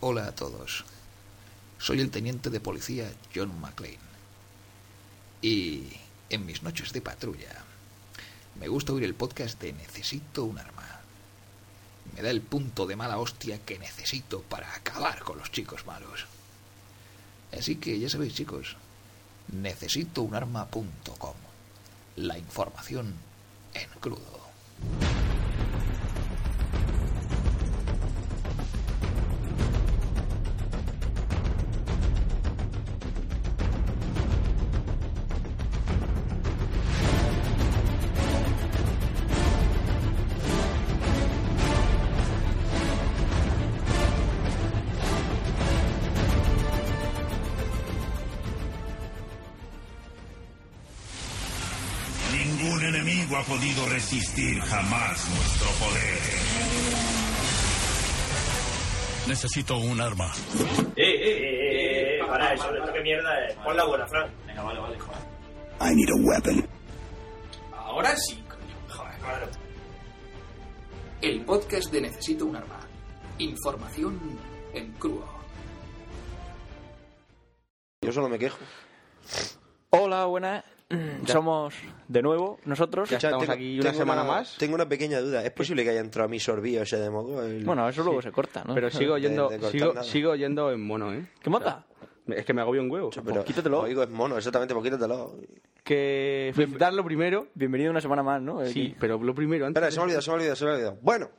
Hola a todos. Soy el teniente de policía John McLean. Y en mis noches de patrulla me gusta oír el podcast de Necesito un arma. Me da el punto de mala hostia que necesito para acabar con los chicos malos. Así que ya sabéis chicos, necesitounarma.com. La información en crudo. Ningún enemigo ha podido resistir jamás nuestro poder. Necesito un arma. Eh, eh, eh, eh, eh, para eso, esto que mierda es. Pon la buena, Fran. Venga, vale, vale, joder. I need a weapon. Ahora sí, coño. Joder. Claro. El podcast de Necesito un arma. Información en crudo. Yo solo me quejo. Hola, buenas. Mm, Somos de nuevo nosotros. Escucha, estamos tengo- aquí una tengo semana una- más. Tengo una pequeña duda. ¿Es posible que haya entrado a mi sorbillo ese de moco? El- Bueno, eso luego se corta, ¿no? Pero sigo De- yendo, de cortar sigo, nada. sigo yendo en mono, ¿eh? ¿Qué mata? Es que me agobio un huevo. pero quítatelo. Oigo, es mono, exactamente, pues quítatelo. Que Bien- Darlo primero, bienvenido una semana más, ¿no? Eh, sí, pero lo primero, antes, Espera, se me ha olvidado, se me ha olvidado, se me ha olvidado. Bueno,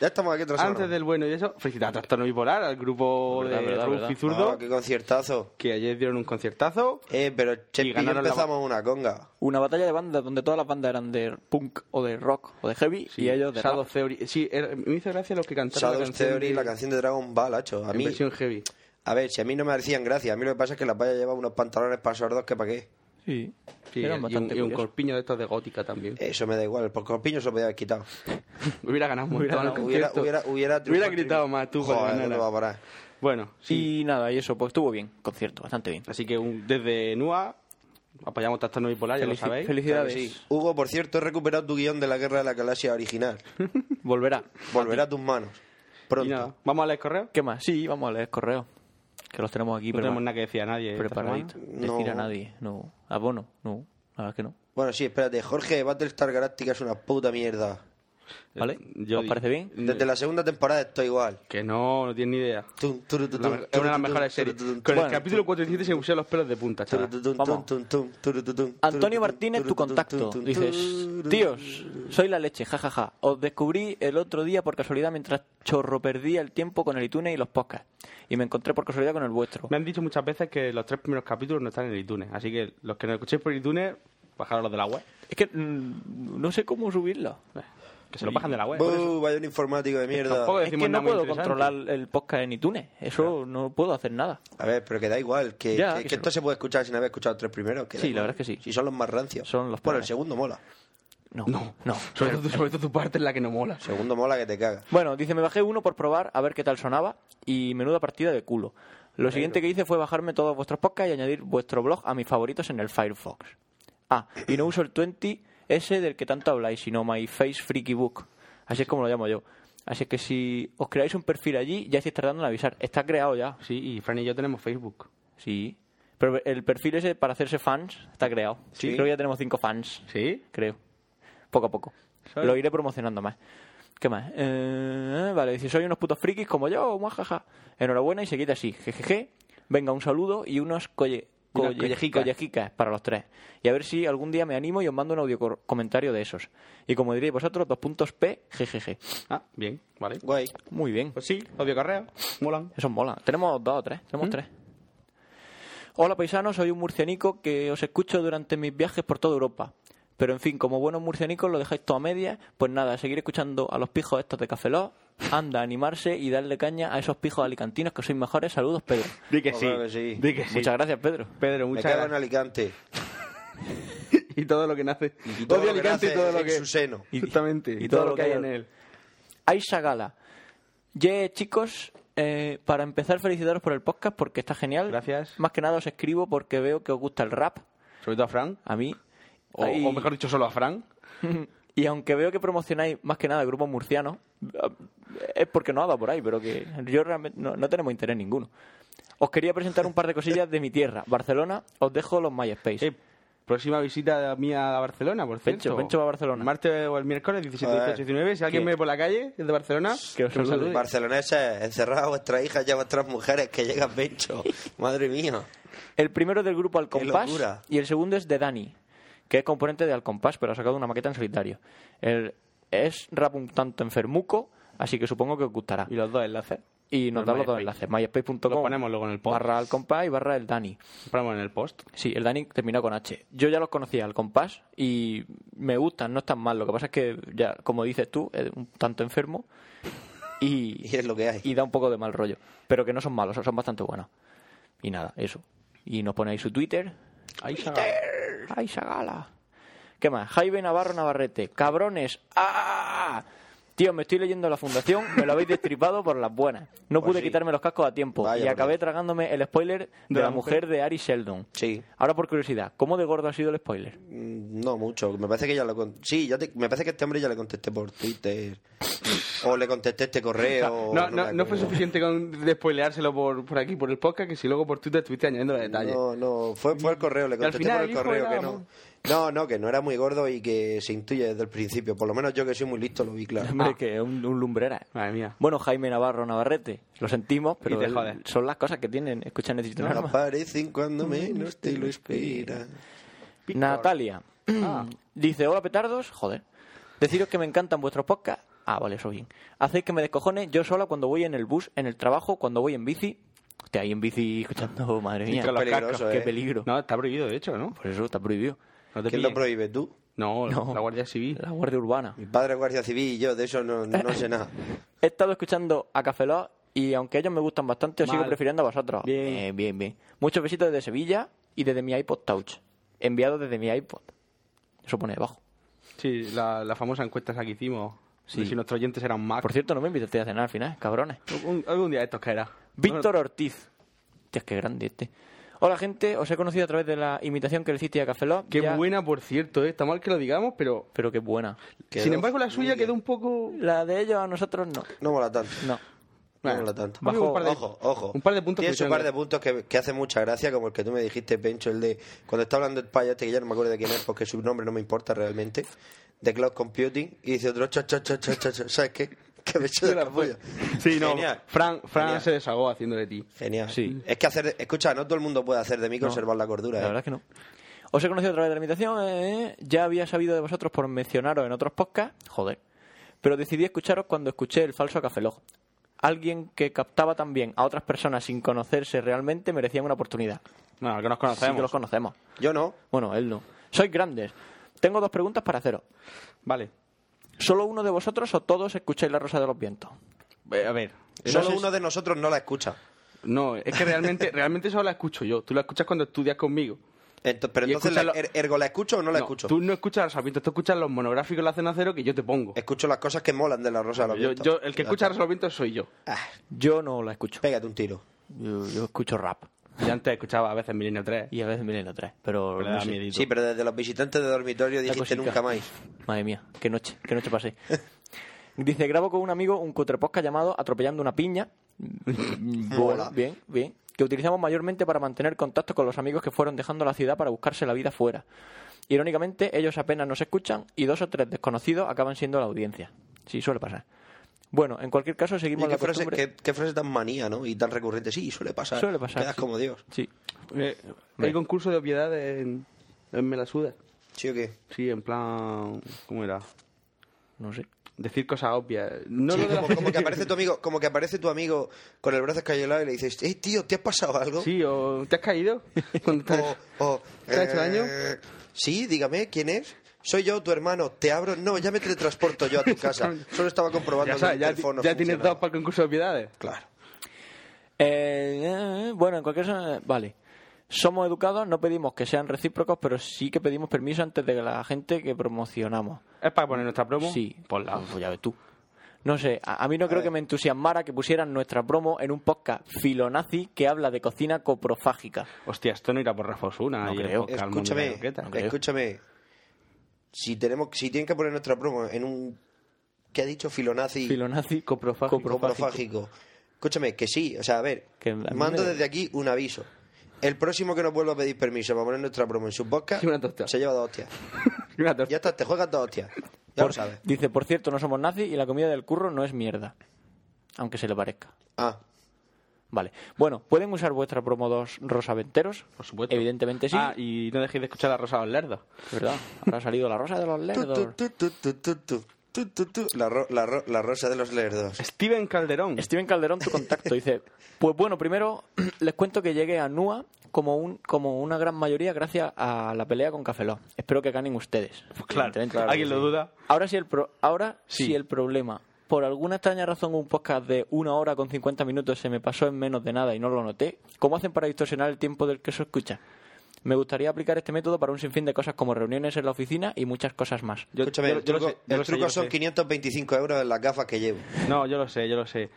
ya estamos aquí otra semana. antes del bueno y eso, felicitar a Trastorno Bipolar, al grupo Verdad, de verdad, Rufi verdad. Zurdo, Ah, qué conciertazo. que ayer dieron un conciertazo. Eh, pero Chepi y yo ganaron la- empezamos una conga. Una batalla de bandas donde todas las bandas eran de punk o de rock o de heavy y ellos de Shadow rap. Theory. Sí, era- me hizo gracia los que cantaron la Shadows canción Theory, de- la canción de Dragon Ball, hacho. A en mí, versión heavy. a ver, si a mí no me hacían gracia, a mí lo que pasa es que la paya lleva unos pantalones para sordos que para qué. Sí. Sí, Eran y un, bastante y un curiosos. corpiño de estos de gótica también. Eso me da igual, por corpiño se lo podía haber quitado. hubiera ganado un montón al Hubiera, concierto. hubiera, hubiera, Hubiera gritado más tú, Joder, Juan no Banana. va a parar. Bueno, sí. Pues, Y nada, y eso, pues estuvo bien, concierto, bastante bien. Así que un- desde NUA apoyamos Trastorno Bipolar, ya lo Felici- sabéis. Felicidades. Hugo, por cierto, he recuperado tu guión de la Guerra de la Galaxia original. Volverá. Volverá a tus manos. Y nada, Pronto. vamos a leer correo. ¿Qué más? Sí, vamos a leer correos. Que los tenemos aquí No tenemos prepar- nada que decir a nadie. ¿eh? esta preparaditos. semana. semana. Decir a No. nadie, no. Abono, no. La verdad que no. Bueno, sí, espérate. Jorge, Battlestar Galactica es una puta mierda. ¿Vale? Eh, Yo ¿Os di- Mm, parece bien? Desde la segunda temporada estoy igual. Que no, no tienes ni idea. Tum, turu, La tum, me- es una de las turu, mejores tum, series. turu, tum, Con el tum, capítulo 47 se me pusieron los pelos de punta, turu, chaval. tum, tum, Vamos. tum, tum, turu, tum, tum, Antonio turu, Martínez, tum, tu turu, tum, contacto. tum, tum, Dices, turu, tíos, soy la leche, jajaja. Os descubrí el otro día por casualidad mientras chorro perdía el tiempo con el iTunes y los podcasts. Y me encontré por casualidad con el vuestro. Me han dicho muchas veces que los tres primeros capítulos no están en iTunes. Así que los que nos escuchéis por iTunes, bajaros los de la web. Es que mm, no sé cómo subirlo. Eh, Que se los bajan de la web. pues por eso. Buh, Uh, vaya un informático de mierda. Tampoco Es decimos que no nada muy puedo interesante. controlar el podcast en iTunes. Eso no puedo hacer nada. A ver, pero que da igual. Que, Ya, que- que que se esto lo- se puede escuchar sin haber escuchado los tres primeros. que da Sí, la igual. verdad es que sí. Si son los más rancios. Son los Bueno, peores. el segundo mola. No, No, no. no. Sobre todo, sobre todo tu parte es la que no mola. Segundo mola que te cagas. Bueno, dice, me bajé uno por probar a ver qué tal sonaba y menuda partida de culo. Lo siguiente que hice fue bajarme todos vuestros podcasts y añadir vuestro blog a mis favoritos en el Firefox. Ah, y no uso el 20 ese del que tanto habláis, sino My Face Freaky Book. Así es como lo llamo yo. Así que si os creáis un perfil allí, ya estáis tardando en avisar. Está creado ya. Sí, y Fran y yo tenemos Facebook. Sí. Pero el perfil ese para hacerse fans está creado. Sí. Creo que ya tenemos cinco fans ¿Sí? creo. Poco a poco. ¿Sabes? Lo iré promocionando más. ¿Qué más? Eh, vale, dice, soy unos putos frikis como yo, muajaja. Enhorabuena y seguid así. Jejeje. Venga, un saludo y unos colle, Unas colle- collejicas. collejicas para los tres. Y a ver si algún día me animo y os mando un audio cor- comentario de esos. Y como diréis vosotros, dos puntos P, jejeje. Ah, bien, vale. Guay. Muy bien. Pues sí, los de correo, molan. Eso mola. Tenemos dos o tres. ¿Mm? Tenemos tres. Hola paisanos, soy un murcianico que os escucho durante mis viajes por toda Europa. Pero en fin, como buenos murcianicos lo dejáis todo a media, pues nada, seguir escuchando a los pijos estos de Cafeló. Anda, animarse y darle caña a esos pijos alicantinos que sois mejores. Saludos, Pedro. Di que, Oh, sí. claro que sí. Di que sí. Muchas gracias, Pedro. Pedro, Me muchas cago en gracias. Alicante. Y todo lo que nace. Y todo lo Odio que Alicante y nace todo lo en que. su seno. Y- Exactamente. y todo lo que hay hay en en él. Aisa Gala. Ye, chicos, eh, para empezar, felicitaros por el podcast porque está genial. Gracias. Más que nada os escribo porque veo que os gusta el rap, Sobre todo a Fran. a mí. O, Y- o mejor dicho, solo a Fran. Y aunque veo que promocionáis más que nada grupos murcianos, es porque no ha dado por ahí, pero que yo realmente no, no tenemos interés ninguno. Os quería presentar un par de cosillas de mi tierra, Barcelona. Os dejo los MySpace. Eh, próxima visita mía a Barcelona, por Pencho, cierto. Pencho va a Barcelona. Martes o el miércoles, 17, Joder. 18, 19. Si alguien Que- me ve por la calle, es de Barcelona, que os me salude. salude. Barceloneses, encerrad a vuestras hijas y a vuestras mujeres que llegan Bencho. Madre mía. El primero es del grupo Al Qué Compás locura. y el segundo es de Dani, que es componente de Al Compás, pero ha sacado una maqueta en solitario. El, es rap un tanto enfermuco, así que supongo que os gustará. Y los dos enlaces. Y nos El da los dos MySpace. enlaces, myspace.com Lo ponemos luego en el post. barra Al Compás y barra el Dani. Lo ponemos en el post. Sí, el Dani terminó con H. Yo ya los conocía al compás y me gustan, no están mal. Lo que pasa es que, ya, como dices tú, es un tanto enfermo y, Y es lo que hay. y da un poco de mal rollo. Pero que no son malos, son bastante buenos. Y nada, eso. Y nos pone ahí su Twitter. Ahí se haga. ¡Ay, Sagala! ¿Qué más? Jaime Navarro Navarrete. ¡Cabrones! ¡Ah! Tío, me estoy leyendo la fundación, me lo habéis destripado por las buenas. No Pues pude sí. quitarme los cascos a tiempo Vaya, y por acabé Dios. tragándome el spoiler de, la, la mujer de Ari Sheldon. Sí. Ahora, por curiosidad, ¿cómo de gordo ha sido el spoiler? Mm, No mucho. Me parece que ya lo con- Sí, ya te- me parece que este hombre ya le contesté por Twitter. o le contesté este correo. No, no, me no, acuerdo. fue suficiente con de spoileárselo por, por aquí, por el podcast, que si luego por Twitter estuviste añadiendo los detalles. No, no, fue, fue el correo, le Y al contesté final por el el hijo correo era que no. muy- No, no, que no era muy gordo y que se intuye desde el principio. Por lo menos yo que soy muy listo lo vi claro. Ah, Hombre, que es un, un lumbrera. Madre mía. Bueno, Jaime Navarro Navarrete, lo sentimos, pero te él- jodes. son las cosas que tienen. Escucha, necesito No un arma. aparecen cuando menos te lo esperas. Natalia. Ah. Dice, hola petardos, joder. Deciros que me encantan vuestros podcasts. Ah, vale, eso bien. Hacéis que me descojone yo sola cuando voy en el bus, en el trabajo, cuando voy en bici. Hostia, ahí en bici escuchando, madre mía. con los qué cascos, qué eh. peligro. No, está prohibido, de hecho, ¿no? Por eso está prohibido. No te ¿Quién lo pillen. prohíbe? ¿Tú? No, No. la Guardia Civil. La Guardia Urbana. Mi padre es guardia civil y yo de eso no, no sé nada. He estado escuchando a Café Lock y aunque ellos me gustan bastante, os sigo Mal. prefiriendo a vosotros. Bien. Eh, bien, bien. Muchos besitos desde Sevilla y desde mi iPod Touch. Enviado desde mi iPod. Eso pone debajo. Sí, la, la famosa encuesta esa que hicimos. Sí. de Si nuestros oyentes eran más. Por cierto, no me invitaste a cenar al final, cabrones. Un- algún día de estos caerá. Víctor Ortiz. Hostia, qué grande este. Hola, gente. Os he conocido a través de la imitación que le hiciste a Café Lock. Qué Ya- buena, por cierto, eh. está mal que lo digamos, pero. Pero qué buena. Quedó Sin embargo, la suya fluida. quedó un poco. La de ellos a nosotros no. No mola tanto. No. No Bueno, mola tanto. bajo- un par de, ojo, ojo. un par de puntos Tienes que un par tengo. de puntos que, que hace mucha gracia, como el que tú me dijiste, Pencho, el de cuando está hablando el payo este, que ya no me acuerdo de quién es, porque su nombre no me importa realmente, de Cloud Computing, y dice otro, cha, cha, cha, cha, cha, cha, ¿sabes qué? Que me echo de la polla. pues. Sí, no. Genial. Fran, Fran Genial. se desahogó haciendo de ti. Genial. Sí. Es que hacer, escucha, no todo el mundo puede hacer de mí conservar la cordura. La eh. verdad es que no. Os he conocido a través de la invitación. eh, ya había sabido de vosotros por mencionaros en otros podcasts. Joder. Pero decidí escucharos cuando escuché el falso Café Lock. Alguien que captaba también a otras personas sin conocerse realmente merecían una oportunidad. No, que nos Así conocemos. que los conocemos. Yo no. Bueno, él no. Sois grandes. Tengo dos preguntas para haceros. Vale. ¿Solo uno de vosotros o todos escucháis La Rosa de los Vientos? Eh, A ver. Solo no sé uno de nosotros no la escucha. si- No, es que realmente, realmente solo la escucho yo. Tú la escuchas cuando estudias conmigo. Ento- pero Y entonces, la- escúchalo- er- ergo, ¿la escucho o no la No, escucho? Tú no escuchas los Sarmiento, tú escuchas los monográficos de la cena cero que yo te pongo. Escucho las cosas que molan de la Rosa de los Yo, Vientos. yo- el que Ya escucha está. Resolviendo soy yo. Ah, Yo no la escucho. pégate un tiro. Yo, yo escucho rap Yo antes escuchaba a veces Milenio 3. y a veces Milenio 3, pero Pero no da sé. miedito. Sí, pero desde los visitantes de dormitorio La dijiste cosita. nunca más. Madre mía, qué noche, qué noche pasé. Dice, grabo con un amigo un cutrepodcast llamado Atropellando una piña. Mola. bien, bien. Que utilizamos mayormente para mantener contacto con los amigos que fueron dejando la ciudad para buscarse la vida fuera. Irónicamente, ellos apenas nos escuchan y dos o tres desconocidos acaban siendo la audiencia. Sí, suele pasar. Bueno, en cualquier caso, Y seguimos qué la frase, costumbre... qué- qué frase tan manía, ¿no? Y tan recurrente. Sí, suele pasar. Suele pasar, Quedas sí. como Dios. Sí. Eh, hay concurso de obviedad en, en Melasuda. ¿Sí o qué? Sí, en plan. ¿Cómo era? No sé. Decir cosas obvias. No Sí, lo de la- como, como que aparece tu amigo, como que aparece tu amigo con el brazo escayolado y le dices, eh, tío, ¿te has pasado algo? Sí, o te has caído. Cuando te- O, o, ¿Te ha hecho daño? Oh, "Eh, Sí, dígame, ¿quién es? Soy yo, tu hermano. Te abro. No, ya me teletransporto yo a tu casa. Solo estaba comprobando ya que sabes, el ya, ti- teléfono ya tienes funcionaba". dos para el concurso de obviedades. Claro. Eh, eh, eh, bueno, en cualquier caso, vale. Somos educados, no pedimos que sean recíprocos, pero sí que pedimos permiso antes de que la gente que promocionamos. ¿Es para poner nuestra promo? Sí. Ponla. Pues ya ves tú. No sé, a, a mí no creo ver. que me entusiasmara que pusieran nuestra promo en un podcast filonazi que habla de cocina coprofágica. Hostia, esto no irá por Rafa Osuna. No y el creo. podcast Mundo de la Escúchame, Croqueta. creo. escúchame. Si tenemos, si tienen que poner nuestra promo en un que ha dicho filonazi. Filonazi, coprofágico. Coprofágico. Escúchame, que sí, o sea, a ver, Que a mí mando me- desde aquí un aviso. El próximo que nos vuelva a pedir permiso para poner nuestra promo en su podcast Y una tostada. se lleva dos hostias. Una torta. Ya está, te juegas dos hostias. Ya lo Por- sabes. Dice, por cierto, no somos nazis y la comida del curro no es mierda. Aunque se le parezca. Ah, Vale. Bueno, ¿pueden usar vuestra promo dos rosaventeros? Por supuesto. Evidentemente sí. Ah, y no dejéis de escuchar a Rosa los Lerdos. ¿Verdad? Habrá salido la rosa de los Tu, tu, lerdos. tu, tu, tu, tu, tu, tu, tu, tu. La, ro- la ro- la rosa de los lerdos. Steven Calderón. Steven Calderón, tu contacto, dice, pues bueno, primero les cuento que llegué a NUA como un como una gran mayoría gracias a la pelea con Cafeló. Espero que ganen ustedes. Pues Claro, evidentemente. claro, ¿Alguien lo duda? Ahora sí el pro- ahora Sí. sí el problema. Por alguna extraña razón un podcast de una hora con 50 minutos se me pasó en menos de nada y no lo noté. ¿Cómo hacen para distorsionar el tiempo del que se escucha? Me gustaría aplicar este método para un sinfín de cosas como reuniones en la oficina y muchas cosas más. Yo- Escúchame, yo- el yo lo truco, sé, yo el lo sé, truco yo lo son sé. 525 euros en las gafas que llevo. No, yo lo sé, yo lo sé.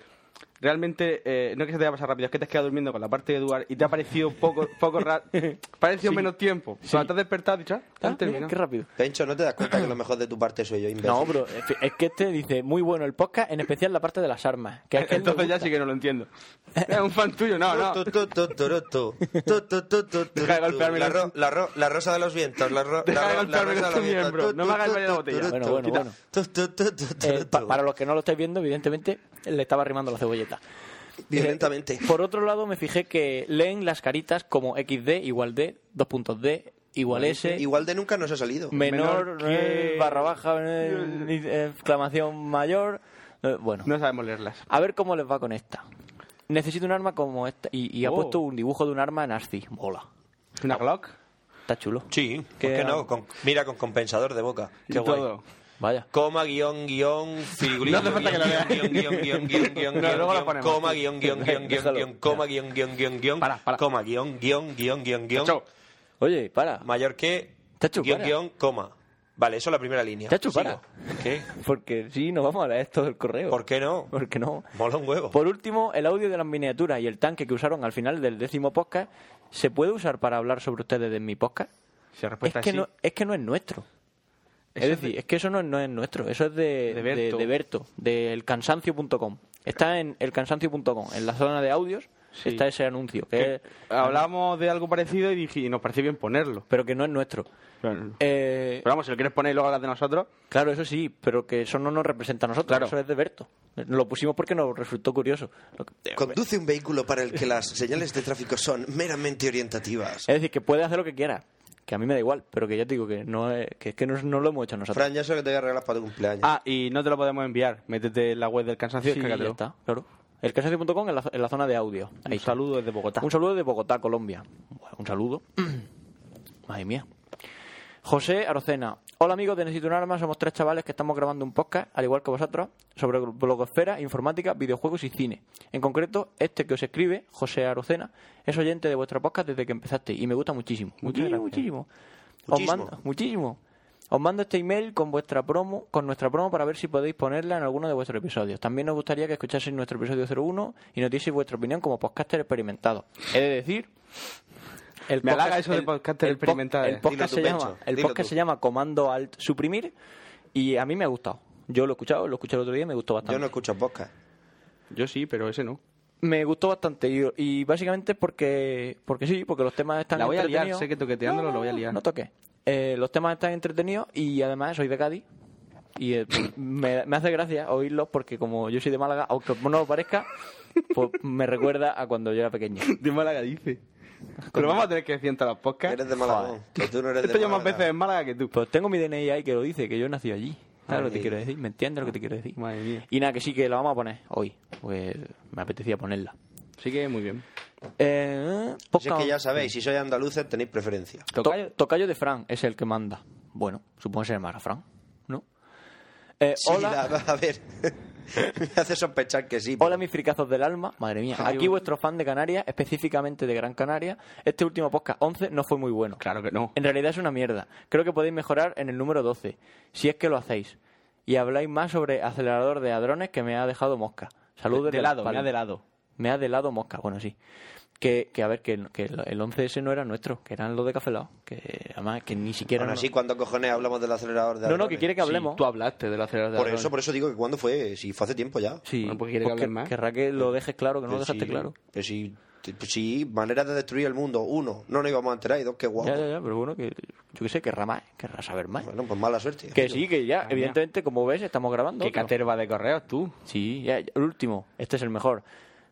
Realmente, eh, no es que se te haya pasado rápido, es que te has quedado durmiendo con la parte de Eduard y te ha parecido poco, poco ra- Parecido menos tiempo. Cuando te has despertado, has dicho, ah, ya Ah, han mira, terminado. qué rápido. Pencho, ¿no te das cuenta que lo mejor de tu parte soy yo, imbécil? No, pero es que- es que este dice muy bueno el podcast, en especial la parte de las armas. Que a aquel le Entonces ya gusta. sí que no lo entiendo. Es un fan tuyo, no, no. Tu, tu, tu, tu, tu, tu, tu, tu, tu, tu, tu, Deja de tu. golpearme La la- ro- la ro- la rosa de los vientos. La ro- Deja la de ro- la golpearme rosa de con los tu vientos. miembro, Tu, no tu, me hagas tu, bailar la tu, botella. tu, Bueno, tu, bueno, quita. bueno. Tu, tu, tu, tu, tu, Eh, tu. pa- para los que no lo estáis viendo, evidentemente le estaba arrimando la cebolleta. eh, Violentamente. eh, Por otro lado, me fijé que leen las caritas como XD igual D, 2.D igual S, Igual de nunca nos ha salido. menor, menor que- eh, barra baja, eh, eh, exclamación mayor. eh, bueno, No sabemos leerlas. a ver cómo les va con esta. Necesito un arma como esta. Y, y ha Oh. puesto un dibujo de un arma en Arci. Mola. ¿Una Glock? Está chulo. Sí, ¿por Que- qué no? Con- mira, con compensador de boca. Y Qué guay. todo. Vaya. Coma, guión, guión, No figurino, hace falta que lo guión, veas. guión, guión, guión, guión, guión, No, guión, luego lo guión, ponemos. coma, guión, guión, guión, guión, Déjalo. guión, coma, guión, guión, guión, guión, Para, para. coma, guión, guión, guión, guión, guión, Chao. Oye, para. mayor que, Chacho, guión, para. guión, coma. Vale, eso es la primera línea. Chacho, Sigo. ¿Qué? Porque sí, nos vamos a leer todo el correo. ¿Por qué no? ¿Por qué no? Mola un huevo. Por último, el audio de las miniaturas y el tanque que usaron al final del décimo podcast, ¿se puede usar para hablar sobre ustedes en mi podcast? Si la Es respuesta es, que, sí. no, es que no es nuestro. Pues Eso Es decir, es que eso no, no es nuestro, eso es de, De Berto. de Berto, de elcansancio.com. Está en elcansancio.com, en la zona de audios, Sí. está ese anuncio, que Que es- Eh, hablamos de algo parecido y, dije, y nos pareció bien ponerlo. pero que no es nuestro. Pero Eh, vamos, si lo quieres poner y luego hablas de nosotros, Claro, eso sí, pero que eso no nos representa a nosotros, Claro. eso es de Berto. Lo pusimos porque nos resultó curioso. Lo que- Conduce un vehículo para el que las señales de tráfico son meramente orientativas. Es decir, que puede hacer lo que quiera. Que a mí me da igual, pero que ya te digo que no es, que, es que no, no lo hemos hecho nosotros. Fran, ya sé lo que te voy a regalar para tu cumpleaños. Ah, y no te lo podemos enviar. Métete en la web del cansancio Sí, y ya descárgatelo. está, claro. El casancio.com en la, en la zona de audio. Ahí Un está. saludo desde Bogotá. Un saludo de Bogotá, Colombia. Bueno, Un saludo. Madre mía. José Arocena. Hola amigos de Necesito un Arma, somos tres chavales que estamos grabando un podcast, al igual que vosotros, sobre blogosfera, informática, videojuegos y cine. En concreto, este que os escribe, José Arocena, es oyente de vuestro podcast desde que empezaste y me gusta muchísimo. Muchísimo, muchísimo. Os Muchísimo. mando- muchísimo. Os mando este email con vuestra promo, con nuestra promo para ver si podéis ponerla en alguno de vuestros episodios. También nos gustaría que escuchaseis nuestro episodio 01 y nos dieseis vuestra opinión como podcaster experimentado. He de decir, el Me halaga eso de podcaster el po- experimentado, eh. El podcast, Dilo tú, se Pencho, llama, el dilo podcast tú. se llama Comando Alt Suprimir y a mí me ha gustado. Yo lo he escuchado, lo escuché el otro día y me gustó bastante. Yo no escucho podcast. Yo sí, pero ese no. Me gustó bastante y, y básicamente porque porque sí, porque los temas están La voy a liar, entretenidos. sé que toqueteándolo No, lo voy a no, liar. No toques. Eh, los temas están entretenidos y además soy de Cádiz y eh, me, me hace gracia oírlos porque como yo soy de Málaga, aunque no lo parezca, pues me recuerda a cuando yo era pequeño. De Málaga dice. Pero vamos a tener que decir en todas las podcasts. Eres de Malagón, que tú no eres Esto de yo más Málaga. veces en Málaga que tú. Pues tengo mi DNI ahí que lo dice, que yo nací allí. ¿Sabes lo que te Ay. quiero decir? ¿Me entiendes lo que te quiero decir? Madre mía. Y nada, que sí que la vamos a poner hoy. Pues me apetecía ponerla. Así que muy bien. Eh, Si es podcast- que ya sabéis, si sois andaluces tenéis preferencia. To- Tocayo, de Fran es el que manda. Bueno, supongo que se llamará Fran, ¿no? Eh, Sí, hola, la- a ver. Me hace sospechar que sí. hola, mis fricazos del alma. Madre mía, aquí vuestro fan de Canarias, específicamente de Gran Canaria. Este último podcast 11 no fue muy bueno. Claro que no. En realidad es una mierda. Creo que podéis mejorar en el número 12, si es que lo hacéis. Y habláis más sobre acelerador de hadrones que me ha dejado mosca. Saludos de Las lado, me ha Palmas. de lado. Me ha delado mosca, bueno, sí. Que, que a ver, que, el- que el el 11S no era nuestro, que eran los de Cafelao. Que además, que ni siquiera. Bueno, no- así, ¿cuántos cojones hablamos del acelerador de no, no, hadrones? que quiere que hablemos. Sí, tú hablaste del acelerador de Por hadrones. eso, por eso digo que cuándo fue, si fue hace tiempo ya. Sí, Bueno, pues quiere que porque hablen más. Querrá que lo dejes claro, que no lo Pero dejaste Pues sí, claro. Pero sí, te- pues sí, maneras de destruir el mundo. Uno, no nos íbamos a enterar. Y dos, qué guapo. Ya, ya, ya, pero bueno, que yo qué sé, querrá más, querrá saber más. Bueno, pues mala suerte. que sí, que ya, mía. evidentemente, como ves, estamos grabando. Qué otro. caterva de correos, tú. Sí, ya, ya, el último. Este es el mejor.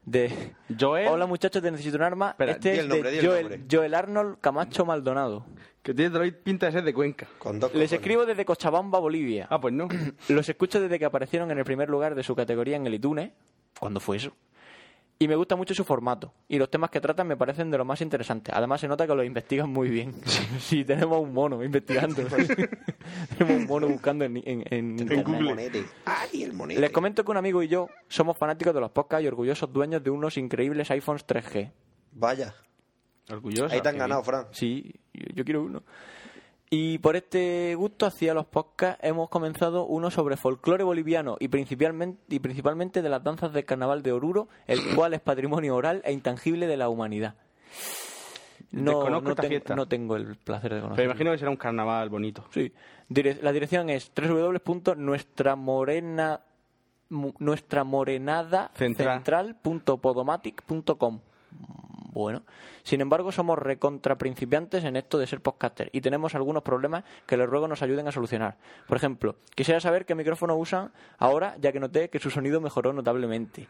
De Joel- Hola muchachos, te necesito un arma. Espera, este di es el nombre, di de el Joel, nombre. Joel Arnold Camacho Maldonado. Que tiene Droid pinta de ser de Cuenca. Con dos Les cojones. escribo desde Cochabamba, Bolivia. Ah, pues no. Los escucho desde que aparecieron en el primer lugar de su categoría en el iTunes. ¿Cuándo fue eso? Y me gusta mucho su formato. Y los temas que tratan me parecen de lo más interesantes. Además, se nota que lo investigan muy bien. Sí, tenemos a un mono investigando. tenemos un mono buscando en, en- en El Internet. monete. Ay, el monete. Les comento que un amigo y yo somos fanáticos de los podcasts y orgullosos dueños de unos increíbles iPhones 3G. Vaya. Orgulloso. Ahí te han ganado, Fran. Sí, yo, yo quiero uno. Y por este gusto hacia los podcasts hemos comenzado uno sobre folclore boliviano y principalmente, y principalmente de las danzas del carnaval de Oruro, el cual es patrimonio oral e intangible de la humanidad. No, Desconozco no, esta ten- fiesta. no tengo el placer de conocerlo. Pero imagino que será un carnaval bonito. Sí. Dire- la dirección es www.nuestramorena mu- Central. nuestramorenadaCentral.podomatic.com. Mm, Bueno, sin embargo, somos recontraprincipiantes en esto de ser podcaster y tenemos algunos problemas que les ruego nos ayuden a solucionar. Por ejemplo, quisiera saber qué micrófono usan ahora, ya que noté que su sonido mejoró notablemente.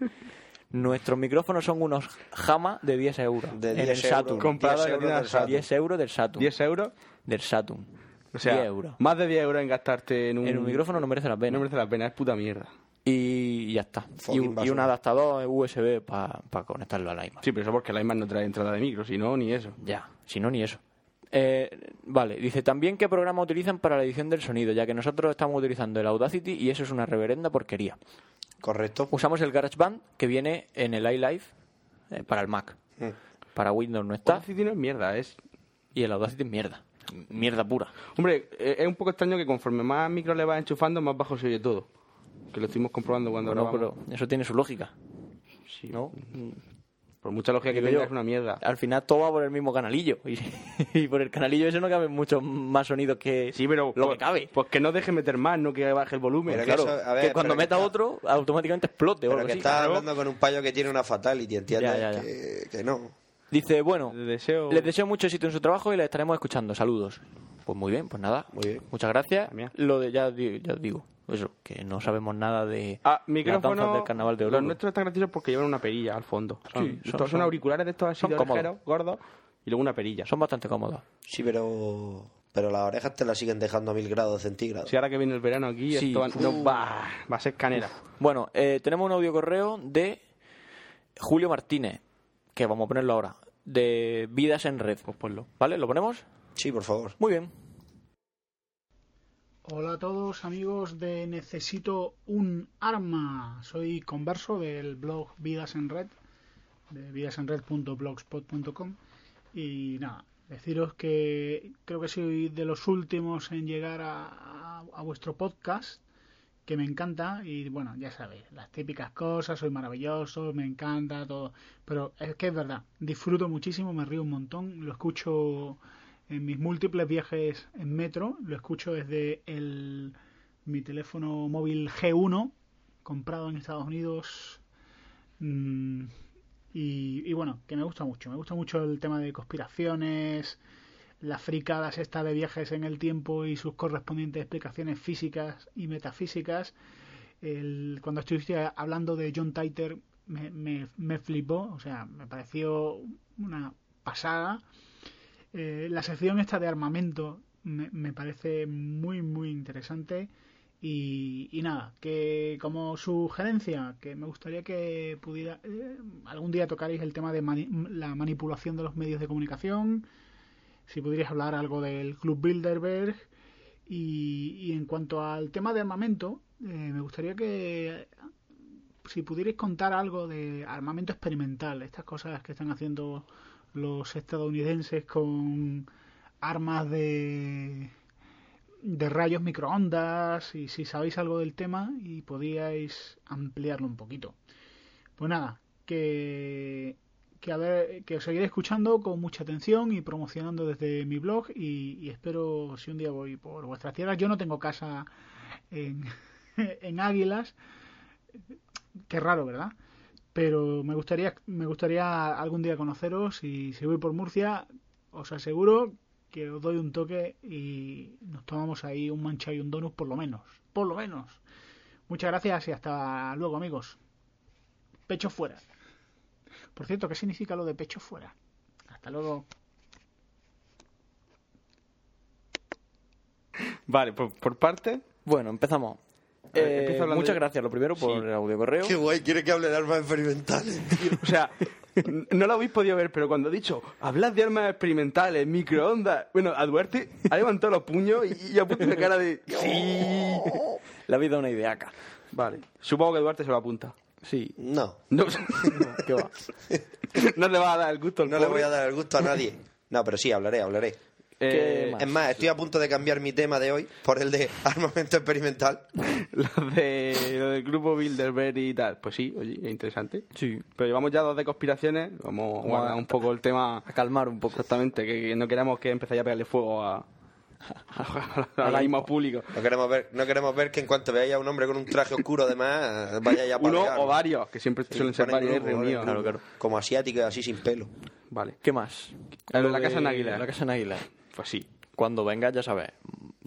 Nuestros micrófonos son unos jama de 10 euros De en el 10 euros. Saturn. 10 Comprado en la euros tienda del Saturn. 10 euros del Saturn. 10 euros. Del Saturn. O sea, 10 euros. más de 10 euros en gastarte en un, En un micrófono no merece la pena. No merece la pena, es puta mierda. Y ya está. Y, Fucking un- y un basura. adaptador USB para conectarlo a la iMac. Sí, pero eso porque la iMac no trae entrada de micro, si no, ni eso. Ya, si no, ni eso. Eh, vale, dice también qué programa utilizan para la edición del sonido, ya que nosotros estamos utilizando el Audacity y eso es una reverenda porquería. Correcto. Usamos el GarageBand que viene en el iLive eh, para el Mac. Mm. Para Windows no está Audacity no es mierda, es... y el Audacity es mierda. Mierda pura. Hombre, eh, es un poco extraño que conforme más micro le vas enchufando, más bajo se oye todo. Que lo estuvimos comprobando cuando Bueno, grabamos. pero eso tiene su lógica. Sí. ¿no? Por mucha lógica que Digo tenga, yo, es una mierda. Al final todo va por el mismo canalillo. Y, y por el canalillo ese no caben muchos más sonidos que Sí, pero... lo que pues- cabe. Pues que no deje meter más, no que baje el volumen. Pero que claro. eso- a que ver, cuando pero meta que está- otro, automáticamente explote. o Pero algo que así. estás Claro. hablando con un payo que tiene una fatality, ¿entiendes? Ya, ya, ya. Que, que no. Dice, bueno, Le deseo- les deseo mucho éxito en su trabajo y les estaremos escuchando. Saludos. Pues muy bien, pues nada. Muy bien. Muchas gracias. Mía. Lo de ya, di- ya digo, eso, que no sabemos nada de Ah, las danzas micrófono. del carnaval de Los Oruro. nuestros están graciosos porque llevan una perilla al fondo. Son, Sí, son- estos son son- auriculares de estos así son de cómodos. orejeros, gordos, y luego una perilla. Son bastante cómodos. Sí, pero. Pero las orejas te las siguen dejando a mil grados centígrados. Si ahora que viene el verano aquí, Sí. esto va, no, va, va a ser canera. Bueno, eh, tenemos un audio correo de Julio Martínez, que vamos a ponerlo ahora, de Vidas en Red. Pues ponlo. ¿Vale? ¿Lo ponemos? Sí, por favor. Muy bien. Hola a todos amigos de Necesito un arma. Soy converso del blog Vidas en Red, de vidasenred.blogspot.com. Y nada, deciros que creo que soy de los últimos en llegar a, a- a vuestro podcast, que me encanta. Y bueno, ya sabéis, las típicas cosas, soy maravilloso, me encanta todo. Pero es que es verdad, disfruto muchísimo, me río un montón, lo escucho en mis múltiples viajes en metro, lo escucho desde el, mi teléfono móvil G1, comprado en Estados Unidos. Mm, y, y bueno, que me gusta mucho. Me gusta mucho el tema de conspiraciones, las fricadas estas de viajes en el tiempo y sus correspondientes explicaciones físicas y metafísicas. El- cuando estuviste hablando de John Titer me, me, me flipó, o sea, me pareció una pasada. Eh, la sección esta de armamento me, me parece muy, muy interesante. Y, y nada, que como sugerencia, que me gustaría que pudiera eh, algún día tocarais el tema de mani- la manipulación de los medios de comunicación, si pudierais hablar algo del Club Bilderberg. Y, y en cuanto al tema de armamento, eh, me gustaría que si pudierais contar algo de armamento experimental, estas cosas que están haciendo los estadounidenses con armas de de rayos microondas y si sabéis algo del tema y podíais ampliarlo un poquito. Pues nada, que que, haber, que os seguiré escuchando con mucha atención y promocionando desde mi blog y, y espero si un día voy por vuestras tierras. Yo no tengo casa en, en Águilas, qué raro, ¿verdad? Pero me gustaría, me gustaría algún día conoceros y si voy por Murcia, os aseguro que os doy un toque y nos tomamos ahí un mancha y un donut por lo menos, por lo menos. Muchas gracias y hasta luego amigos. Pecho fuera. Por cierto, ¿qué significa lo de pecho fuera? Hasta luego. Vale, por, por parte. Bueno, empezamos. ver, Eh, empieza hablando muchas de- gracias, lo primero, por el audio correo. Qué guay, quiere que hable de armas experimentales, tío. O sea, n- no lo habéis podido ver, pero cuando he dicho, hablad de armas experimentales, microondas. Bueno, a Duarte ha levantado los puños y, y ha puesto una cara de. ¡Sí! Le habéis dado una idea acá. Vale, supongo que Duarte se lo apunta. Sí. No, No, ¿Qué va? no le va a dar el gusto al no le pobre. voy a dar el gusto a nadie. No, pero sí, hablaré, hablaré. Eh, ¿Qué más? Es más, estoy a punto de cambiar mi tema de hoy por el de armamento experimental. Lo, de, lo del grupo Bilderberg y tal. Pues sí, oye, es interesante. Sí. Pero llevamos ya dos de conspiraciones. Vamos a guardar un poco el tema. A calmar un poco. Exactamente, que, que no queremos que empecéis a pegarle fuego a. al iPod. ánimo público. No queremos ver, no queremos ver que en cuanto veáis a un hombre con un traje oscuro, además, vaya ya a Uno palear, o ¿no? varios, que siempre suelen ser Van en varios grupo, van en reunidos. grupo. Como asiático, así sin pelo. Vale. ¿Qué más? Eh, Lo la de- Casa en Águilas. La casa en Águilas. Pues sí. Cuando vengas, ya sabes.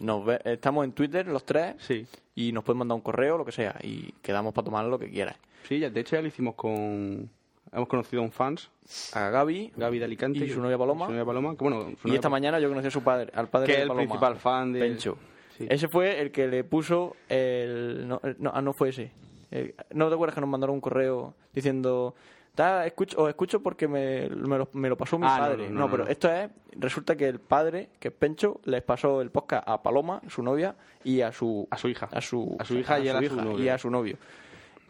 Nos ve- Estamos en Twitter los tres. Sí. Y nos puedes mandar un correo, lo que sea. Y quedamos para tomar lo que quieras. Sí, ya, de hecho ya lo hicimos con. Hemos conocido a un fans, A Gaby. Gaby de Alicante. Y su novia Paloma. Su novia Paloma, que bueno. Y su novia esta Paloma- mañana yo conocí a su padre, al padre Que de es el Paloma, principal fan de- Pencho. Sí. Ese fue el que le puso el... No, el- no, ah, no fue ese. El- ¿No te acuerdas que nos mandaron un correo diciendo... "Ta, escucho, os escucho porque me, me, lo, me lo pasó mi Ah, no, padre. no, no, no, pero no. esto es... Resulta que el padre, que es Pencho, les pasó el podcast a Paloma, su novia, y a su... A su hija. A su, A su hija y él a su novio. y a su novio.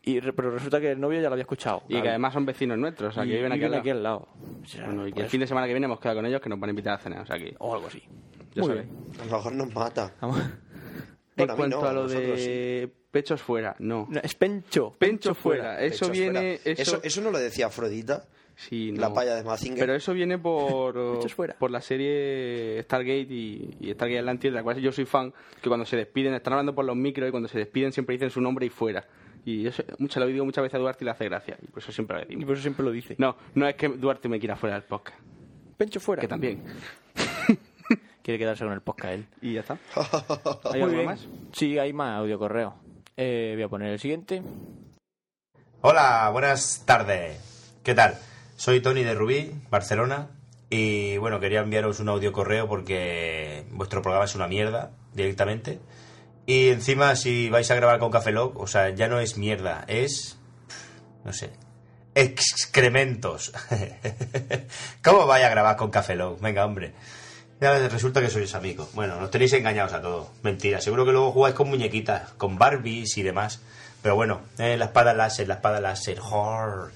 Y re- pero resulta que el novio ya lo había escuchado. Y que además son vecinos nuestros, o sea, que viven aquí al lado. al lado. O sea, Bueno, y que pues, el fin de semana que viene hemos quedado con ellos que nos van a invitar a cenar, o sea que. O algo así. Ya Muy sabéis. bien. A lo mejor nos mata. Vamos. En Bueno, a mí cuanto no, a lo nosotros de pechos fuera, no. No, es pencho. Pencho fuera, eso Pechos viene. fuera. Eso, Eso, eso no lo decía Afrodita. sí, la no. palla de Mazinger. Pero eso viene por, Pechos fuera. por la serie Stargate y, y Stargate Atlantis, de la cual yo soy fan, que cuando se despiden, están hablando por los micros y cuando se despiden siempre dicen su nombre y fuera. Y eso mucho, lo digo muchas veces a Duarte y le hace gracia. Y por eso siempre lo Y decimos. por eso siempre lo dice. No, no es que Duarte me quiera fuera del podcast, Pencho fuera. que también. Quiere quedarse con el podcast él. Y ya está. ¿Hay Muy algo bien. más? Sí, hay más audio correo. Eh, voy a poner el siguiente. Hola, buenas tardes. ¿Qué tal? Soy Tony de Rubí, Barcelona. Y bueno, quería enviaros un audio correo porque vuestro programa es una mierda directamente. Y encima, si vais a grabar con Cafeloc, o sea, ya no es mierda, es. No sé. Excrementos. ¿Cómo vais a grabar con Cafeloc? Venga, hombre. Ya resulta que sois amigos. Bueno, nos tenéis engañados a todos. Mentira, seguro que luego jugáis con muñequitas, con Barbies y demás. Pero bueno, eh, la espada láser, la espada láser. jor.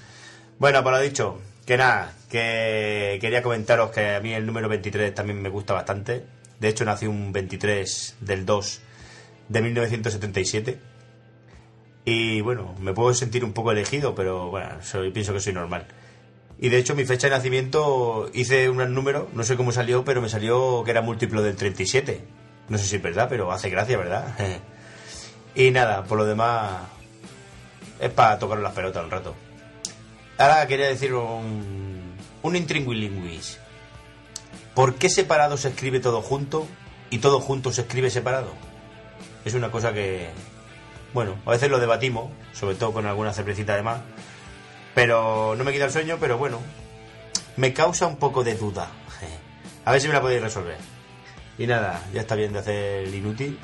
Bueno, pues lo dicho, que nada, que quería comentaros que a mí el número 23 también me gusta bastante. De hecho, nací un 23 del 2 de 1977. Y bueno, me puedo sentir un poco elegido, pero bueno, soy, pienso que soy normal. Y de hecho, mi fecha de nacimiento hice un gran número, no sé cómo salió, pero me salió que era múltiplo del 37. No sé si es verdad, pero hace gracia, ¿verdad? y nada, por lo demás, es para tocar las pelotas un rato. Ahora quería decir un, un intringuilinguis. ¿Por qué separado se escribe todo junto y todo junto se escribe separado? Es una cosa que, bueno, a veces lo debatimos, sobre todo con alguna cervecita de más. Pero no me quita el sueño, pero bueno. Me causa un poco de duda. A ver si me la podéis resolver. Y nada, ya está bien de hacer el inútil.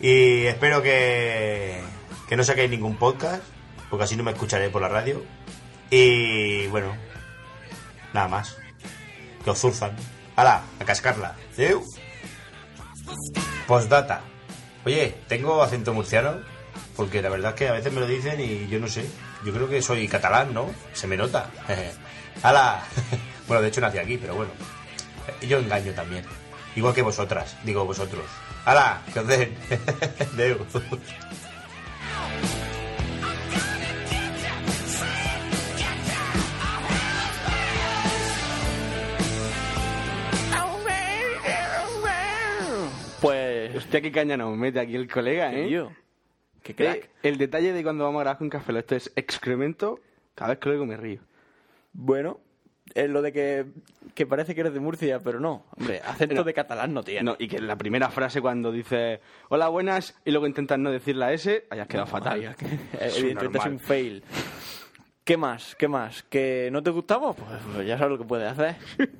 Y espero que, que no saquéis ningún podcast, porque así no me escucharé por la radio. Y bueno, nada más. Que os zurzan. ¡Hala! A cascarla. ¡Adiós! Postdata. Oye, ¿tengo acento murciano? Porque la verdad es que a veces me lo dicen y yo no sé. Yo creo que soy catalán, ¿no? Se me nota. ¡Hala! bueno, de hecho nací aquí, pero bueno. Eh, Yo engaño también. Igual que vosotras, digo vosotros. ¡Hala! ¡Que os den! Adeu. Hostia, qué caña nos mete aquí el colega, ¿eh? Pues, Tío, qué Eh, crack. el detalle de cuando vamos a grabar con Café Lock, esto es excremento, cada vez que lo digo me río. Bueno, es lo de que, que parece que eres de Murcia, pero no. Hombre, acento No. de catalán no tiene. No, y que la primera frase cuando dices hola, buenas, y luego intentas no decir la S, hayas quedado fatal. María, que- Evidentemente es un fail. ¿Qué más? ¿Qué más? ¿Que no te gustamos? Pues, pues ya sabes lo que puedes hacer.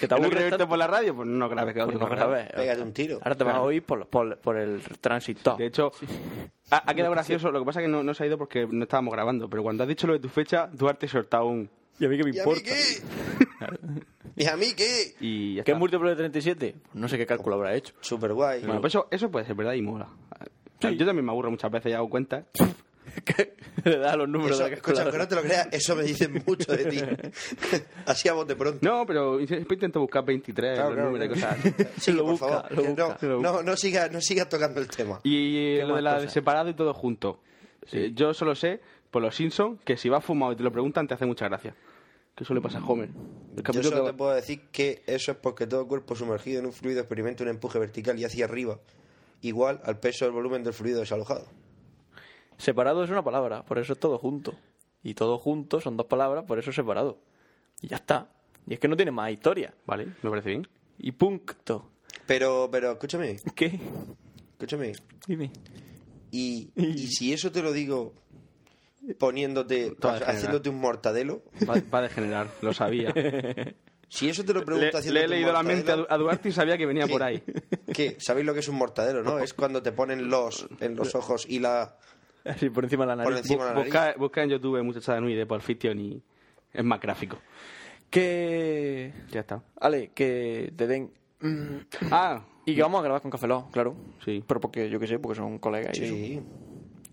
¿Que te ¿No aburres quieres irte tanto? por la radio? Pues no grabes. que Pues otro no programa. grabes. Pégate un tiro. Ahora te vas a oír por, los- por- por el transistor. De hecho, ha, ha quedado gracioso. Lo que pasa es que no, no se ha ido porque no estábamos grabando. Pero cuando has dicho lo de tu fecha, Duarte soltaba un. ¿Y a mí qué me ¿Y a mí importa? qué? ¿Y a mí qué? Y ya ¿Qué está. múltiplo de 37? Pues No sé qué cálculo habrá hecho. Super guay. Bueno, pues eso, eso puede ser verdad y mola. Yo también me aburro muchas veces y hago cuentas. ¿Qué? Le da los números de la escucha, aunque no calculadora. te lo creas, eso me dice mucho de ti. Así a bote pronto. No, pero siempre intento buscar 23, Claro, los claro, números y claro. cosas así. Sí, Lo por busca, favor. lo que busca, no, lo no, no sigas no siga tocando el tema. Y ¿Qué lo más de la de cosas? separado y todo junto. Eh, yo solo sé, por los Simpsons, que si vas fumado y te lo preguntan, te hace mucha gracia. Que eso le pasa a Homer. El Yo capítulo solo que- te puedo decir que eso es porque todo cuerpo sumergido en un fluido experimenta un empuje vertical y hacia arriba, igual al peso del volumen del fluido desalojado. Separado es una palabra, por eso es todo junto. Y todo junto son dos palabras, por eso es separado. Y ya está. Y es que no tiene más historia. Vale, me parece bien. Y punto. Pero, pero, escúchame, ¿Qué? escúchame. Dime. Y, y si eso te lo digo poniéndote, Te va a degenerar. haciéndote un mortadelo, Va, va a degenerar, lo sabía. si eso te lo Le, pregunto haciendo le he leído la mente a Du- a Duarte y sabía que venía Sí. por ahí. ¿Qué? ¿Sabéis lo que es un mortadero, no? Es cuando te ponen los en los ojos y la... Así por encima de la nariz. Por encima. de la nariz. Busca, busca en YouTube Muchacha de Nui de Porfition y es más gráfico. Que. Ya está. Ale, que te den. Mm. Ah, Y que vamos a grabar con Café Lock, claro. Sí. Pero porque yo qué sé, porque son colegas y eso. Sí.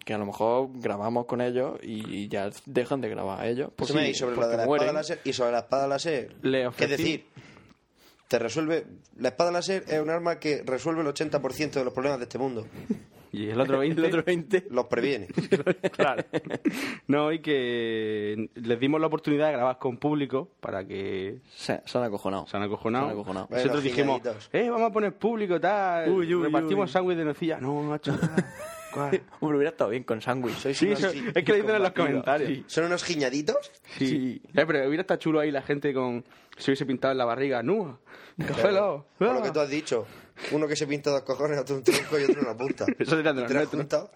que a lo mejor grabamos con ellos y ya dejan de grabar a ellos. Pues Escúchame, sí, y sobre la porque de la mueren. espada láser y sobre la espada láser Le es ofrecí- decir te resuelve la espada láser es un arma que resuelve el 80% de los problemas de este mundo y el otro 20. El otro 20. los previene Claro. No, y que les dimos la oportunidad de grabar con público para que Se, se han acojonado. se han acojonado. Se han acojonado. Bueno, Nosotros dijimos, giladitos. eh, vamos a poner público, tal. Uy, uy, Repartimos uy. sándwich de nocilla. No, macho. ¿cuál? Hombre, hubiera estado bien con sándwich. Sois Sí, unos eso- gi- es que lo dicen en los combatido. comentarios. Sí. son unos giñaditos Sí. Eh, pero hubiera estado chulo ahí la gente con. Se hubiese pintado en la barriga, nua. Café Lock, por ah". lo que tú has dicho uno que se pinta dos cojones otro un tronco y otro una punta Eso eran de los ¿Te lo has nuestros. juntado?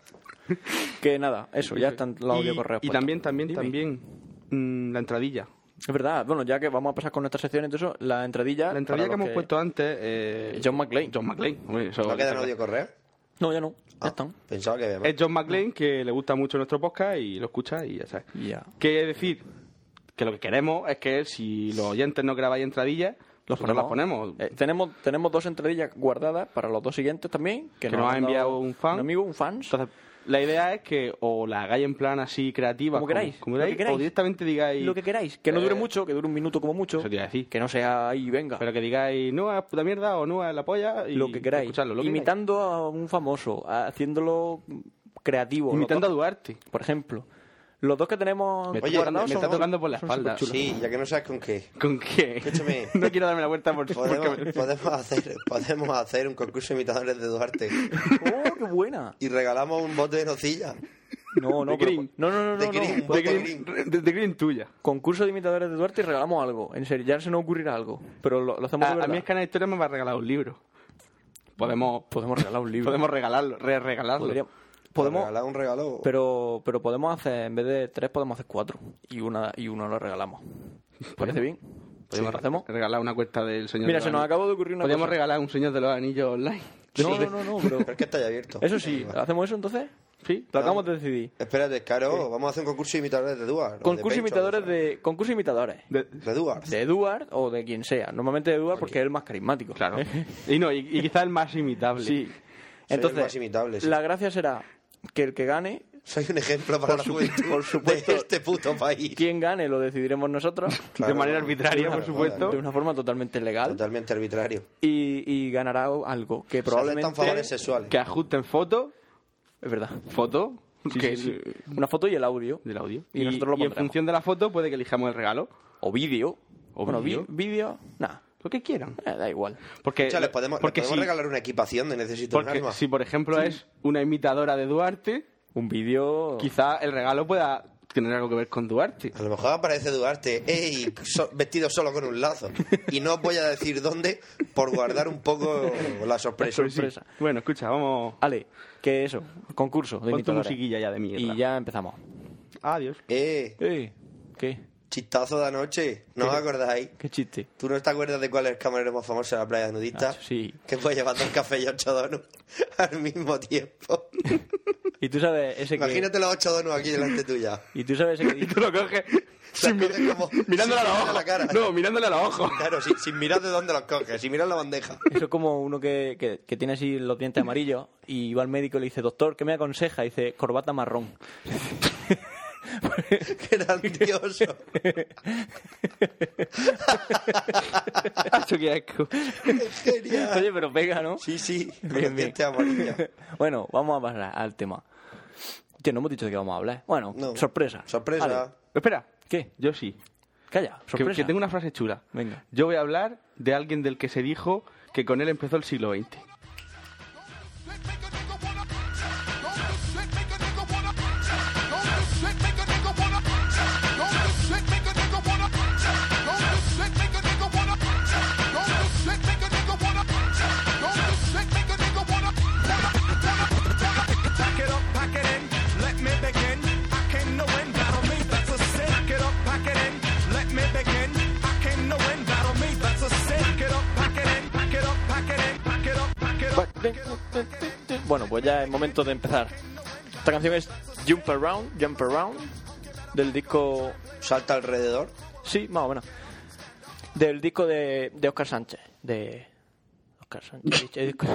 Que nada, eso, ya están los y, audio correos. y puestos. también, también, Dime. también. mm, la entradilla. Es verdad, bueno, ya que vamos a pasar con nuestra sección, entonces, la entradilla. La entradilla para que los hemos puesto antes. eh, John McClane. John McClane. hombre, eso- ¿no queda en audio correo? No, ya no, ya Ah, están. pensaba que había más Es John McClane que le gusta mucho nuestro podcast y lo escucha y ya sabes. Ya. Que decir que lo que queremos es que si los oyentes no grabáis entradillas, los ponemos. Pues Las ponemos. Eh, tenemos, tenemos dos entradillas guardadas para los dos siguientes también. Que, Que nos ha han dado enviado un fan. Un amigo, un fan. Entonces, la idea es que o la hagáis en plan así creativa, Como queráis, lo que queráis. o directamente digáis lo que queráis. Que no eh, dure mucho, que dure un minuto como mucho. Eso te iba a decir. Que no sea ahí, venga. Pero que digáis no es puta mierda o no es la polla y lo que queráis. escuchadlo, lo que Imitando a un famoso, haciéndolo creativo. queráis. imitando a los dos, Duarte. Por ejemplo, los dos que tenemos Me, Oye, me guardados está son- tocando por la son espalda. superchulos. sí ya que no sabes con qué ¿Con qué? Escúchame. no quiero darme la vuelta por porque me- podemos, podemos hacer podemos hacer un concurso de imitadores de Duarte ¡Oh, qué buena! y regalamos un bote de nocilla No, no, De pero- Green. no, no, no, De no, Green, no. de Voto green, de- de green tuya. Concurso de imitadores de Duarte y regalamos algo. En serio, ya se nos ocurrirá algo. Pero lo, lo hacemos de Ah, A, a verdad. mí es que Ana Historia me va a regalar un libro. Podemos, Podemos regalar Pues, un libro. podemos regalarlo, re regalarlo. Podríamos- podemos podemos, regalar un regalo pero, pero podemos hacer, en vez de tres, podemos hacer cuatro. Y una y uno lo regalamos. ¿Parece bien? Podemos ¿Lo hacemos? regalar una cuenta del Señor Mira, de los se nos Anillos. acabó de ocurrir una Podríamos cosa. regalar un Señor de los Anillos online. No, no, no, no, pero... Pero es que está ya abierto. Eso sí, ¿hacemos eso entonces? Sí. Lo acabamos de decidir. Espérate, Caro, vamos a hacer un concurso de imitadores de Duarte. Concurso imitadores de... Concurso imitadores. De- De Duarte. De Eduard o de quien sea. Normalmente de Eduard porque es el más carismático. claro. y no, y, y quizá el más imitable. Sí. el Entonces, más imitable, sí. la gracia será que el que gane, Soy un ejemplo para la juventud por supuesto. de este puto país. quien gane lo decidiremos nosotros. Claro, de manera no, arbitraria, no, por no, supuesto. De una forma totalmente legal. Totalmente arbitrario. Y, y ganará algo que Probablemente. probablemente. Se aceptan favores sexuales. Que ajusten foto, Es verdad. foto, Sí, que- sí, sí. Una foto y el audio. del audio. Y nosotros lo en pondremos. función de la foto puede que elijamos el regalo. O vídeo. O bueno, vi- vídeo. vídeo. Nada. Lo que quieran. Eh, da igual. Porque, Escucha, les podemos, les porque podemos si- regalar una equipación de Necesito porque un arma. si, por ejemplo, es una imitadora de Duarte, Un vídeo. quizá el regalo pueda tener algo que ver con Duarte. A lo mejor aparece Duarte, ¡ey! so- vestido solo con un lazo. Y no os voy a decir dónde por guardar un poco la sorpresa. Pero sí. sorpresa. Bueno, escucha, vamos. Ale, que eso, concurso de Pon tu imitadoras. musiquilla ya de mierda. Y ya empezamos. Adiós. ¡Eh! Eh, ¿Qué? Chistazo de anoche. ¿No os acordáis? ¿Qué chiste? ¿Tú no te acuerdas de cuál es el camarero más famoso de la playa nudista? Nacho, Ah, sí. Que fue llevando un café y ocho donuts al mismo tiempo. Y tú sabes ese que. Imagínate los ocho donuts aquí delante tuya. Y tú sabes ese que. Y tú lo coges Las sin mi- coges como- mirándole a sin mirar los a ojos. la cara. No, mirándole a los ojos. Claro, sin, sin mirar de dónde los coges, sin mirar la bandeja. Eso es como uno que, que, que tiene así los dientes amarillos y va al médico y le dice, doctor, ¿qué me aconseja? Y dice, corbata marrón. Grandioso. Nacho, qué asco. Genial. Oye, pero pega, ¿no? Sí, sí, Este con Bien, los bien. dientes amarillos. Bueno, vamos a pasar al tema. Tío, no hemos dicho de qué vamos a hablar. ¿eh? Bueno, No. sorpresa. Sorpresa. Ale, Espera, ¿Qué? yo sí. Calla, Que, sorpresa. que tengo una frase chula. Venga. Yo voy a hablar de alguien del que se dijo que con él empezó el siglo XX. Bueno, pues ya es momento de empezar. Esta canción es Jump Around, Jump Around, del disco... Salta alrededor. Sí, más o menos. Del disco de, de Oscar Sánchez. De... Oscar Sánchez. el disco-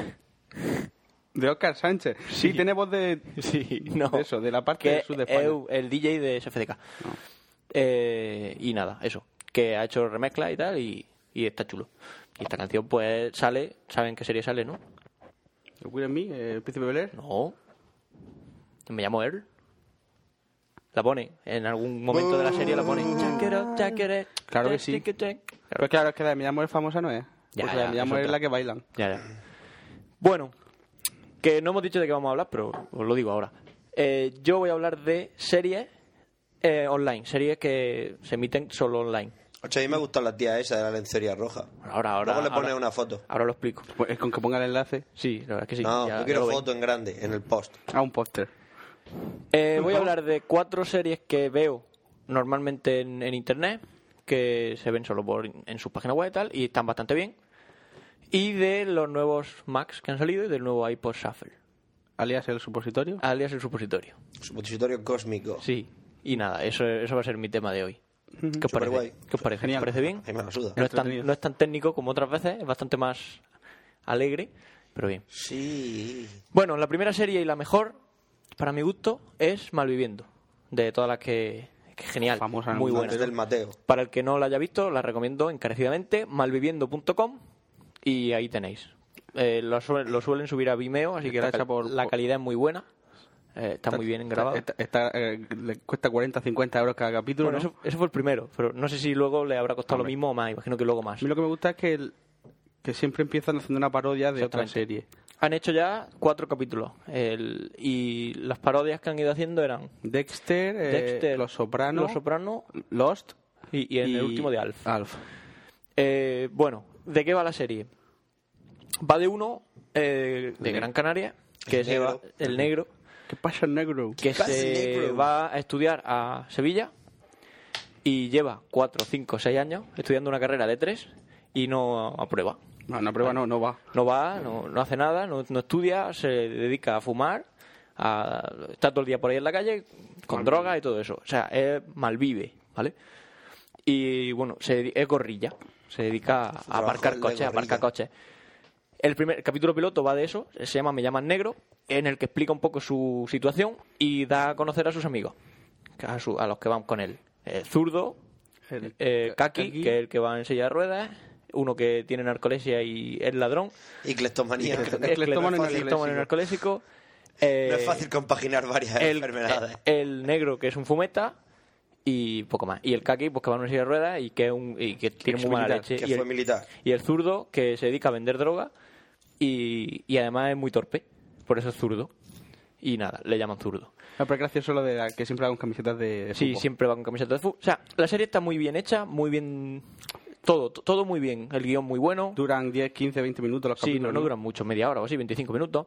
De Oscar Sánchez. Sí, tiene voz de. Sí, no. de eso, de la parte Que del sur de España. es el DJ de SFDK. Eh, y nada, eso. Que ha hecho remezcla y tal, y, y está chulo. Y esta canción, pues, sale. ¿Saben qué serie sale, no? Will Smith, eh, el príncipe Beler. No. Me llamo él. La pone. En algún momento de la serie la pone. Claro que sí. Pero Pues claro, es que la de Mi Amor famosa no es. Ya, ya, Porque la de Mi es Amor es otra. la que bailan. Ya, ya. Bueno, que no hemos dicho de qué vamos a hablar, pero os lo digo ahora. Eh, yo voy a hablar de series eh, online, series que se emiten solo online. Ocho, a mí me gustan las tías esa de la lencería roja. Ahora, ahora. Luego le pones ahora- una foto. Ahora lo explico. Pues es con que ponga el enlace Sí, la verdad es que sí. no, ya- yo ya quiero lo veis. foto en grande, en el post. a un póster. Eh, voy a hablar de cuatro series que veo normalmente en, en internet, que se ven solo por, en sus páginas web y tal, y están bastante bien. Y de los nuevos Macs que han salido y del nuevo iPod Shuffle, Alias el supositorio. alias el supositorio. Supositorio cósmico. Sí, y nada, eso, eso va a ser mi tema de hoy. ¿Qué os Superguay. parece? ¿Qué os parece? Genial. ¿Os parece bien? Ahí me la suda. No es, tan, Entretenido. no es tan técnico como otras veces, es bastante más alegre, pero bien. Sí. Bueno, la primera serie y la mejor, para mi gusto, es Malviviendo. De todas las que. que genial. Famosa en el muy mundo buena. Antes del Mateo. Para el que no la haya visto, la recomiendo encarecidamente. Malviviendo.com y ahí tenéis. Eh, lo, suel- lo suelen subir a Vimeo, así que Está la, hecha por- la por- calidad es muy buena. Eh, está, muy bien grabado. Está, está- eh, le cuesta 40, 50 euros cada capítulo. Bueno, ¿no? eso, eso fue el primero, pero no sé si luego le habrá costado lo mismo o más. Imagino que luego A más. mí lo que me gusta es que, el- que siempre empiezan haciendo una parodia de otra Exactamente. serie. Han hecho ya cuatro capítulos el- y las parodias que han ido haciendo eran Dexter, eh, Dexter, Los Sopranos, Los Soprano Lost y, y en el último de Alf. Alf. Eh, bueno, ¿de qué va la serie? Va de uno eh, de Gran Canaria, que El se va, negro. el negro, ¿Qué pasa, negro? que Casi se negro. va a estudiar a Sevilla y lleva cuatro, cinco, seis años estudiando una carrera de tres y no aprueba. No, no, prueba no, no va. No va, no, no hace nada, no, no estudia, se dedica a fumar, a, está todo el día por ahí en la calle con drogas y todo eso. O sea, es malvive, ¿vale? Y bueno, se, dedi- es gorrilla, se dedica a trabajo es aparcar de coches, a aparcar gorrilla. coches. El primer el capítulo piloto va de eso, se llama Me llaman negro, en el que explica un poco su situación y da a conocer a sus amigos, a, su- a los que van con él. El zurdo, El- eh, Kaki, Kaki. que es el que va en silla de ruedas, uno que tiene narcolepsia y es ladrón, Y cleptomanía. Y No cleptomanía. Cleptómano y Cleptómano y narcolésico. Eh, es fácil compaginar varias el, eh, enfermedades. el negro, que es un fumeta. y poco más. Y el Kaki, pues que va en una silla de ruedas y que, es un, y que tiene muy mala Militar, leche. que y, fue el, militar. y el zurdo, que se dedica a vender droga y, y además es muy torpe, por eso es zurdo. Y nada, le llaman zurdo. Ah, pero es gracioso lo de la que siempre va con camisetas de, de Sí, fútbol. siempre va con camiseta de fútbol. O sea, la serie está muy bien hecha, muy bien... Todo, t- todo muy bien. El guión muy bueno. Duran 10, 15, 20 minutos los Sí, capítulos. no, no duran mucho, media hora o así, 25 minutos.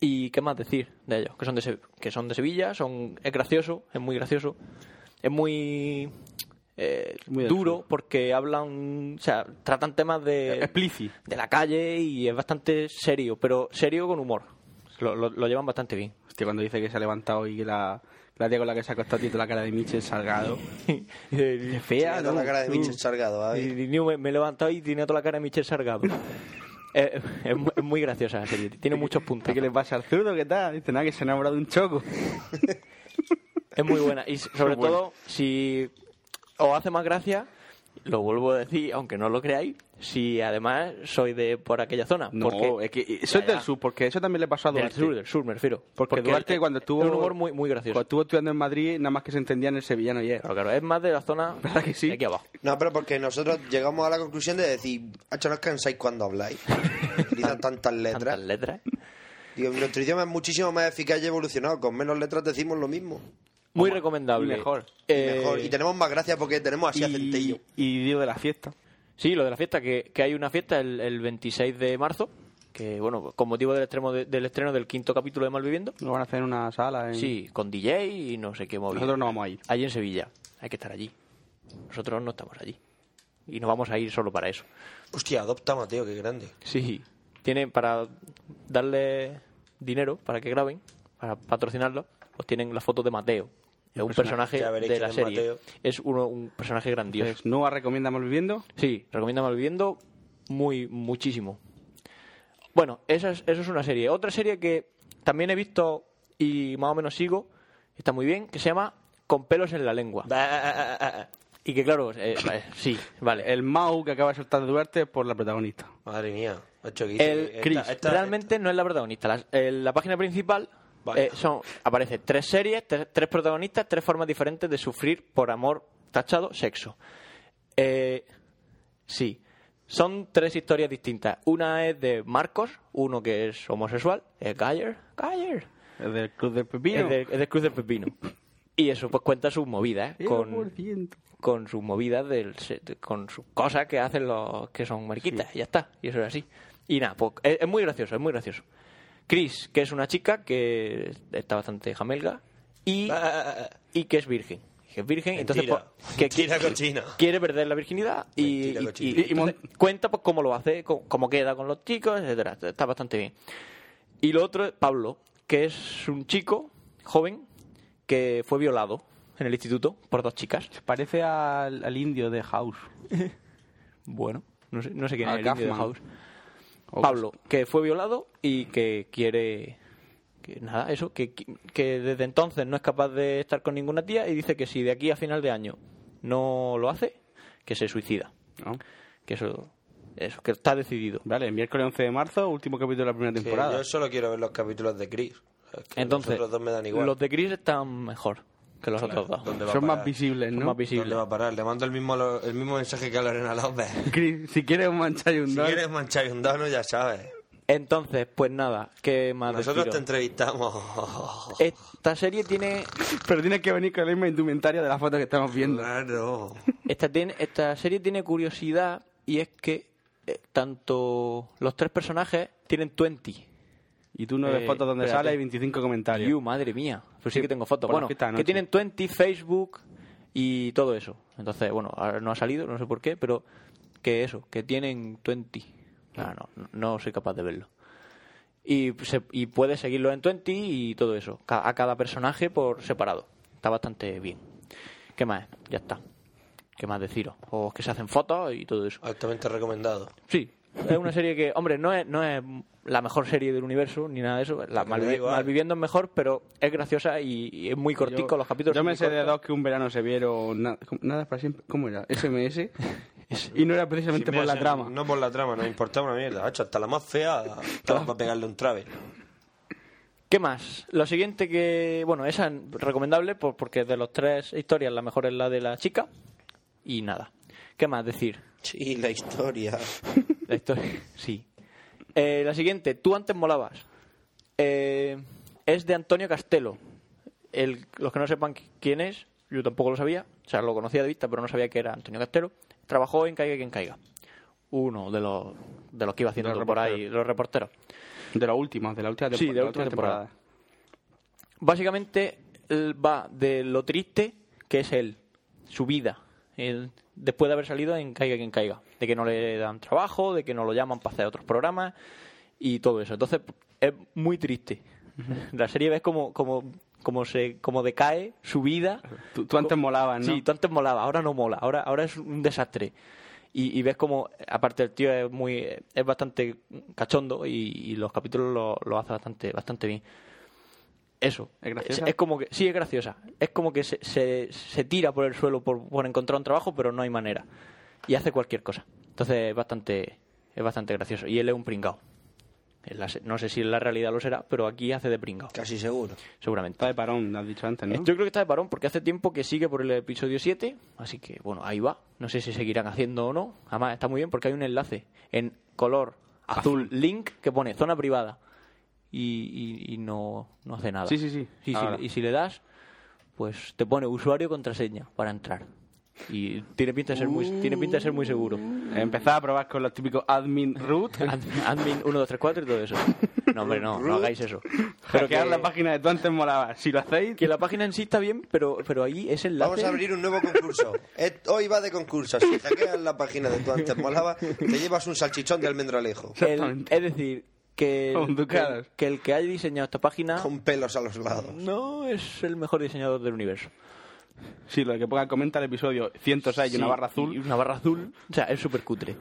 ¿Y qué más decir de ellos? Que son de, Se- que son de Sevilla, son, es gracioso, es muy gracioso, es muy, eh, Muy del duro sur. porque hablan, o sea, tratan temas Eh, de, Explícit. de la calle y es bastante serio, pero serio con humor. Lo, lo- lo llevan bastante bien. Hostia, cuando dice que se ha levantado y que la, la tía con la que se ha acostado tiene toda la cara de Michel Salgado. Qué fea, Tiene toda ¿no? la cara de Uh. Michel Salgado, a ver. Y- y- y me, me he levantado y tenía toda la cara de Michel Sargado. es, es mu- es muy graciosa la serie, tiene muchos puntos. ¿Qué le pasa al zurdo? ¿Qué tal? Dice, nada, que se ha enamorado de un choco. Es muy buena. Y sobre todo, si os hace más gracia, lo vuelvo a decir, aunque no lo creáis, si además soy de por aquella zona. No, porque es que eso Ya, es ya. del sur, porque eso también le pasó a Del Duarte. sur, del sur, me refiero. Porque, Duarte el- cuando estuvo... Es un humor muy, muy gracioso. Cuando estuvo estudiando en Madrid, nada más que se entendía en el sevillano y él. Claro, claro, es más de la zona ¿Verdad que sí? de aquí abajo. No, pero porque nosotros llegamos a la conclusión de decir, hacho, no os cansáis cuando habláis. Utilizan tantas letras. Tantas letras. Digo, nuestro idioma es muchísimo más eficaz y evolucionado. Con menos letras decimos lo mismo. Muy recomendable. y mejor, Y Eh, mejor. Y tenemos más gracia porque tenemos así acentillo. y, y dio de la fiesta. Sí, lo de la fiesta, que, que hay una fiesta el, el 26 de marzo, que bueno, con motivo del, extremo de- del estreno del quinto capítulo de Malviviendo. Lo van a hacer en una sala. En... Sí, con DJ y no sé qué movida. Nosotros no vamos a ir. Allí en Sevilla. Hay que estar allí. Nosotros no estamos allí. Y no vamos a ir solo para eso. Hostia, adopta Mateo, qué grande. Sí. Tienen para darle dinero para que graben, para patrocinarlo, pues tienen la foto de Mateo. Es un personaje, Pues ya veréis de quién la es serie. Mateo. Es uno, un personaje grandioso. Entonces, Nua recomienda Malviviendo. Sí, recomiendo Malviviendo muy, muchísimo. Bueno, esa es, eso es una serie. Otra serie que también he visto y más o menos sigo, está muy bien, que se llama Con pelos en la lengua. Y que claro, eh, eh, sí, vale. El Mau que acaba de soltar de Duarte por la protagonista. Madre mía. Hacho, ¿qué dice? El Eh, Esta- Chris esta- realmente no es la protagonista. Las- el- La, página principal Vaya. eh, son aparece tres series, tre- tres, protagonistas, tres formas diferentes de sufrir por amor tachado sexo. Eh, sí, son tres historias distintas. Una es de Marcos, uno que es homosexual, es Gayer, Gayer, El del Club del Pepino. es de, es del Cruz del Pepino. Y eso pues cuenta sus movidas eh, con, 10%. con sus movidas del se- de- con sus cosas que hacen los que son mariquitas y ya está y eso es así y nada pues, es, es muy gracioso es muy gracioso Chris que es una chica que está bastante jamelga y, Ah, y que es virgen que es virgen entonces Mentira. pues, que Mentira qui- cochina. quiere perder la virginidad y, Mentira y- y- cochina. y entonces cuenta pues cómo lo hace co- cómo, queda con los chicos etcétera está bastante bien y lo otro es Pablo que es un chico joven que fue violado en el instituto por dos chicas Parece al, al indio de House. Bueno, no sé, no sé quién Al es el indio de Kaufman. House. pues Pablo, que fue violado y que quiere. Que nada, eso, que, que desde entonces no es capaz de estar con ninguna tía y dice que si de aquí a final de año no lo hace, que se suicida. ¿no? Que eso, eso que está decidido. Vale, el miércoles 11 de marzo, último capítulo de la primera que temporada. Yo solo quiero ver los capítulos de Chris. Es que Entonces, los otros dos me dan igual. los de Chris están mejor que los otros dos. ¿Dónde va a Son parar? más visibles, Son ¿no? más visibles. ¿Dónde va a parar? Le mando el mismo, lo- el mismo mensaje que a Lorena López. Chris, si quieres un mancha y un Si don. quieres manchar un dono, ya sabes. Entonces, pues nada, ¿qué más Nosotros te deciros? entrevistamos. Esta serie tiene Pero tienes que venir con la misma indumentaria de la foto que estamos viendo. Claro. Esta, tiene- esta serie tiene curiosidad y es que eh, tanto los tres personajes tienen 20. Y tú no ves Eh, fotos donde espérate. sale y 25 comentarios. You, madre mía. Pues sí que tengo fotos. Ah, Por la Bueno, fiesta de que anoche. tienen 20, Facebook y todo eso. Entonces, bueno, ahora no ha salido, no sé por qué, pero que eso, que tienen 20. Ah, no, no, no soy capaz de verlo. Y, se- y puedes seguirlo en 20 y todo eso. ca- A cada personaje por separado. Está bastante bien. ¿Qué más? Ya está. ¿Qué más deciros? O que se hacen fotos y todo eso. Altamente recomendado. Sí, es una serie que, hombre, no es, no es la mejor serie del universo ni nada de eso. La Porque Malvi- me da igual. Malviviendo es mejor, pero es graciosa y, y es muy cortico los capítulos. Yo son me muy sé de cortos. dos que un verano se vieron na- ¿cómo? nada para siempre. ¿Cómo era? SMS. y no era precisamente por la trama. No por la trama, no importaba una mierda. Hacho, hasta la más fea, estaba para pegarle un trave. ¿Qué más? Lo siguiente que. Bueno, esa es recomendable por- porque de las tres historias la mejor es la de la chica. Y nada. ¿Qué más decir? Sí, la historia. La historia. Sí. Eh, la siguiente, tú antes molabas. Eh, es de Antonio Castelo. El- los que no sepan qui- quién es, yo tampoco lo sabía. O sea, lo conocía de vista, pero no sabía que era Antonio Castelo. Trabajó en Caiga quien caiga. Uno de los, de los que iba haciendo De los por ahí, los reporteros. De la última, de la última temporada. Sí, de la última temporada. Básicamente él va de lo triste que es él, su vida, él, después de haber salido en Caiga quien caiga, de que no le dan trabajo, de que no lo llaman para hacer otros programas y todo eso. Entonces es muy triste. La serie ves como, como, como se como decae su vida. Tú, tú antes molabas, ¿no? Sí, tú antes molaba, ahora no mola, ahora, ahora es un desastre. Y, y ves como, aparte el tío es muy es bastante cachondo y, y los capítulos lo, lo hace bastante, bastante bien. Eso. ¿Es graciosa? Es, como que, sí, es graciosa. Es como que se, se, se tira por el suelo por, por encontrar un trabajo, pero no hay manera. Y hace cualquier cosa. Entonces es bastante, es bastante gracioso. Y él es un pringao. En la se- No sé si en la realidad lo será, pero aquí hace de pringao, Casi seguro. seguramente. Está de parón, lo has dicho antes, Eh, ¿no? Yo creo que está de parón porque hace tiempo que sigue por el episodio 7, así que bueno, ahí va. No sé si seguirán haciendo o no. Además, está muy bien porque hay un enlace en color azul, link que pone zona privada y, y- y no, no hace nada. Sí, sí, sí. Y si, Ahora. y si le das, pues te pone usuario contraseña para entrar. Y tiene pinta de ser muy, tiene pinta de ser muy seguro. Empezaba a probar con los típicos admin root. Ad- Admin 1, 2, 3, 4 y todo eso. No, hombre, no, no hagáis eso. Pero Hackear que, la página de tú antes molabas. Si lo hacéis, que la página en sí está bien, pero, pero ahí ese enlace... Vamos a abrir un nuevo concurso. Eh, Hoy va de concurso. Si hackeas la página de tu antes molaba, te llevas un salchichón de almendralejo. El- es decir, que Con el, ducados. que- que el que haya diseñado esta página Con pelos a los lados. no es el mejor diseñador del universo. si lo que ponga comenta el episodio 106 y una Sí, barra y azul. una barra azul. O sea, es súper cutre.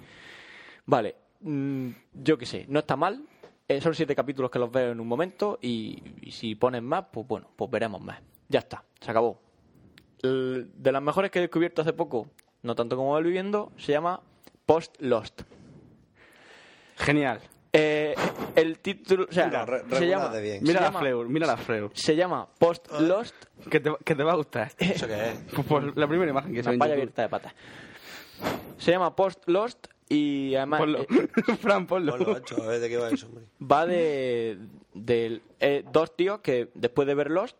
Vale, mm, yo qué sé, no está mal. Eh, son siete capítulos que los veo en un momento y, y si ponen más, pues bueno, pues veremos más. Ya está, se acabó. El- de las mejores que he descubierto hace poco, no tanto como voy viviendo, se llama Post Lost. Genial. Eh, el título, o sea, Mira, re- se regular llama, de bien. se Mira la llama- Fleur, mira la Fleur. se llama Post Lost Que te, que te va a gustar. ¿Eso qué es? Pues, pues la primera imagen que se Una ve en palla YouTube. abierta de patas. Se llama Post Lost y además Ponlo. eh, Fran, ponlo. Ponlo, macho, a ver de qué va eso, hombre. va de, del- eh, dos tíos que después de ver Lost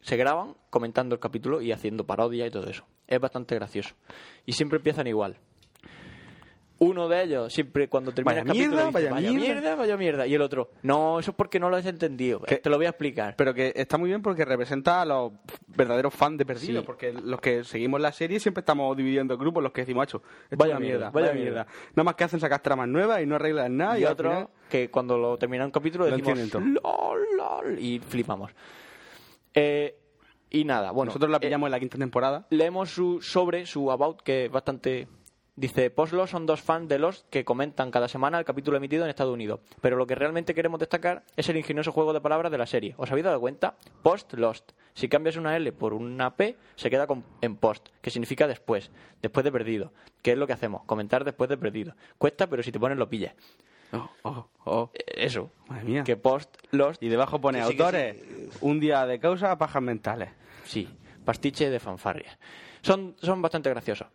se graban comentando el capítulo y haciendo parodia y todo eso. Es bastante gracioso. Y siempre empiezan igual. Uno de ellos siempre cuando termina Vaya el capítulo mierda, dice, vaya mierda". mierda, vaya mierda. Y el otro, no, eso es porque no lo has entendido. ¿Qué? Te lo voy a explicar. Pero que está muy bien porque representa a los verdaderos fans de Perdido. Sí. Porque los que seguimos la serie siempre estamos dividiendo en grupos los que decimos, macho, esto es Vaya una mierda, vaya mierda". Nada más que hacen sacar tramas nuevas y no arreglan nada. y Y, al otro final- que cuando lo termina un capítulo Ah, Lo decimos entienden lol, lol y flipamos. Eh, y nada, bueno, Nosotros la eh, pillamos en la quinta temporada. leemos su sobre, su about, que es bastante... Dice, Post-Lost son dos fans de Lost que comentan cada semana el capítulo emitido en Estados Unidos. Pero lo que realmente queremos destacar es el ingenioso juego de palabras de la serie. ¿Os habéis dado cuenta? Post-Lost. Si cambias una L por una P, se queda con- en post, que significa después, después de perdido. ¿Qué es lo que hacemos? Comentar después de perdido. Cuesta, pero si te pones lo pillas. Oh, oh, oh. Eh, Eso. Madre mía. Que post Lost. Y debajo pone Que sí, que autores. Un día de causa, pajas mentales. Sí, pastiche de fanfarria. Son, son bastante graciosos.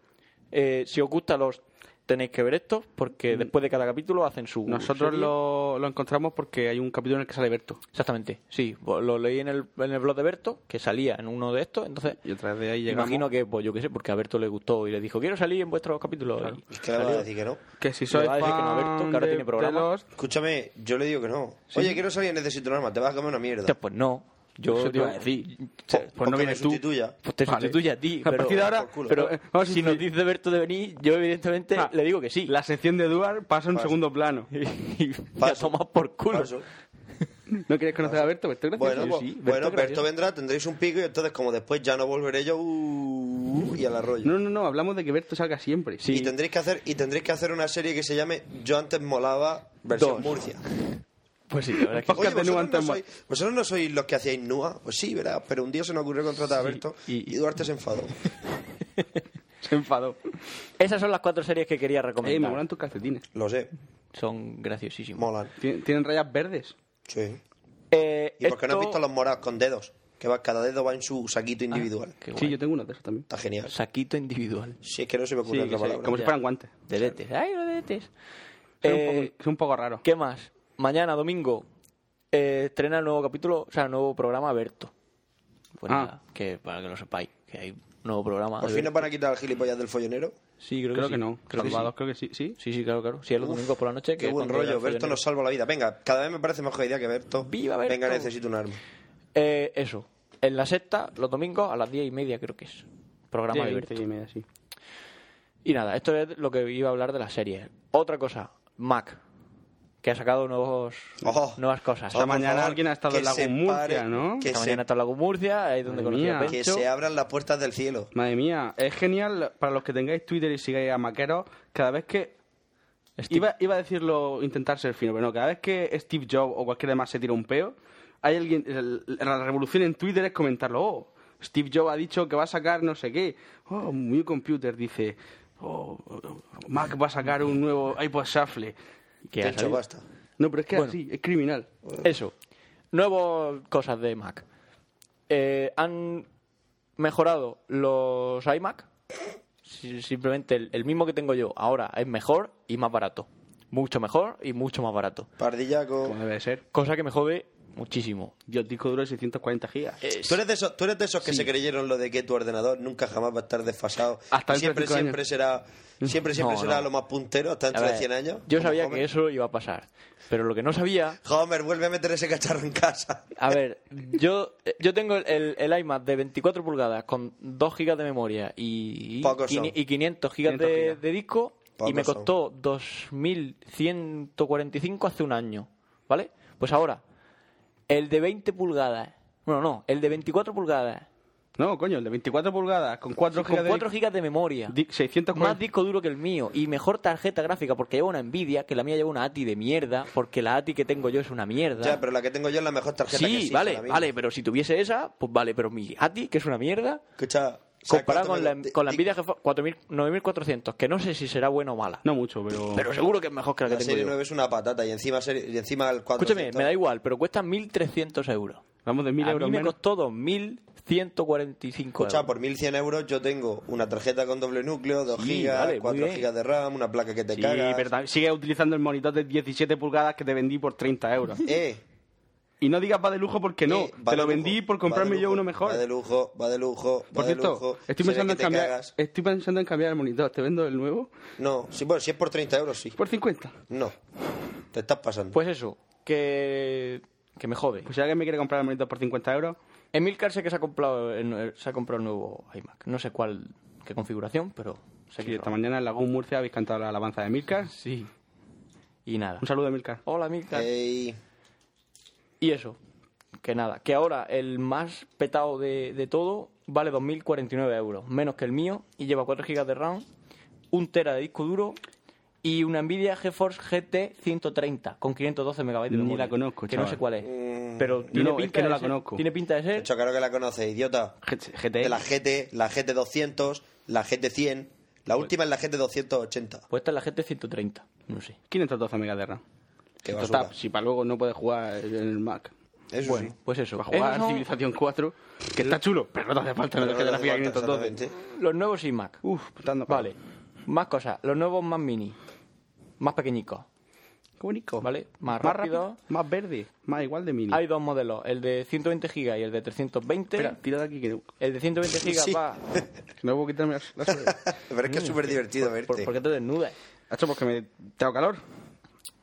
Eh, si os gusta los tenéis que ver esto porque después de cada capítulo hacen su Mm. Nosotros serie. lo, lo encontramos porque hay un capítulo en el que sale Berto. exactamente sí bo- lo leí en el, en el blog de Berto que salía en uno de estos entonces Y otra vez de ahí llegamos. imagino que pues yo qué sé porque a Berto le gustó y le dijo quiero salir en vuestros capítulos Claro. Y Es que le vas a salió. decir que no. que si le sois va a decir que no a fan Berto, que ahora de- tiene programa. de Lost, Escúchame, yo le digo que no. Oye, quiero salir, necesito un arma, te vas a comer una mierda. Hostia, pues no yo Eso te iba a yo- decir. o sea, O pues no que me vienes tú sustituya. pues te Vale. sustituye a ti A pero, partir de ahora, por culo. pero eh, vamos a si nos sustituir- dice Berto de venir yo evidentemente Ah, le digo que sí La sección de Eduard pasa a un segundo plano. y la Paso. tomas por culo. Paso. ¿No quieres conocer a Berto? Berto, gracias. Bueno, pues, sí, Berto bueno Graciano. Berto vendrá, tendréis un pico y entonces como después ya no volveré yo uh, y al arroyo. No, no, no, hablamos de que Berto salga siempre. Sí. Y tendréis que hacer y tendréis que hacer una serie que se llame Yo antes molaba versión Dos. Murcia. Pues sí, la verdad es que Oye, Podcast de vosotros Nua no, antes sois, vosotros no sois los que hacíais Nua, pues sí, ¿verdad? Pero un día se nos ocurrió contratar a Berto y- y Duarte se enfadó. se enfadó. Esas son las cuatro series que quería Ey, me recomendar. molan tus calcetines. Lo sé, Son graciosísimas. molan. Tien- Tienen rayas verdes. Sí. Eh, ¿Y por qué no has esto- visto los morados con dedos? Que va, cada dedo va en su saquito individual. Qué Sí, guay. yo tengo uno de esos también. Está genial. Saquito individual. Si es que no se me Sí, ocurre que otra se- palabra. como si fueran guantes. Dedetes. Ay, los dedetes. Son un Eh, poco- son un poco raros. ¿Qué más? Mañana, domingo, eh, estrena el nuevo capítulo, o sea, el nuevo programa Berto. Pues Ah. nada, que para que lo sepáis, que hay un nuevo programa. ¿Por de fin nos Berto. van a quitar al gilipollas del follonero? Sí, creo, Creo que, que sí. no. Creo que sí. Salvados, creo que sí. ¿Sí? Sí, sí, claro, claro. Si es los domingos por la noche, que Qué es buen cuando llega rollo. el Berto follonero. nos salva la vida. Venga, cada vez me parece mejor idea que Berto. ¡Viva Berto! Venga, necesito un arma. Eh, eso. En la sexta, los domingos a las diez y media creo que es. Programa Sí, de Berto. sí, media, sí. Y nada, esto es lo que iba a hablar de las series. Otra cosa, Mac, que ha sacado nuevos, Ojo. nuevas cosas. Esta Por mañana favor, alguien ha estado que en Lago se Murcia, pare- ¿no? Que, Esta se, mañana está hablando con Murcia, ahí es donde Madre conocí a mía. que Pencho. se abran las puertas del cielo. Madre mía, es genial para los que tengáis Twitter y sigáis a Maqueros. Cada vez que. Steve- Iba, iba a decirlo, intentar ser fino, pero no. Cada vez que Steve Jobs o cualquiera más se tira un peo, hay alguien. el- la revolución en Twitter es comentarlo. Oh, Steve Jobs ha dicho que va a sacar no sé qué. Oh, New Computer dice. Oh, Mac va a sacar un nuevo iPod Shuffle. que ha Tencho, salido. basta. No, pero es que Bueno. así, es criminal. Eso. Nuevas cosas de Mac. Eh, han mejorado los iMac. Si- Simplemente el, el mismo que tengo yo ahora es mejor y más barato. Mucho mejor y mucho más barato. Pardillaco. Como debe de ser. Cosa que me jode muchísimo. Dios, disco duro de 640 gigas. Eh, ¿Tú eres, de esos, tú eres de esos que se creyeron lo de que tu ordenador nunca jamás va a estar desfasado. Hasta y dentro de siempre, siempre cinco años. será, siempre, siempre No, será no. lo más puntero hasta a dentro de ver, 100 años. Yo Como sabía Homer. que eso iba a pasar. Pero lo que no sabía Homer, vuelve a meter ese cacharro en casa. A ver, yo, yo tengo el, el, el iMac de 24 pulgadas con 2 GB de memoria y, y, Pocos son. quini- y 500 GB de, 500 de disco y Pocos me costó 2.145 hace un año, ¿vale? Pues ahora, el de 20 pulgadas, bueno, no, el de 24 pulgadas No, coño, el de 24 pulgadas con 4 gigas con 4 de... GB de memoria, di- 640. más disco duro que el mío y mejor tarjeta gráfica porque lleva una Nvidia, que la mía lleva una ATI de mierda, porque la ATI que tengo yo es una mierda. Ya, pero la que tengo yo es la mejor tarjeta que Sí, existe vale, ahora mismo. vale, pero si tuviese esa, pues vale, pero mi ATI, que es una mierda, Escucha, ¿sabes comparada cuánto con me- la, con la y- Nvidia GeForce 4000 9400, que no sé si será buena o mala, No mucho, pero... pero seguro que es mejor que la La que tengo serie yo. 9 es una patata y encima, serie- y encima el 4. Escúchame, me da igual, pero cuesta 1.300 euros. Vamos de 1.000 A euros mí me menos. costó 2.145 euros. Escucha, por 1100 euros yo tengo una tarjeta con doble núcleo, 2 Sí, gigas, vale, muy 4 bien. gigas de RAM, una placa que te Sí, cagas. pero tam- sigue utilizando el monitor de 17 pulgadas que te vendí por 30 euros. Eh, y no digas va de lujo porque no. eh, va te de lo lujo, vendí por va de comprarme yo lujo, uno mejor. Va de lujo, va de lujo, va por de cierto, lujo. estoy Se ve pensando que en te cambiar... cagas. Estoy pensando en cambiar el monitor. ¿Te vendo el nuevo? No, si, bueno, si es por 30 euros, sí. Por 50. No, te estás pasando. Pues eso, que, que me jode. Pues si alguien me quiere comprar el monitor por 50 euros... Emilcar sé que se ha comprado el, el- se ha comprado el nuevo iMac, no sé cuál qué configuración, pero sé Sí, que esta mañana en Lagún Murcia habéis cantado la alabanza de Milka. sí. Y nada. Un saludo de Milka. Hola, Emilcar. Ey, Y eso, que nada, que ahora el más petado de, de todo vale 2.049 euros, menos que el mío, y lleva 4 GB de RAM, un tera de disco duro y una Nvidia GeForce GT 130 con 512 megabytes de Ni memoria. la conozco, Que no chaval. sé cuál es, Eh, Mm, pero tiene no, es pinta que no de la ser- conozco. Tiene pinta de ser... mucho claro que la conoces, idiota. De GT. la GT, la GT 200, la GT 100, Pues la última es la GT 280. Pues esta es la GT 130, no sé. 512 megas de RAM. Qué Esto basura. está- si para luego no puedes jugar en el Mac. Eso Bueno, sí. pues eso. Para jugar Esos son Civilización 4, que está chulo, pero no te hace falta Pero la no tarjeta te gráfica hace falta, 512. exactamente. los nuevos iMac. Uf, putando. Vale, más cosas. Los nuevos más mini, más pequeñicos, Qué bonito. ¿vale? Más, Más rápido. rápido, más verde, más igual de mini. Hay dos modelos, el de 120 GB y el de 320. Espera, tira de aquí que no, El de 120 GB Sí. va... que no puedo quitarme las... las... Ha Pero es que es súper divertido verte. Mm. ¿Por, por qué te desnudas? hecho porque me tengo calor.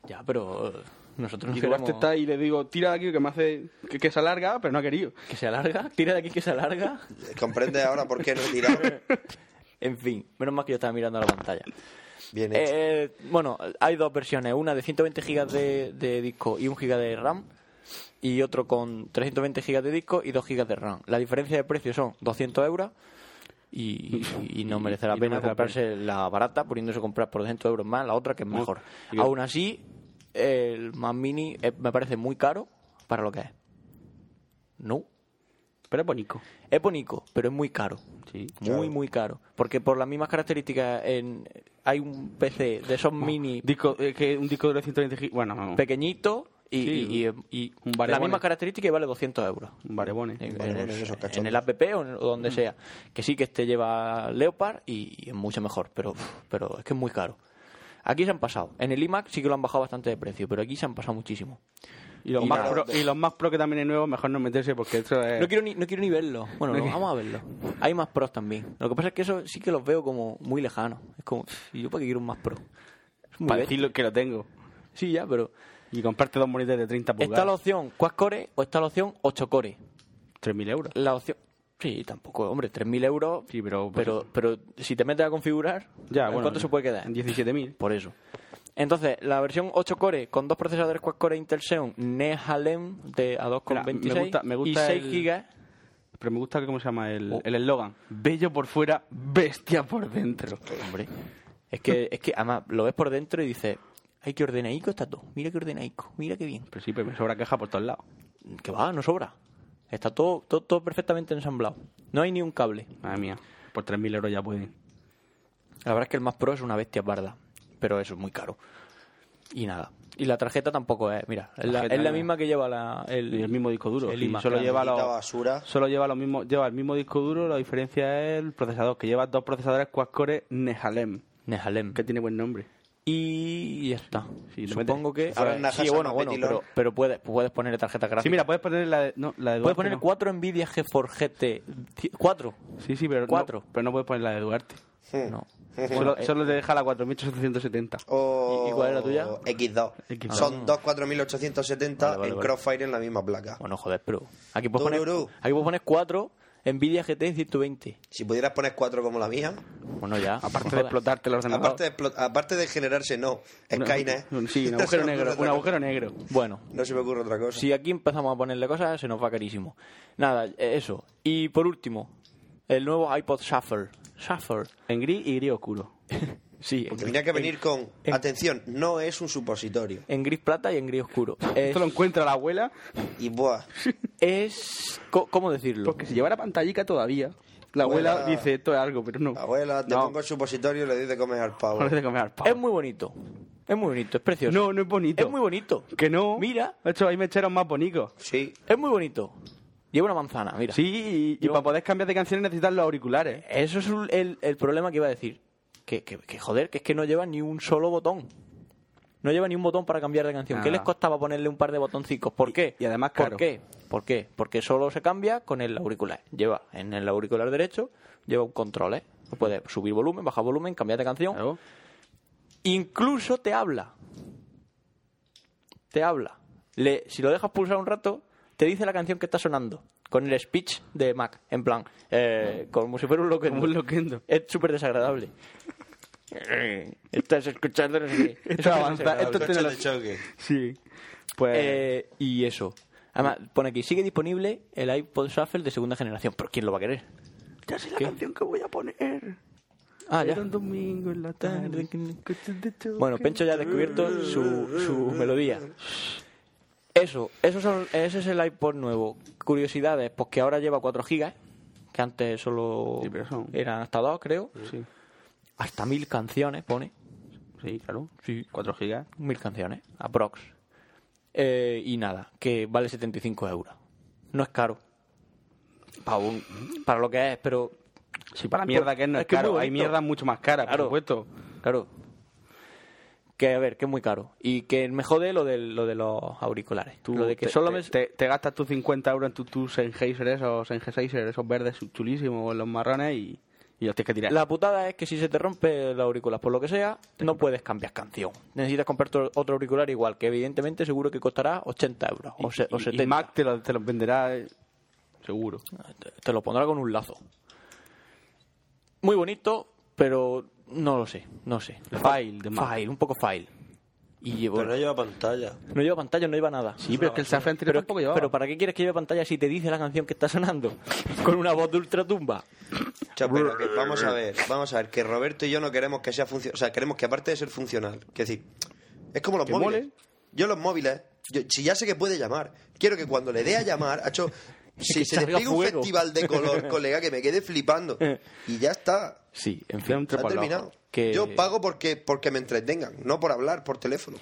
Ya, pero eh, nosotros Y no Duarte queremos está y le digo, tira de aquí que me hace... Que, que se alarga, pero no ha querido. que se alarga. Tira de aquí que se alarga. Comprende ahora por qué no he tirado. En fin, menos mal que yo estaba mirando a la pantalla. Bien hecho. Eh, eh, bueno, hay dos versiones, una de 120 GB de, de disco y 1 GB de RAM y otro con 320 GB de disco y 2 GB de RAM. La diferencia de precio son 200 euros y, y- y no merece la Y no pena merece la comprarse la barata poniéndose a comprar por 200 euros más la otra que es mejor. y- Aún así, el Mac Mini eh, me parece muy caro para lo que es. No. Pero es bonito. Es bonito, pero es muy caro. Sí. Muy, muy caro. Porque por las mismas características en, hay un PC de esos mini Disco, eh, que un disco de 120 gigas... Bueno, no. pequeñito y, Sí. y- y- y Un la barebone. misma característica y vale 200 euros. Un barebone. En, barebone en el- de esos en cachondos. el app E o, en- o Mm. donde sea. Que sí que este lleva Leopard y, y es mucho mejor, pero, pero es que es muy caro. Aquí se han pasado. En el iMac sí que lo han bajado bastante de precio, pero aquí se han pasado muchísimo. Y los, Y Mac nada, Pro, de- y los Mac Pro que también es nuevo, mejor no meterse porque esto es... No quiero ni, no quiero ni verlo. Bueno, Eh. No no, quiero- vamos a verlo. Hay más pros también. Lo que pasa es que eso sí que los veo como muy lejanos. Es como, ¿y yo para qué quiero un más pro? Es muy Para bestia. decirlo que lo tengo. Sí, ya, pero. Y comprarte dos monitores de 30 pulgadas. Está la opción quad core o está la opción 8 core. 3.000 euros. La opción. Sí, tampoco, hombre, 3.000 euros. Sí, pero- Pero, pero si te metes a configurar, ¿en Ya, bueno, ¿cuánto se puede quedar? 17.000. Por eso. Entonces, la versión 8 core con dos procesadores quad core Intel Xeon Nehalem de a 2,26 Mira, me gusta- me y gusta 6 el- gigas. Pero me gusta cómo se llama el Oh. el eslogan. Bello por fuera, bestia por dentro. Hombre, es que, es que además lo ves por dentro y dices, ay, qué ordenaico está todo. Mira qué ordenaico, mira qué bien. Pero sí, pero me sobra queja por todos lados. Que va, no sobra. Está todo, todo, todo perfectamente ensamblado. No hay ni un cable. Madre mía, por 3.000 euros ya pueden. La verdad es que el más pro es una bestia barda, pero eso es muy caro. Y nada. Y la tarjeta tampoco es, mira, es la, Tarjeta es la no. misma que lleva la, el, Y el mismo disco duro. El Y iMac, solo claro. lleva los, Maldita basura. Solo lleva lo mismo, lleva el mismo disco duro, la diferencia es el procesador, que lleva dos procesadores quad core Nehalem, Nehalem. que tiene buen nombre. Y ya está. Sí, le Supongo Si que... metes- fuera a ver, una sí, casa bueno, más bueno, petilón. pero, pero puedes, puedes ponerle tarjeta gráfica. Sí, mira, puedes poner la de, no, la Puedes de Duarte. poner no. cuatro Nvidia GeForce GT... ¿Cuatro? Sí, sí, pero, cuatro. eh, No, pero no puedes poner la de Duarte. No. solo, solo te deja la 4870. O ¿Y- y cuál es la tuya? Mm. X2. X2. Son dos 4870 Vale, vale, en vale. Crossfire en la misma placa. Bueno, joder, pero... Aquí puedes, poner, Tururú. aquí puedes poner cuatro Nvidia GT 120. Si pudieras poner cuatro como la mía, Bueno, ya. Aparte no de jodas. explotarte los ordenador. aparte, de explo- aparte de generarse, no. Una- Skynet. un- Sí, un No se agujero me ocurre negro, otra un cosa. agujero negro. Bueno, No se me ocurre otra cosa. si aquí empezamos a ponerle cosas, se nos va carísimo. Nada, eh, eso. Y por último, el nuevo iPod Shuffle. Shuffle. En gris y gris oscuro. Sí, en, Tenía que venir con. en- Atención, no es un supositorio. en gris plata y en gris oscuro. Es, Esto lo encuentra la abuela, Y buah. es- co- ¿Cómo decirlo? porque si llevara pantallica todavía, la abuela, Abuela. dice esto es algo, pero no. Abuela, te No. pongo el supositorio y le doy de comer al pavo. Parece comer al pavo. Es muy bonito. Es muy bonito, es precioso. No, no es bonito. Es muy bonito. Que no. Mira, De hecho, hay mecheros más bonitos. Sí. es muy bonito. Lleva una manzana, mira. Sí, y, y Yo- para poder cambiar de canciones necesitas los auriculares. Eso es un- el, el problema que iba a decir. Que, que- que, joder, que es que no lleva ni un solo botón. No lleva ni un botón para cambiar de canción. ¿Qué Nada. les costaba ponerle un par de botoncicos? ¿Por qué? Ah. y además ¿Por caro. qué? ¿Por qué? Porque solo se cambia con el auricular. Lleva en el auricular derecho, lleva un control, ¿eh? Puede subir volumen, bajar volumen, cambiar de canción. Claro. Incluso te habla. Te habla. Le, si lo dejas pulsar un rato, te dice la canción que está sonando. Con el speech de Mac. En plan, eh, como si fuera un loquendo. Como un loquendo. Es súper desagradable. Eh, Estás escuchando no sé qué. Esto avanza, desagradable. esto tiene Coche los- de choque. Sí. Pues Eh, y eso. Además, pone aquí, sigue disponible el iPod Shuffle de segunda generación. ¿Pero quién lo va a querer? ya sé la ¿qué? canción que voy a poner. Ah, Era ya. un domingo en la tarde. Bueno, Pencho ya ha descubierto su, su melodía. Eso, eso son, ese es el iPod nuevo. Curiosidades, pues que ahora lleva 4 gigas, que antes solo Sí, pero son- eran hasta 2, creo. Sí. Hasta 1000 canciones, pone. Sí, claro. Sí. 4 gigas. 1000 canciones, aprox. Eh, y nada, que vale 75 euros. No es caro. Para, un- para lo que es, pero Sí, para la mierda que no es, caro. muy Hay bonito. mierda mucho más cara, Claro. por supuesto. Claro. Que a ver, que es muy caro. Y que me jode lo de, lo de los auriculares. Tú lo de que te, solo te- me- te- te gastas tus 50 euros en tus tu Sennheiser esos, Sennheiser esos verdes chulísimos, los marrones y, y los tienes que tirar. La putada es que si se te rompe el auricular por lo que sea, no puedes cambiar canción. Necesitas comprar otro otro auricular igual, que evidentemente seguro que costará 80 euros o, se- o Y- y 70. Mac te los te los venderá eh, seguro. Te- Te lo pondrá con un lazo. Muy bonito, pero no lo sé, no sé. File de Mac. File, un poco file. Y llevo- Pero no no, lleva pantalla. lleva pantalla, no lleva nada. Sí, pero es que el Safran anterior Pero, tampoco llevaba. pero ¿para qué quieres que lleve pantalla si te dice la canción que está sonando? Con una voz de ultratumba. O sea, pero que- vamos a ver, vamos a ver, que Roberto y yo no queremos que sea funcional, o sea, queremos que aparte de ser funcional, que decir, es como los Que móviles. mole. Yo los móviles, yo- si ya sé que puede llamar, quiero que cuando le dé a llamar, hecho, si Que se salga despliega un fuego. festival de color, colega, que me quede flipando. Y ya está, Sí, en Te da un fin. se ha trepo al ojo. terminado. Que- Yo pago porque, porque me entretengan, no por hablar por teléfono.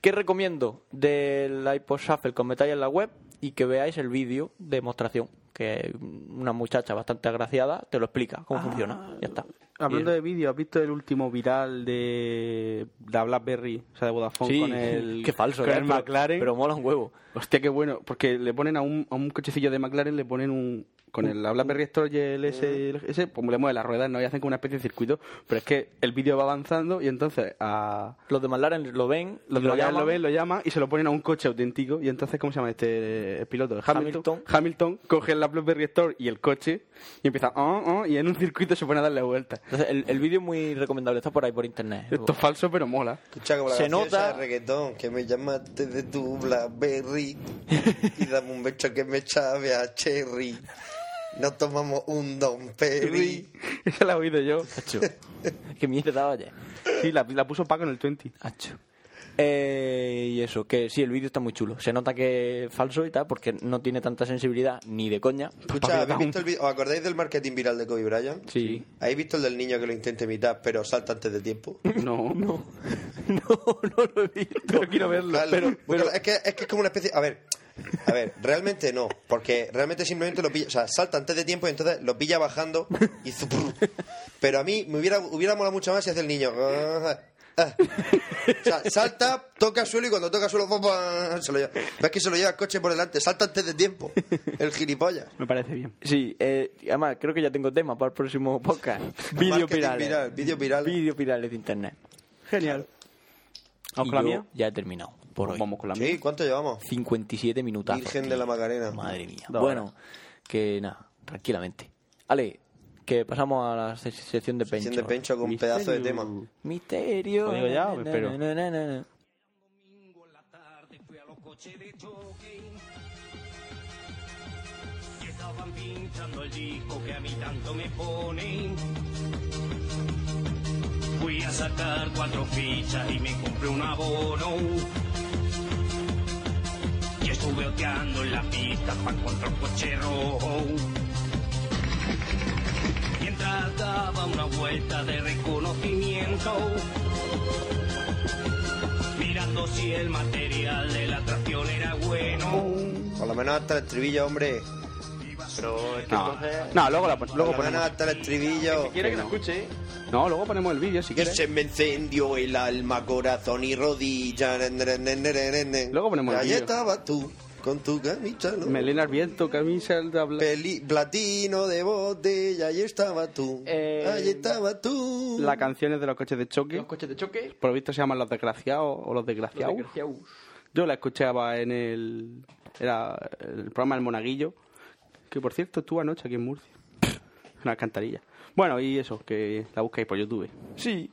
¿Qué recomiendo del iPod Shuffle con metal en la web? Y que veáis el vídeo de demostración, que una muchacha bastante agraciada te lo explica cómo funciona. Ya está. Hablando Y- de vídeo, ¿has visto el último viral de la BlackBerry, o sea, de Vodafone Sí, con el, qué falso, con ¿eh? el Pero- McLaren? Pero mola un huevo. Hostia, qué bueno, porque le ponen a un, a un cochecillo de McLaren, le ponen un... Con el la BlackBerry Store y el S, el S, pues le mueven las ruedas, ¿no? Y hacen como una especie de circuito, pero es que el vídeo va avanzando y entonces a... Los de McLaren lo ven, Lo, y lo llaman, lo ven, lo llaman y se lo ponen a un coche auténtico. Y entonces, ¿cómo se llama este eh, piloto? Hamilton. Hamilton. Hamilton coge la BlackBerry Store y el coche y empieza... "Ah, ah", y en un circuito se pone a darle vueltas. Entonces, el, el vídeo es muy recomendable, está por ahí por internet. Esto es falso, pero mola. Escucha como la Se canción nota- esa de reggaetón, que me llamaste de tu Blackberry y dame un beso que me sabe a Cherry. Nos tomamos un Don Perry. Esa la he oído yo. Acho. Qué miedo daba ya. Sí, la, la puso Paco en el 20. Acho. Eh, y eso, que sí, el vídeo está muy chulo. Se nota que es falso y tal, porque no tiene tanta sensibilidad ni de coña. Escucha, ¿habéis visto el vídeo- ¿os acordáis del marketing viral de Kobe Bryant? Pues Sí. ¿Habéis visto el del niño que lo intenta imitar pero salta antes de tiempo? No. No, no, no lo he visto. Pero quiero verlo. Claro, búscalo. es, que, es que es como una especie. A ver, a ver, realmente no, porque realmente simplemente lo pilla. O sea, salta antes de tiempo y entonces lo pilla bajando y zuprr. Pero a mí me hubiera, hubiera molado mucho más si hace el niño. ah, ah. O sea, salta, toca suelo y cuando toca suelo. pa, pa, Se lo lleva. Pero es que se lo lleva el coche por delante, salta antes de tiempo. El gilipollas. Me parece bien. Sí, eh, además creo que ya tengo tema para el próximo podcast. Vídeo Marketing pirales. viral, vídeo viral. Vídeo pirales de internet. Genial. Y ¿Vamos con la yo mía? Ya he terminado por hoy. Vamos con la mía. Sí, ¿cuánto llevamos? 57 minutos. Virgen de la Macarena. Madre mía. Dos bueno, que nada, tranquilamente. Ale, que pasamos a la se- sección de pencho. Siente pencho con un pedazo de tema. Misterio. ¿Lo digo ya o me espero? Na, na, na, na. Fui a sacar cuatro fichas y me compré un abono. Y estuve oteando en la pista para encontrar un coche rojo. Mientras daba una vuelta de reconocimiento, mirando si el material de la atracción era bueno. Por lo menos hasta el estribillo, hombre. Pero es que No, entonces. no luego, la, pon- Por luego lo menos ponemos. hasta el estribillo. ¿Quiere que lo escuche? No, luego ponemos el vídeo si Y quieres. se me encendió el alma, corazón y rodilla. Nen, nen, nen, nen, nen, nen. Luego ponemos el Ahí vídeo. estabas tú, con tu camisa, ¿no? Melena al viento, camisa, el de habla- Peli- platino de botella, ahí estabas tú. Eh, Ahí estabas tú. Las canciones de los coches de choque. Los coches de choque. Por lo visto se llaman Los Desgraciados o Los Desgraciados. Yo la escuchaba en el, era el programa El Monaguillo, que por cierto estuvo anoche aquí en Murcia. Una alcantarilla. Bueno, y eso, que la buscáis por YouTube. Sí,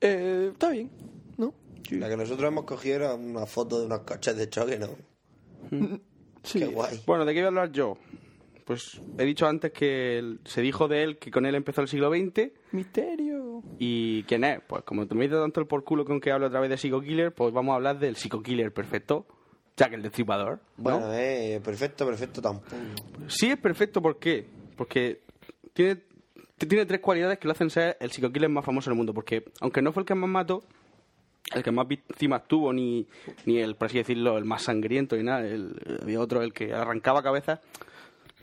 eh, está bien, ¿no? La que nosotros hemos cogido era una foto de unos coches de choque, ¿no? Qué guay. Bueno, ¿de qué voy a hablar yo? Pues he dicho antes que el- se dijo de él que con él empezó el siglo XX. Misterio. ¿Y quién es? Pues como te me dices tanto el por culo con que hablo otra vez de Psycho Killer, pues vamos a hablar del Psycho Killer perfecto, Jack el Destripador. ¿no? Bueno, eh, perfecto, perfecto tampoco. Sí es perfecto, ¿por qué? Porque tiene, t- tiene tres cualidades que lo hacen ser el psicoquiler más famoso del mundo. Porque aunque no fue el que más mató, el que más víctimas tuvo, ni, ni el, por así decirlo, el más sangriento, ni nada, el, había otro, el que arrancaba cabezas,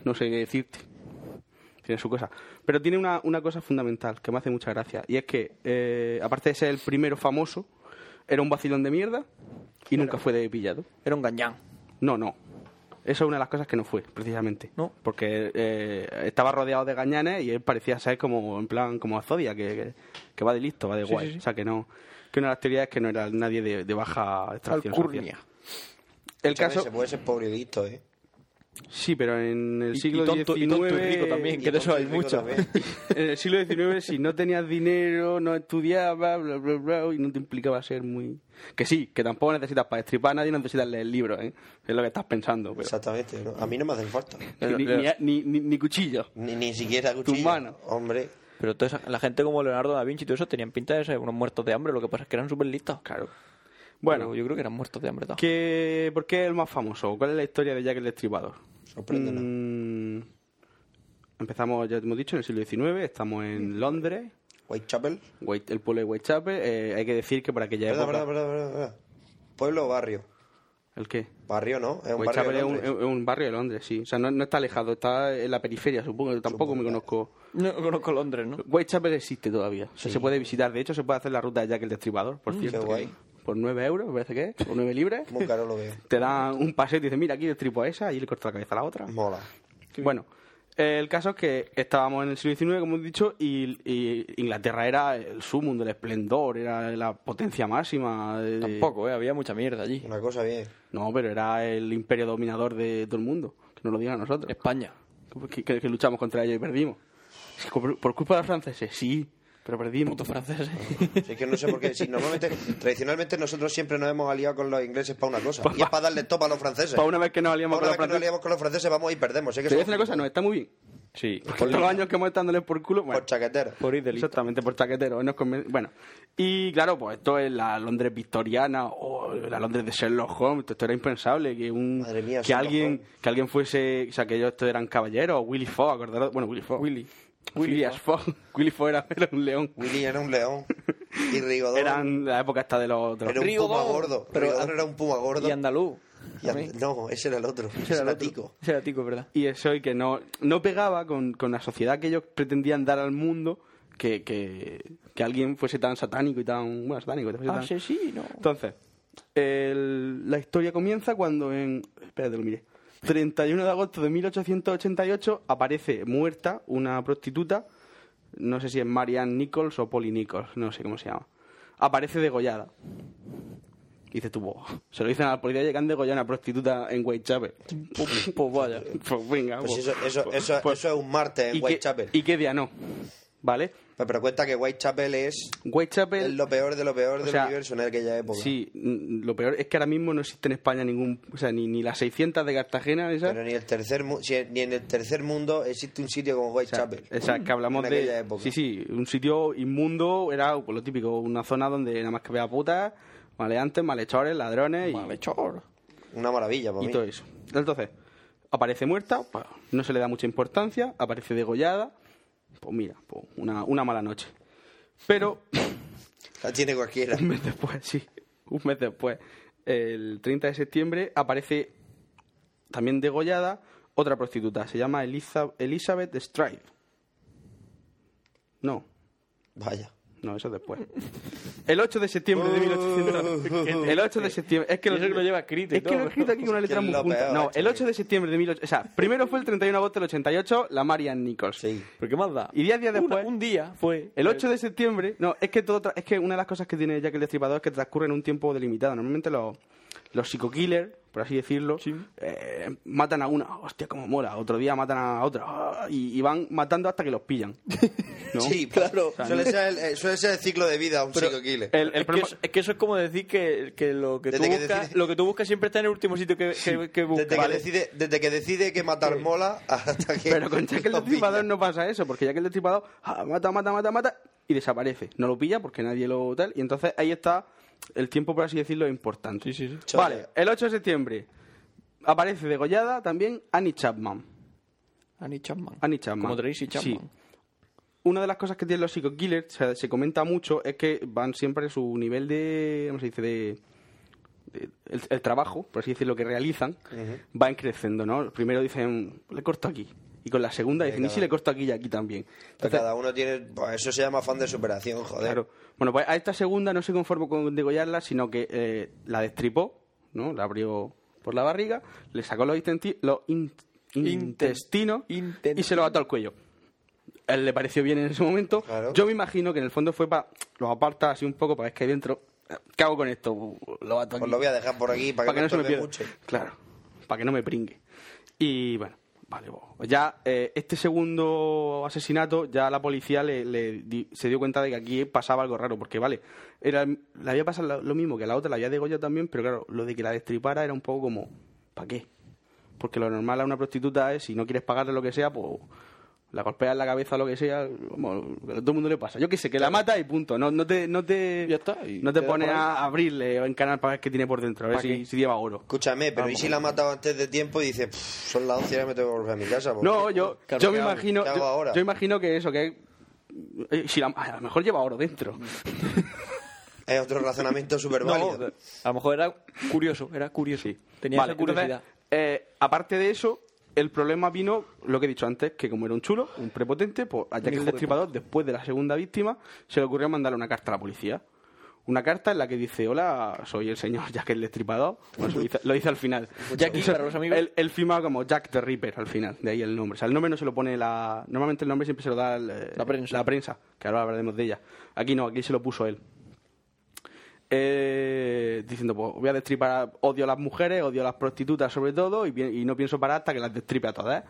no sé qué decirte. Tiene su cosa. Pero tiene una, una cosa fundamental que me hace mucha gracia. Y es que, eh, aparte de ser el primero famoso, era un vacilón de mierda y nunca fue de pillado. Era un gañán. No, no. Eso es una de las cosas que no fue, precisamente. No. Porque eh, estaba rodeado de gañanes y él parecía ser como, en plan, como Zodia, que, que, que va de listo, va de guay. O sea, que no. Que una de las teorías es que no era nadie de, de baja extracción Alcurnia. social. El Escúchame, caso. Se puede ser pobre y listo, ¿eh? Sí, pero en el Y- siglo y tonto- y XIX. tonto y rico también, que de eso hay Rico mucho. también. en el siglo XIX, si no tenías dinero, no estudiabas, bla, bla, bla, y no te implicaba ser muy. Que sí, que tampoco necesitas para estripar a nadie, no necesitas leer libros, ¿eh? Es lo que estás pensando. Pero... Exactamente. ¿no? A mí no me hacen falta. Ni, ni- ni- ni cuchillo. Ni, ni siquiera cuchillo. mano. Hombre. Pero toda esa- la gente como Leonardo da Vinci y todo eso tenían pinta de ser unos muertos de hambre. Lo que pasa es que eran súper listos. Claro. Bueno, Bueno, yo creo que eran muertos de hambre. tal. ¿qué- ¿por qué es el más famoso? ¿Cuál es la historia de Jack el Destripador? Sorpréndenos. Mm, empezamos, ya hemos dicho, en el siglo XIX, estamos en Londres, Whitechapel. White- el pueblo de Whitechapel. eh, hay que decir que por aquella Verdad, época... verdad, verdad, verdad, verdad. ¿Pueblo o barrio? ¿El qué? Barrio, ¿no? Es un Pues barrio. Chapel de es un, Londres. es un barrio de Londres, sí. O sea, no, no está alejado, está en la periferia, supongo. Yo Tampoco me conozco. No conozco Londres, ¿no? Whitechapel existe todavía. O sea, se puede visitar. De hecho, se puede hacer la ruta de Jack el Destripador, por cierto. Mm. guay. Por 9 euros, me parece que es. O 9 libres. Muy caro lo veo. Te dan un paseo y te dicen, mira, aquí destripo a esa y le corta la cabeza a la otra. Mola. Bueno, el caso es que estábamos en el siglo XIX, como he dicho, y, y Inglaterra era el sumum del esplendor, era la potencia máxima. de- Tampoco, ¿eh? Había mucha mierda allí. Una cosa bien. No, pero era el imperio dominador de todo el mundo. Que nos lo digan a nosotros. España. Que, que- que luchamos contra ellos y perdimos. Es que por, por culpa de los franceses, sí, pero perdimos. Putos franceses. Es que no sé por qué. Si normalmente, tradicionalmente nosotros siempre nos hemos aliado con los ingleses para una cosa. Y es para darle top a los franceses. Para una vez que nos Pa' aliamos una con vez los que nos franceses. aliamos con los franceses, vamos y perdemos. Es que Te voy a somos decir una cosa, nos está muy bien. Sí. Porque todos los años que hemos estado dándoles por culo, bueno, Pues- por chaqueteros. Por ir de listo. Exactamente, por chaquetero. nos conven- Bueno, y claro, pues esto es la Londres victoriana o la Londres de Sherlock Holmes. Esto era impensable que un Madre mía, que Sherlock alguien Holmes. que alguien fuese, o sea, que ellos estos eran caballeros, Willy Fogg, acordaros, bueno, Willy Fogg. Willy. William Fogg. Willy Fogg era, era un león. Willy era un león. Y Rigodón Eran la época esta de los, de los- era un puma gordo. Rigodón era un puma gordo. Y andaluz. Y and- No, ese era el otro. Ese Ese era era el tico. Ese era tico, ¿verdad? y eso y que no, no pegaba con, con la sociedad que ellos pretendían dar al mundo que, que, que alguien fuese tan satánico y tan bueno satánico que Ah, fuese tan- Asesino. Entonces, el- la historia comienza cuando en. Espérate, lo miré. 31 de agosto de 1888 aparece muerta una prostituta. No sé si es Marianne Nichols o Polly Nichols, no sé cómo se llama. Aparece degollada. Y dices tú, "Buah". se lo dicen a la policía llegando han degollado a una prostituta en Whitechapel. Pues pues vaya. Pues venga, Pues pues- eso, eso, eso, pues- eso es un martes ¿y en qué- Whitechapel. ¿Y qué día no? ¿Vale? Pues, Pero cuenta que Whitechapel es, Whitechapel. es lo peor de lo peor O del sea, universo en aquella época. Sí, mm, lo peor es que ahora mismo no existe en España ningún, o sea, ni, ni las 600 de Cartagena, esas. Pero ni, el tercer mu- si- ni en el tercer mundo existe un sitio como o sea, Whitechapel. o sea, que hablamos En aquella de época. sí, sí, un sitio inmundo era pues, lo típico, una zona donde nada más que vea putas, maleantes, malhechores, ladrones y- Malhechor. Una maravilla para y, mí. todo eso. Entonces, aparece muerta, pues, no se le da mucha importancia, aparece degollada, pues mira, pues, una, una mala noche. Pero La tiene cualquiera. Un mes después, sí. Un mes después. El 30 de septiembre aparece también degollada otra prostituta. Se llama Eliza- Elizabeth Stripe. No, Vaya. no, eso es después. El 8 de septiembre de 1800. El 8 de septiembre. Es que Y eso que lo lleva escrito y Es que lo todo. he escrito aquí con una letra Es muy lo junta. peor, No, macho, el 8 que- de septiembre de 1800. O sea, primero fue el 31 de agosto del 88, la Marian Nichols. Sí. ¿Pero qué más da? Y diez días Una- después- Un día fue. El 8 de septiembre, no, es que todo tra- es que una de las cosas que tiene Jack el Destripador es que transcurre en un tiempo delimitado. Normalmente los, los psico-killers, por así decirlo, eh, matan a una, hostia, como mola, otro día matan a otra, ah, y, y van matando hasta que los pillan. ¿no? Sí, claro. Suele ser, el, eh, suele ser el ciclo de vida un psicoquile. el- el es, que, problema- es- es que eso es como decir que, que lo que tú Desde que buscas decide- lo que tú buscas siempre está en el último sitio que, que, que buscas. Desde, que Vale. decide, desde que decide que matar mola hasta que... Pero con Jack el lo Destripador pilla. no pasa eso, porque Jack el Destripador ah, mata, mata, mata, mata y desaparece. No lo pilla porque nadie lo tal. Y entonces ahí está el tiempo, por así decirlo, importante. Sí, sí, sí. Chole. Vale, el 8 de septiembre aparece degollada también Annie Chapman. Annie Chapman. Annie Chapman. Como Tracy Chapman. Sí. Una de las cosas que tienen los psico-killers, o sea, se comenta mucho, es que van siempre su nivel de. ¿Cómo se dice? De. de- el, el trabajo, por así decirlo, que realizan, va creciendo, ¿no? Primero dicen, le corto aquí. Y con la segunda dicen, ¿y si le corto aquí y aquí también? Pero cada uno tiene... pues eso se llama fan de superación, joder. Claro. Bueno, pues a esta segunda no se conformó con degollarla, sino que eh, la destripó, ¿no? La abrió por la barriga, le sacó los, intenti- los in- intestinos inten- y se los ató al cuello. A él le pareció bien en ese momento. Claro. Yo me imagino que en el fondo fue para... Los aparta así un poco para ver que hay dentro... ¿Qué hago con esto? Lo ato Pues aquí lo voy a dejar por aquí para, para que no se me estorbe pierda. mucho. Claro, para que no me pringue. Y bueno, vale, bo. ya eh, este segundo asesinato, ya la policía le, le di- se dio cuenta de que aquí pasaba algo raro, porque vale, era, le había pasado lo- lo mismo que a la otra, la había degollado también, pero claro, lo de que la destripara era un poco como, ¿para qué? Porque lo normal a una prostituta es, si no quieres pagarle lo que sea, pues la golpeas en la cabeza o lo que sea, vamos, a todo el mundo le pasa. Yo qué sé, que la mata y punto. No, no te, no te, Ya está, y no te, te da pones por ahí. a abrirle o encanar para ver qué tiene por dentro, a ver ¿Pa si, qué? si lleva oro. Escúchame, pero ¿y si la ha matado antes de tiempo y dice, "Pff, son las 11 y ahora me tengo que volver a mi casa? porque No, yo, Claro, yo ¿qué me hago? imagino. ¿Qué hago yo, ahora? yo imagino que eso, que. eh, Si la- a lo mejor lleva oro dentro. Es otro razonamiento súper válido. eh, No, a lo mejor era curioso, era curioso. Tenía Vale, esa curiosidad. entonces, eh, aparte de eso, el problema vino, lo que he dicho antes, que como era un chulo, un prepotente, pues a Jack hijo el de Destripador, después de la segunda víctima, se le ocurrió mandarle una carta a la policía. Una carta en la que dice, hola, soy el señor Jack el Destripador. Bueno, eso dice- lo dice al final. Jackie, Eso- para los amigos. Él, él firmaba como Jack the Ripper al final, de ahí el nombre. O sea, el nombre no se lo pone la... Normalmente el nombre siempre se lo da el, eh, La prensa. la prensa, que ahora hablaremos de ella. Aquí no, aquí se lo puso él. Eh, diciendo, pues voy a destripar, a- odio a las mujeres, odio a las prostitutas sobre todo, y, pi- y no pienso parar hasta que las destripe a todas.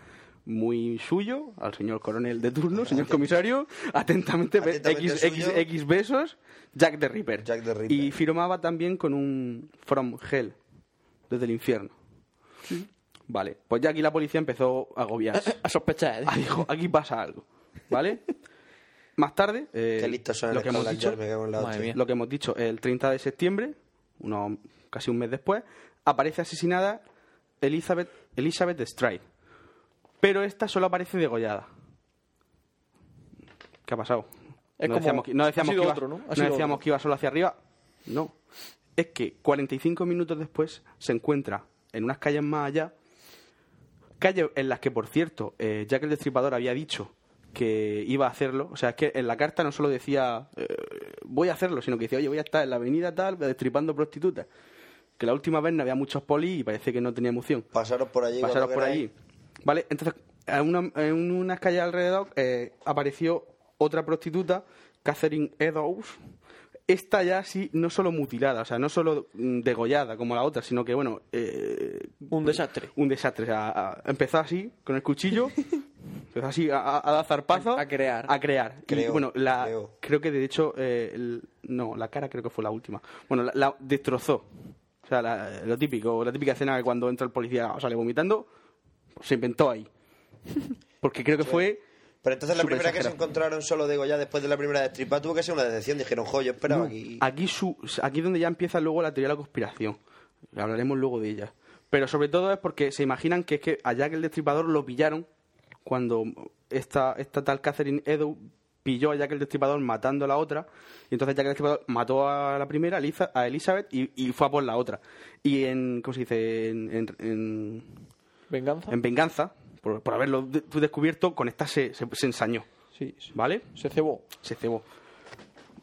Muy suyo, al señor coronel de turno, señor comisario, atentamente, be- Atentamente X, X, suyo. X besos, Jack the Ripper. Jack the Ripper. Y firmaba también con un From Hell, desde el infierno. Vale, pues ya aquí la policía empezó a agobiarse. a sospechar. ¿eh? Ah, dijo, aquí pasa algo, ¿vale? Más tarde, eh, Qué listos son en lo, que hemos escalar, dicho, yo me cago en la Madre hostia. mía. lo que hemos dicho, el 30 de septiembre, uno, casi un mes después, aparece asesinada Elizabeth, Elizabeth Stride. Pero esta solo aparece degollada. ¿Qué ha pasado? Es como- no decíamos, que, no ha decíamos, sido que, iba, otro, ¿no? Ha no sido decíamos otro. que iba solo hacia arriba. No. Es que 45 minutos después se encuentra en unas calles más allá calles en las que, por cierto, eh, Jack el Destripador había dicho que iba a hacerlo. O sea, es que en la carta no solo decía eh, voy a hacerlo, sino que decía, oye, voy a estar en la avenida tal, destripando prostitutas. Que la última vez no había muchos polis y parece que no tenía emoción. Pasaros por allí. Pasaros cuando por queráis. allí. Vale, entonces, en, una- en unas calles alrededor eh, apareció otra prostituta, Catherine Eddowes. Esta ya sí, no solo mutilada, o sea, no solo mm, degollada como la otra, sino que, bueno, eh, Un desastre. un desastre. O sea, a- empezó así, con el cuchillo, empezó así a, a- a dar zarpazos. A- a crear. A crear. Y, Creo, bueno, la, creo. creo. que de hecho, eh, el- no, la cara creo que fue la última. Bueno, la, la destrozó. O sea, la- lo típico, la típica escena que cuando entra el policía sale vomitando, se inventó ahí. Porque creo que fue... Pero entonces la Súper primera que se exagerado. encontraron solo de Goya después de la primera destripa tuvo que ser una decepción. Dijeron, jo, yo esperaba No, aquí. Aquí, su- aquí es donde ya empieza luego la teoría de la conspiración. Hablaremos luego de ella. Pero sobre todo es porque se imaginan que es que a Jack el Destripador lo pillaron cuando esta, esta tal Catherine Edo pilló a Jack el Destripador matando a la otra. Y entonces Jack el Destripador mató a la primera, a Eliza- a Elizabeth, y, y fue a por la otra. Y en, ¿cómo se dice? En- en- en, ¿Venganza? en venganza, por, por haberlo de- descubierto, con esta se, se, se ensañó. Sí, sí. ¿Vale? Se cebó. se cebó.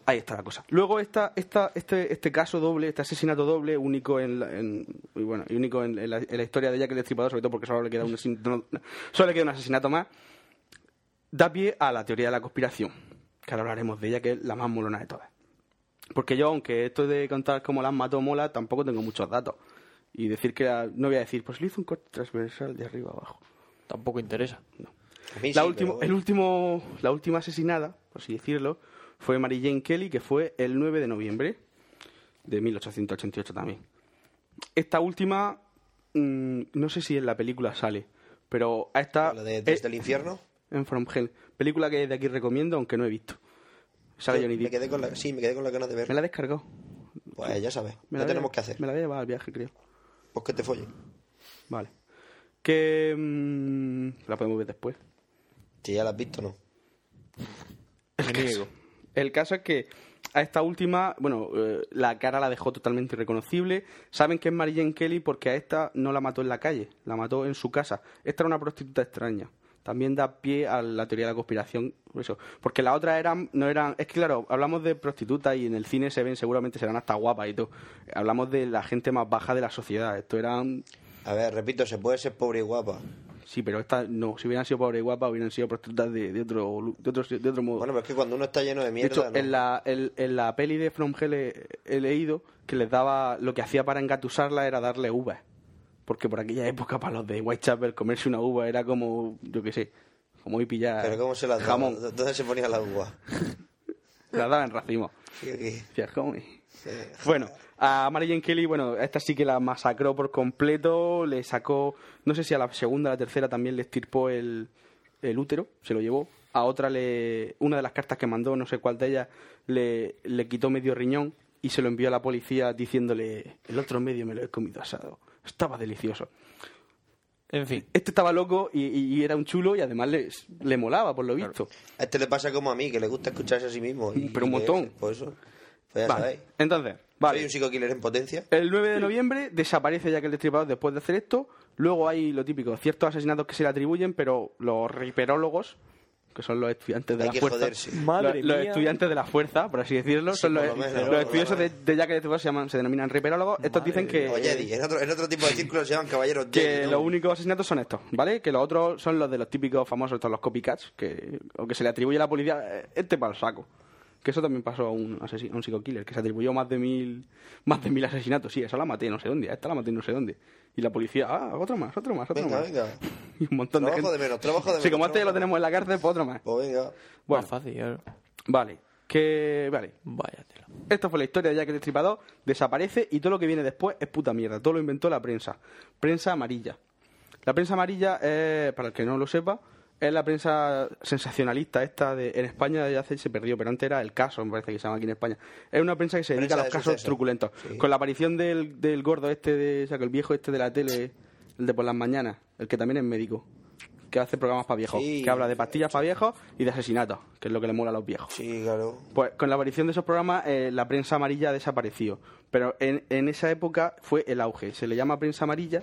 Ahí está la cosa. Luego esta, esta, este, este caso doble, este asesinato doble, único en, la- en- y bueno, y único en, en la, en la historia de Jack el Destripador, sobre todo porque solo le queda un, asesin- no, no, solo le queda un asesinato más, da pie a la teoría de la conspiración, que ahora hablaremos de ella, que es la más molona de todas. Porque yo, aunque esto de contar cómo las mató mola, tampoco tengo muchos datos. Y decir que la- no voy a decir, pues le hizo un corte transversal de arriba abajo. Tampoco interesa. A mí La sí, último- pero el bueno. último, la última asesinada, por así decirlo, fue Mary Jane Kelly, que fue el 9 de noviembre de 1888 también. Esta última, mm, no sé si en la película sale, pero a esta... La de eh, Desde el Infierno. en From Hell, película que de aquí recomiendo, aunque no he visto. Sale Johnny me Depp. quedé con la, sí, me quedé con las ganas de Me verla. la descargó. Pues ya sabes, no Me la voy a- tenemos que hacer. Me la voy a llevar al viaje, creo. Pues que te folle. Vale. Que... mm, la podemos ver después. Si ya la has visto, ¿no? Me niego. El caso es que a esta última, bueno, eh, la cara la dejó totalmente irreconocible. Saben que es Mary Jane Kelly porque a esta no la mató en la calle, la mató en su casa. Esta era una prostituta extraña. También da pie a la teoría de la conspiración, por eso. Porque las otras eran, no eran, es que claro, hablamos de prostitutas y en el cine se ven, seguramente serán hasta guapas y todo. Hablamos de la gente más baja de la sociedad. Esto eran, A ver, repito, se puede ser pobre y guapa. sí, pero estas no, si hubieran sido pobres y guapas, hubieran sido prostitutas de, de otro, lu- de otro, de otro modo. Bueno, pero es que cuando uno está lleno de Oh. De mierda. hecho, ¿no? en, la, en, en la peli de From Hell he, he leído que les daba lo que hacía para engatusarla era darle uvas. Porque por aquella época, para los de Whitechapel, comerse una uva era como, yo qué sé, como ir pillar Pero ¿cómo se las daba? Ah, jamón. ¿Dónde se ponía la uva? La daban en racimo. Sí, sí. Decías, "Jamón". Bueno, a Mary Jane Kelly, bueno, esta sí que la masacró por completo, le sacó, no sé si a la segunda o la tercera también le estirpó el, el útero, se lo llevó. A otra le, una de las cartas que mandó, no sé cuál de ellas, le, le quitó medio riñón y se lo envió a la policía diciéndole, el otro medio me lo he comido asado. Estaba delicioso. En fin. Este estaba loco y, y- y era un chulo y además le, le molaba, por lo visto. A este le pasa como a mí, que le gusta escucharse a sí mismo. y- Pero un y montón. leerse, Por eso. Pues ya Vale. sabéis. Entonces, vale. Soy un psico-killer en potencia. El 9 de noviembre desaparece Jack el Destripador después de hacer esto. Luego hay lo típico, ciertos asesinatos que se le atribuyen, pero los riperólogos, que son los estudiantes de Hay la que fuerza. joderse. Madre los, los mía. estudiantes de la fuerza, por así decirlo, Sí, son los, por lo menos, los por lo estudiosos de, menos. de Jack el Destripador se, llaman- se denominan riperólogos. Estos Madre dicen que O Jedi. En otro, en otro tipo de círculos se llaman caballeros Eh, que Jedi, ¿no? los únicos asesinatos son estos, ¿vale? Que los otros son los de los típicos famosos, estos, los copycats, que, o que se le atribuye a la policía, eh, este para el saco. Que eso también pasó a un, asesino, a un psico-killer, que se atribuyó más de mil más de mil asesinatos. Sí, esa la maté no sé dónde, a esta la maté no sé dónde. Y la policía, ah, otro más, otro más, otro Venga, más. venga. Y un montón de Trabajo gente. de menos, trabajo de menos. Sí, como este ya lo trabajo de tenemos en la cárcel, pues otro más. menos. Pues venga. Bueno, Más fácil. ¿eh? vale. Que, vale. Vaya tela. Esta fue la historia de Jack el Destripador, desaparece y todo lo que viene después es puta mierda. Todo lo inventó la prensa. Prensa amarilla. La prensa amarilla, eh, para el que no lo sepa, es la prensa sensacionalista esta de... En España ya se se perdió, pero antes era el caso, me parece que se llama aquí en España. Es una prensa que se Prensa dedica a los de casos suceso. truculentos. Sí. Con la aparición del, del gordo este, de, o sea, que el viejo este de la tele, el de por las mañanas, el que también es médico, que hace programas para viejos, Sí. que habla de pastillas para viejos y de asesinatos, que es lo que le mola a los viejos. Sí, claro. Pues con la aparición de esos programas, eh, la prensa amarilla ha desaparecido. Pero en, en esa época fue el auge. Se le llama prensa amarilla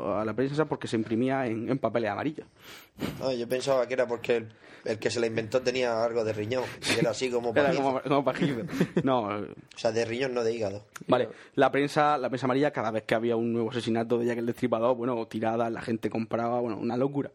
o a la prensa porque se imprimía en, en papeles amarillos. No, yo pensaba que era porque el, el que se la inventó tenía algo de riñón. Y era así como Era pajizo. como, como pajizo. No, eh, O sea, de riñón, no de hígado. vale. La prensa, la prensa amarilla, cada vez que había un nuevo asesinato de Jack el Destripador, bueno, tirada, la gente compraba, bueno, una locura.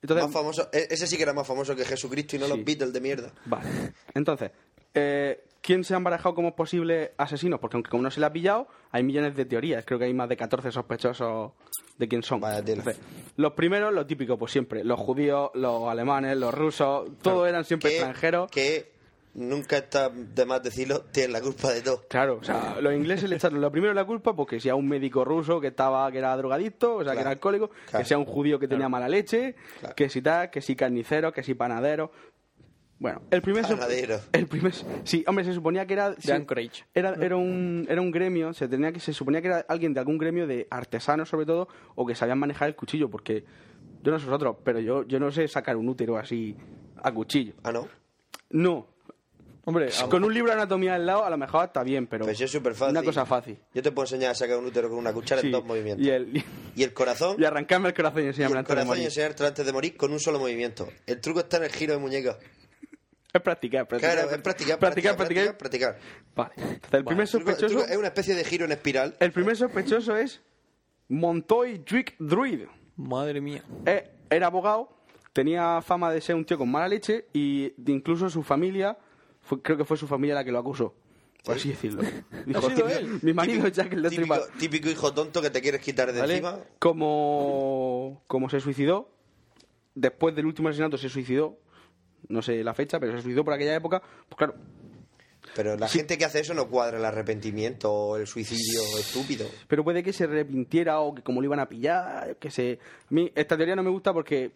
Entonces, Más famoso, e- ese sí que era más famoso que Jesucristo y no Sí. los Beatles de mierda. Vale. Entonces, eh, ¿quién se han barajado como posibles asesinos? Porque aunque como no se le ha pillado, hay millones de teorías. Creo que hay más de 14 sospechosos de quién son. Vaya tela. Entonces, los primeros, lo típico, pues siempre. Los judíos, los alemanes, los rusos, todos eran siempre extranjeros. Que nunca está de más decirlo, tienen la culpa de todo. Claro, o sea, los ingleses le echaron lo primero la culpa porque si a un médico ruso que estaba que era drogadicto, o sea, que era Claro. alcohólico, Claro. que sea un judío que tenía mala leche, Claro. que si tal, que si carnicero, que si panadero. Bueno, el primer sup- Panadero. el primer sí, hombre, se suponía que era sí, Anchorage. Era, era un era un gremio, se tenía que se suponía que era alguien de algún gremio de artesanos sobre todo o que sabían manejar el cuchillo porque yo no sé vosotros, pero yo yo no sé sacar un útero así a cuchillo. Ah, no. No, Hombre, a- con un libro de anatomía al lado a lo mejor está bien, pero Pues es súper fácil. Una cosa fácil. Yo te puedo enseñar a sacar un útero con una cuchara Sí, en dos movimientos. Y, el, Y el corazón. y arrancarme el corazón y y el enseñarme antes de corazón y morir. enseñarte antes de morir con un solo movimiento. El truco está en el giro de muñeca. Es practicar, practicar. Claro, es practicar, practicar, practicar, practicar. practicar, practicar. Vale. Entonces, el primer El truco- el sospechoso, truco es una especie de giro en espiral. el primer sospechoso es Montoy Drick Druid. madre mía. Eh, Era abogado, tenía fama de ser un tío con mala leche y de incluso su familia, fue- creo que fue su familia la que lo acusó. Por así decirlo. Dijo, sido él. Mi marido Típico- Jack el de típico, típico hijo tonto que te quieres quitar de ¿vale? encima. Como, como se suicidó, después del último asesinato se suicidó, no sé la fecha, pero se suicidó por aquella época, pues claro, Pero la Sí. gente que hace eso no cuadra el arrepentimiento o el suicidio estúpido. pero puede que se arrepintiera o que como lo iban a pillar, que se... A mí esta teoría no me gusta porque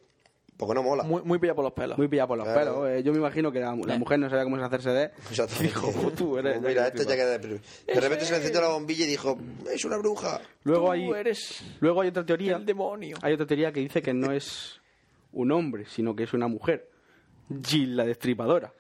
Porque no mola. Muy, muy pilla por los pelos. muy pillado por los Claro. Pues pelos. eh, yo me imagino que la, la mujer no sabía cómo hacerse de... Exactamente. Dijo, "Oh, tú eres... Como, Mira, este ya queda de... de repente se le encendió la bombilla y dijo, es una bruja. Luego Tú hay, eres luego hay otra teoría. el demonio. Hay otra teoría que dice que no es un hombre, sino que es una mujer. Jill, la destripadora.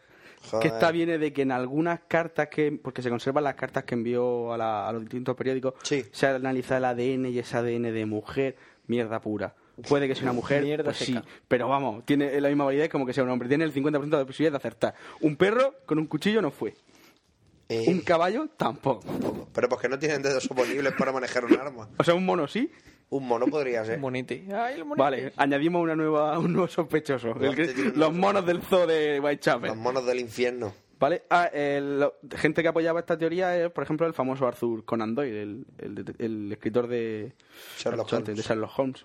Joder. Que esta viene de que en algunas cartas que. Porque se conservan las cartas que envió a, la- a los distintos periódicos. Sí. Se ha analizado el ADN y ese ADN de mujer, mierda pura. Puede que sea una mujer, Mierda pues sí, seca. pero vamos, tiene la misma validez como que sea un hombre. Tiene el 50% de posibilidad de acertar. Un perro con un cuchillo no fue. Eh, Un caballo tampoco. Pero porque no tienen dedos oponibles para manejar un arma. O sea, un mono sí, Un mono podría ser. Monete. Ay, el monete. Eh. Vale, añadimos una nueva, un nuevo sospechoso. Guau, El que- este tiene un los nombre. monos del zoo de Los Whitechapel. monos del infierno. Vale, ah, el- lo- gente que apoyaba esta teoría es, por ejemplo, el famoso Arthur Conan Doyle, el, el det- el escritor de Sherlock de- de Holmes. Sherlock Holmes.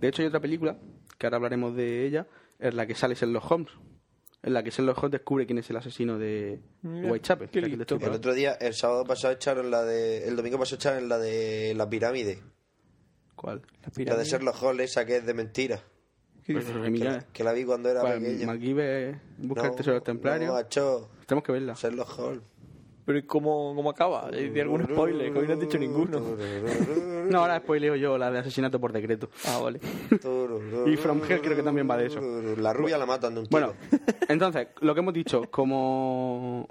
De hecho, hay otra película, que ahora hablaremos de ella, en la que sale Sherlock Holmes. En la que Sherlock Holmes descubre quién es el asesino de Mira, Whitechapel. qué que es el listo. destripador. El otro día, el sábado pasado echaron la de... El domingo pasado echaron la de la pirámide. ¿Cuál? La La pirámide. de Sherlock Holmes, esa que es de mentira. ¿Qué Pues, dices? Que mira, la, que la vi cuando era cual, pequeño. MacGyver busca el tesoro templario. No, macho. Tenemos que verla. Sherlock Holmes. Pero ¿cómo, cómo acaba? Hay algún spoiler, que hoy no has dicho ninguno. No, ahora spoileo yo la de asesinato por decreto. Ah, vale. Y From Hell creo que también va de eso. La rubia la matan de un tiro. Bueno, entonces, lo que hemos dicho, como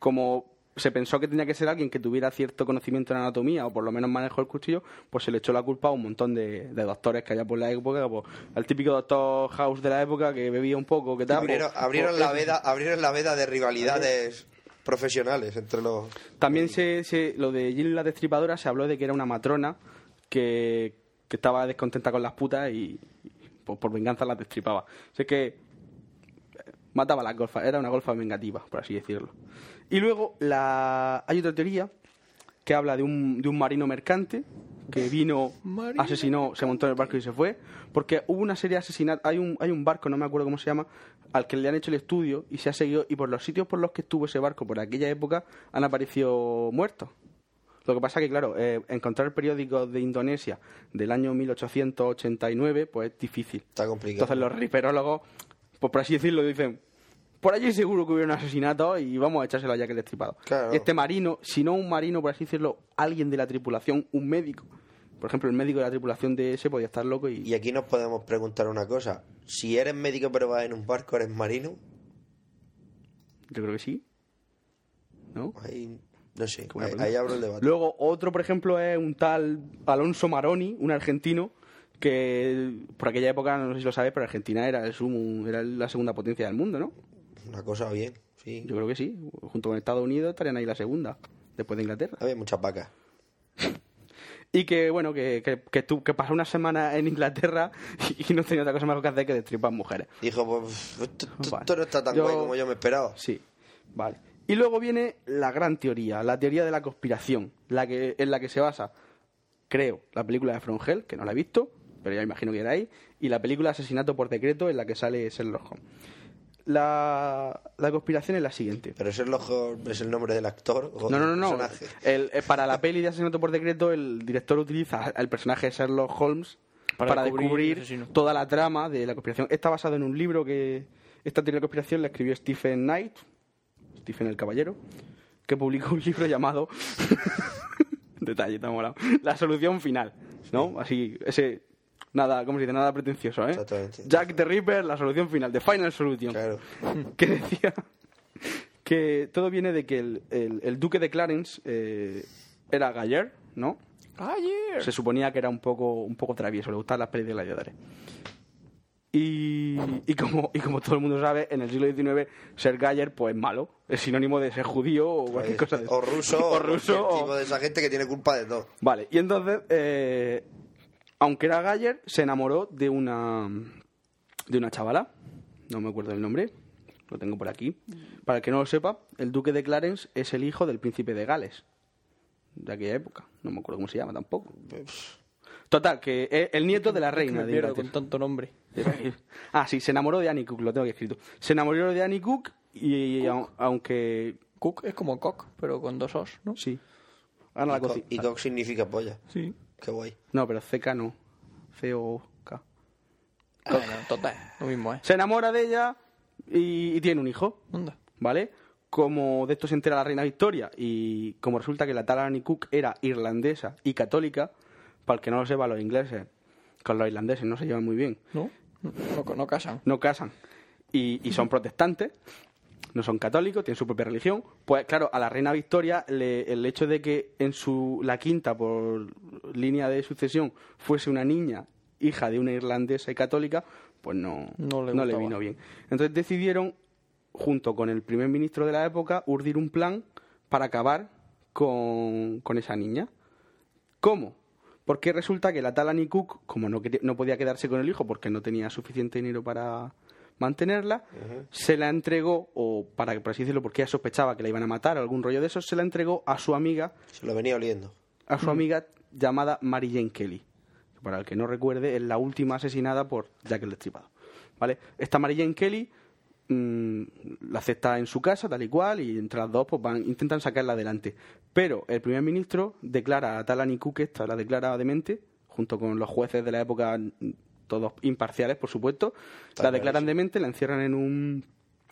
como se pensó que tenía que ser alguien que tuviera cierto conocimiento en anatomía o por lo menos manejó el cuchillo, pues se le echó la culpa a un montón de, de doctores que allá por la época, pues, al típico doctor House de la época que bebía un poco, que tal. pues, Abrieron, abrieron pues, la veda, abrieron la veda de rivalidades profesionales entre los... También se, se- lo de Jill la Destripadora se habló de que era una matrona que, que estaba descontenta con las putas y, y por, por venganza las destripaba. O sea que eh, mataba a las golfas, era una golfa vengativa, por así decirlo. Y luego la, hay otra teoría que habla de un, de un marino mercante que vino, asesinó, se montó en el barco y se fue, porque hubo una serie de asesinatos, hay un, hay un barco, no me acuerdo cómo se llama, al que le han hecho el estudio y se ha seguido, y por los sitios por los que estuvo ese barco por aquella época han aparecido muertos. Lo que pasa que, claro, eh, encontrar periódicos de Indonesia del año 1889, pues es difícil. Está complicado. Entonces los riperólogos, pues por así decirlo, dicen, por allí seguro que hubiera un asesinato y vamos a echárselo allá que le estripado. Claro. Este marino, si no un marino, por así decirlo, alguien de la tripulación, un médico. Por ejemplo, el médico de la tripulación de ese podía estar loco y... Y aquí nos podemos preguntar una cosa. Si eres médico pero vas en un barco, ¿eres marino? Yo creo que sí. ¿No? Ahí, no sé, Qué buena ahí, pregunta. ahí abro el debate. Luego, otro, por ejemplo, es un tal Alonso Maroni, un argentino, que por aquella época, no sé si lo sabes, pero Argentina era, el sumo, era la segunda potencia del mundo, ¿no? Una cosa bien, sí. Yo creo que sí. Junto con Estados Unidos estarían ahí la segunda, después de Inglaterra. Había muchas vacas. Y que, bueno, que, que, que, tu- que pasó una semana en Inglaterra y, y no tenía otra cosa mejor que hacer que destripar mujeres. Dijo, pues esto, esto- Vale. esto no está tan Yo- guay como yo me esperaba. Sí, vale. Y luego viene la gran teoría, la teoría de la conspiración, la que, en la que se basa, creo, la película de Frongel, que no la he visto, pero ya imagino que era ahí, y la película Asesinato por Decreto, en la que sale Sherlock Holmes. La, la conspiración es la siguiente. Pero Sherlock Holmes es el nombre del actor o No, no, no, del no. personaje. El- eh, para la peli de Asesinato por Decreto, el director utiliza el personaje de Sherlock Holmes para, Para descubrir descubrir, el asesino. toda la trama de la conspiración. Está basado en un libro que. Esta teoría de la conspiración la escribió Stephen Knight, Stephen el Caballero, que publicó un libro llamado. Detalle, está molado. La solución final, ¿no? Así, ese. Nada, ¿cómo se dice? Nada pretencioso, ¿eh? Exactamente. Jack the Ripper, la solución final, The Final Solution Claro. que decía que todo viene de que el, el- el duque de Clarence eh, era Galler, ¿no? Ayer. Se suponía que era un poco, un poco travieso, le gustaban las pelis de gladiadores. Y, y, como, y como todo el mundo sabe, en el siglo XIX ser Galler pues es malo, es sinónimo de ser judío o cualquier cosa de- Pues, O ruso o ruso cualquier o- tipo de esa gente que tiene culpa de todo. Vale, y entonces, eh, aunque era Galler, se enamoró de una de una chavala, no me acuerdo el nombre, lo tengo por aquí. Para el que no lo sepa, el duque de Clarence es el hijo del príncipe de Gales, de aquella época, no me acuerdo cómo se llama tampoco. Total, que es el nieto de la reina Me de pierdo con Inglaterra. tanto nombre. Ah, sí, se enamoró de Annie Cook, lo tengo aquí escrito. Se enamoró de Annie Cook y, au- aunque... Cook es como Cock, pero con dos os, ¿no? Sí. Ahora la y, co- cocina. y cock significa polla. Sí. Qué guay. No, pero CK no. C-O-K. Bueno, total, lo mismo, ¿eh? Se enamora de ella y, y tiene un hijo, Anda. ¿vale? Como de esto se entera la reina Victoria y como resulta que la tal Annie Cook era irlandesa y católica, para el que no lo sepa, los ingleses con los irlandeses no se llevan muy bien, ¿No? No, no- no casan. no casan y, y son protestantes, no son católicos, tienen su propia religión. Pues claro, a la reina Victoria le- el hecho de que en su la quinta por línea de sucesión fuese una niña hija de una irlandesa y católica, pues no, No le gustaba. vino bien. Entonces decidieron, junto con el primer ministro de la época, urdir un plan para acabar con, con esa niña. ¿Cómo? Porque resulta que la tal Annie Cook, como no, quería- no podía quedarse con el hijo porque no tenía suficiente dinero para mantenerla, se la entregó, o para que por así decirlo, porque ella sospechaba que la iban a matar o algún rollo de eso, se la entregó a su amiga, Se lo venía oliendo. a su amiga llamada Mary Jane Kelly. que Para el que no recuerde, es la última asesinada por Jack el Destripado. ¿Vale? Esta Mary Jane Kelly mm, la acepta en su casa, tal y cual, y entre las dos pues, van, intentan sacarla adelante. Pero el primer ministro declara a tal Annie Cook, esta la declara demente, junto con los jueces de la época, mm, todos imparciales, por supuesto, Está la declaran clarísimo. demente, la encierran en un,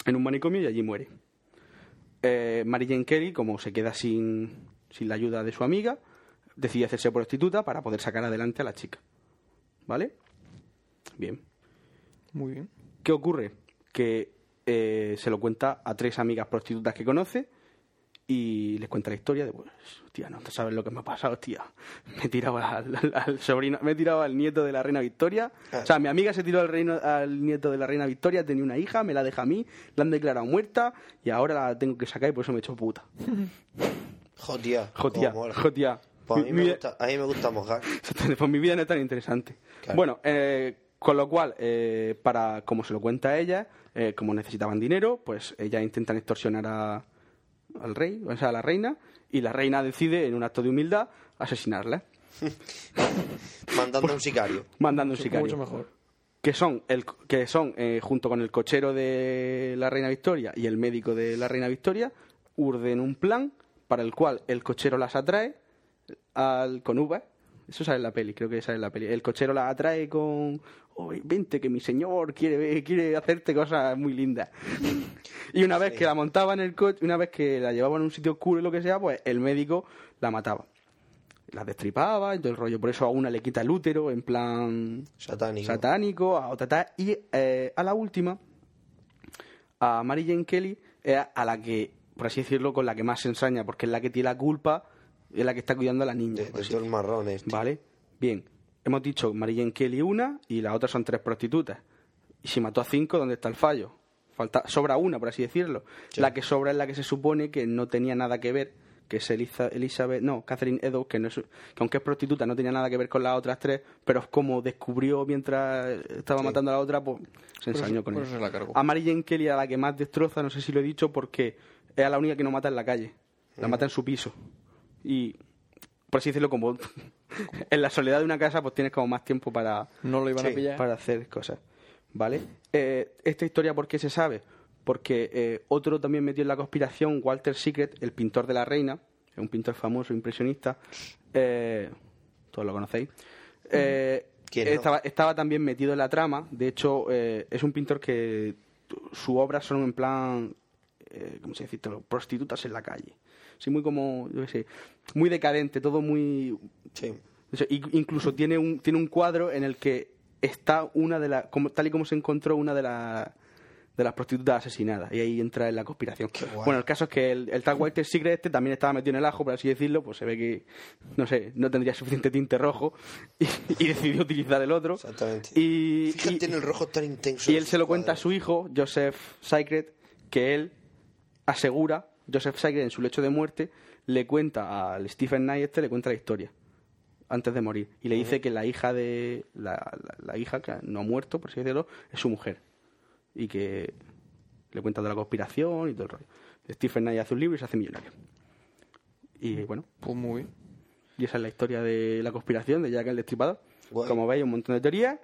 en un manicomio y allí muere. Eh, Mary Jane Kelly, como se queda sin, sin la ayuda de su amiga, decide hacerse prostituta para poder sacar adelante a la chica. ¿Vale? Bien. Muy bien. ¿Qué ocurre? Que eh, se lo cuenta a tres amigas prostitutas que conoce y les cuenta la historia de, pues, tía, no sabes lo que me ha pasado, tía. Me he tirado al, al- al sobrino, me he tirado al nieto de la reina Victoria. O sea, mi amiga se tiró al, reino- al nieto de la reina Victoria, tenía una hija, me la deja a mí, la han declarado muerta y ahora la tengo que sacar y por eso me he hecho puta. Jotía. Jotía, cómo mola. jotía. Pues a mí, Mi- me mi- gusta, a mí me gusta mojar. Exactamente, pues mi vida no es tan interesante. Claro. Bueno, eh, con lo cual, eh, para como se lo cuenta ella, eh, como necesitaban dinero, pues ellas intentan extorsionar a- al rey, o sea, a la reina, y la reina decide, en un acto de humildad, asesinarla, Pues- Mandando a un sicario. mandando un sicario. Mucho mejor. Que son, el, que son eh, junto con el cochero de la reina Victoria y el médico de la reina Victoria, urden un plan para el cual el cochero las atrae al, con uvas. Eso sale en la peli, creo que sale en la peli. El cochero las atrae con... "Oye, vente, que mi señor quiere, ver- quiere hacerte cosas muy lindas. y una vez que la montaba en el coche, una vez que la llevaban a un sitio oscuro y lo que sea, pues el médico la mataba. La destripaba y todo el rollo. Por eso a una le quita el útero, en plan Satánico. satánico, a otra tal. Y eh, a la última, a Mary Jane Kelly, es a la que, por así decirlo, con la que más se ensaña, porque es la que tiene la culpa, es la que está cuidando a la niña. De, por de así todo el marrón este. Vale, bien. Hemos dicho Mary Jane Kelly una y la otra son tres prostitutas. Y si mató a cinco, ¿dónde está el fallo? Falta, sobra una, por así decirlo. La que sobra es la que se supone que no tenía nada que ver, que es Eliza- Elizabeth, no, Catherine Edo, que, no es, que aunque es prostituta no tenía nada que ver con las otras tres, pero como descubrió mientras estaba matando a la otra, pues se eso- ensañó con por ella. eso se la cargó. A Mary Jane Kelly a la que más destroza, no sé si lo he dicho, porque es a la única que no mata en la calle, Eh. la mata en su piso. Y por así decirlo, como en la soledad de una casa, pues tienes como más tiempo para, No lo iban a Sí, pillar. para hacer cosas. ¿Vale? Eh, esta historia, ¿por qué se sabe? Porque eh, otro también metió en la conspiración, Walter Secret, el pintor de la reina, es un pintor famoso, impresionista. eh, Todos lo conocéis. Eh, ¿Quién no? estaba, estaba también metido en la trama. De hecho, eh, es un pintor que sus obras son en plan eh, ¿cómo se dice? esto? Prostitutas en la calle. Sí, muy como, yo qué sé, muy decadente, todo muy... Sí. o sea, in- incluso tiene un, tiene un cuadro en el que está una de las... como- Tal y como se encontró una de las de las prostitutas asesinadas y ahí entra en la conspiración. guay. Bueno, el caso es que el, el tal Walter Secret este también estaba metido en el ajo, por así decirlo, pues se ve que, no sé, no tendría suficiente tinte rojo y, y decidió utilizar el otro. Exactamente. Y, Fíjate y- en el rojo tan intenso. y de él sus se lo cuenta a cuadros. su hijo, Joseph Secret, que él asegura, Joseph Secret en su lecho de muerte, le cuenta al Stephen Knight este, le cuenta la historia antes de morir. Y le dice que la hija de. La, la- la hija que no ha muerto, por así decirlo, es su mujer. Y que le cuenta de la conspiración y todo el rollo. Stephen Knight hace un libro y se hace millonario. Y bueno, Pues muy bien. y esa es la historia de la conspiración de Jack el Destripador. Guay. Como veis, un montón de teorías.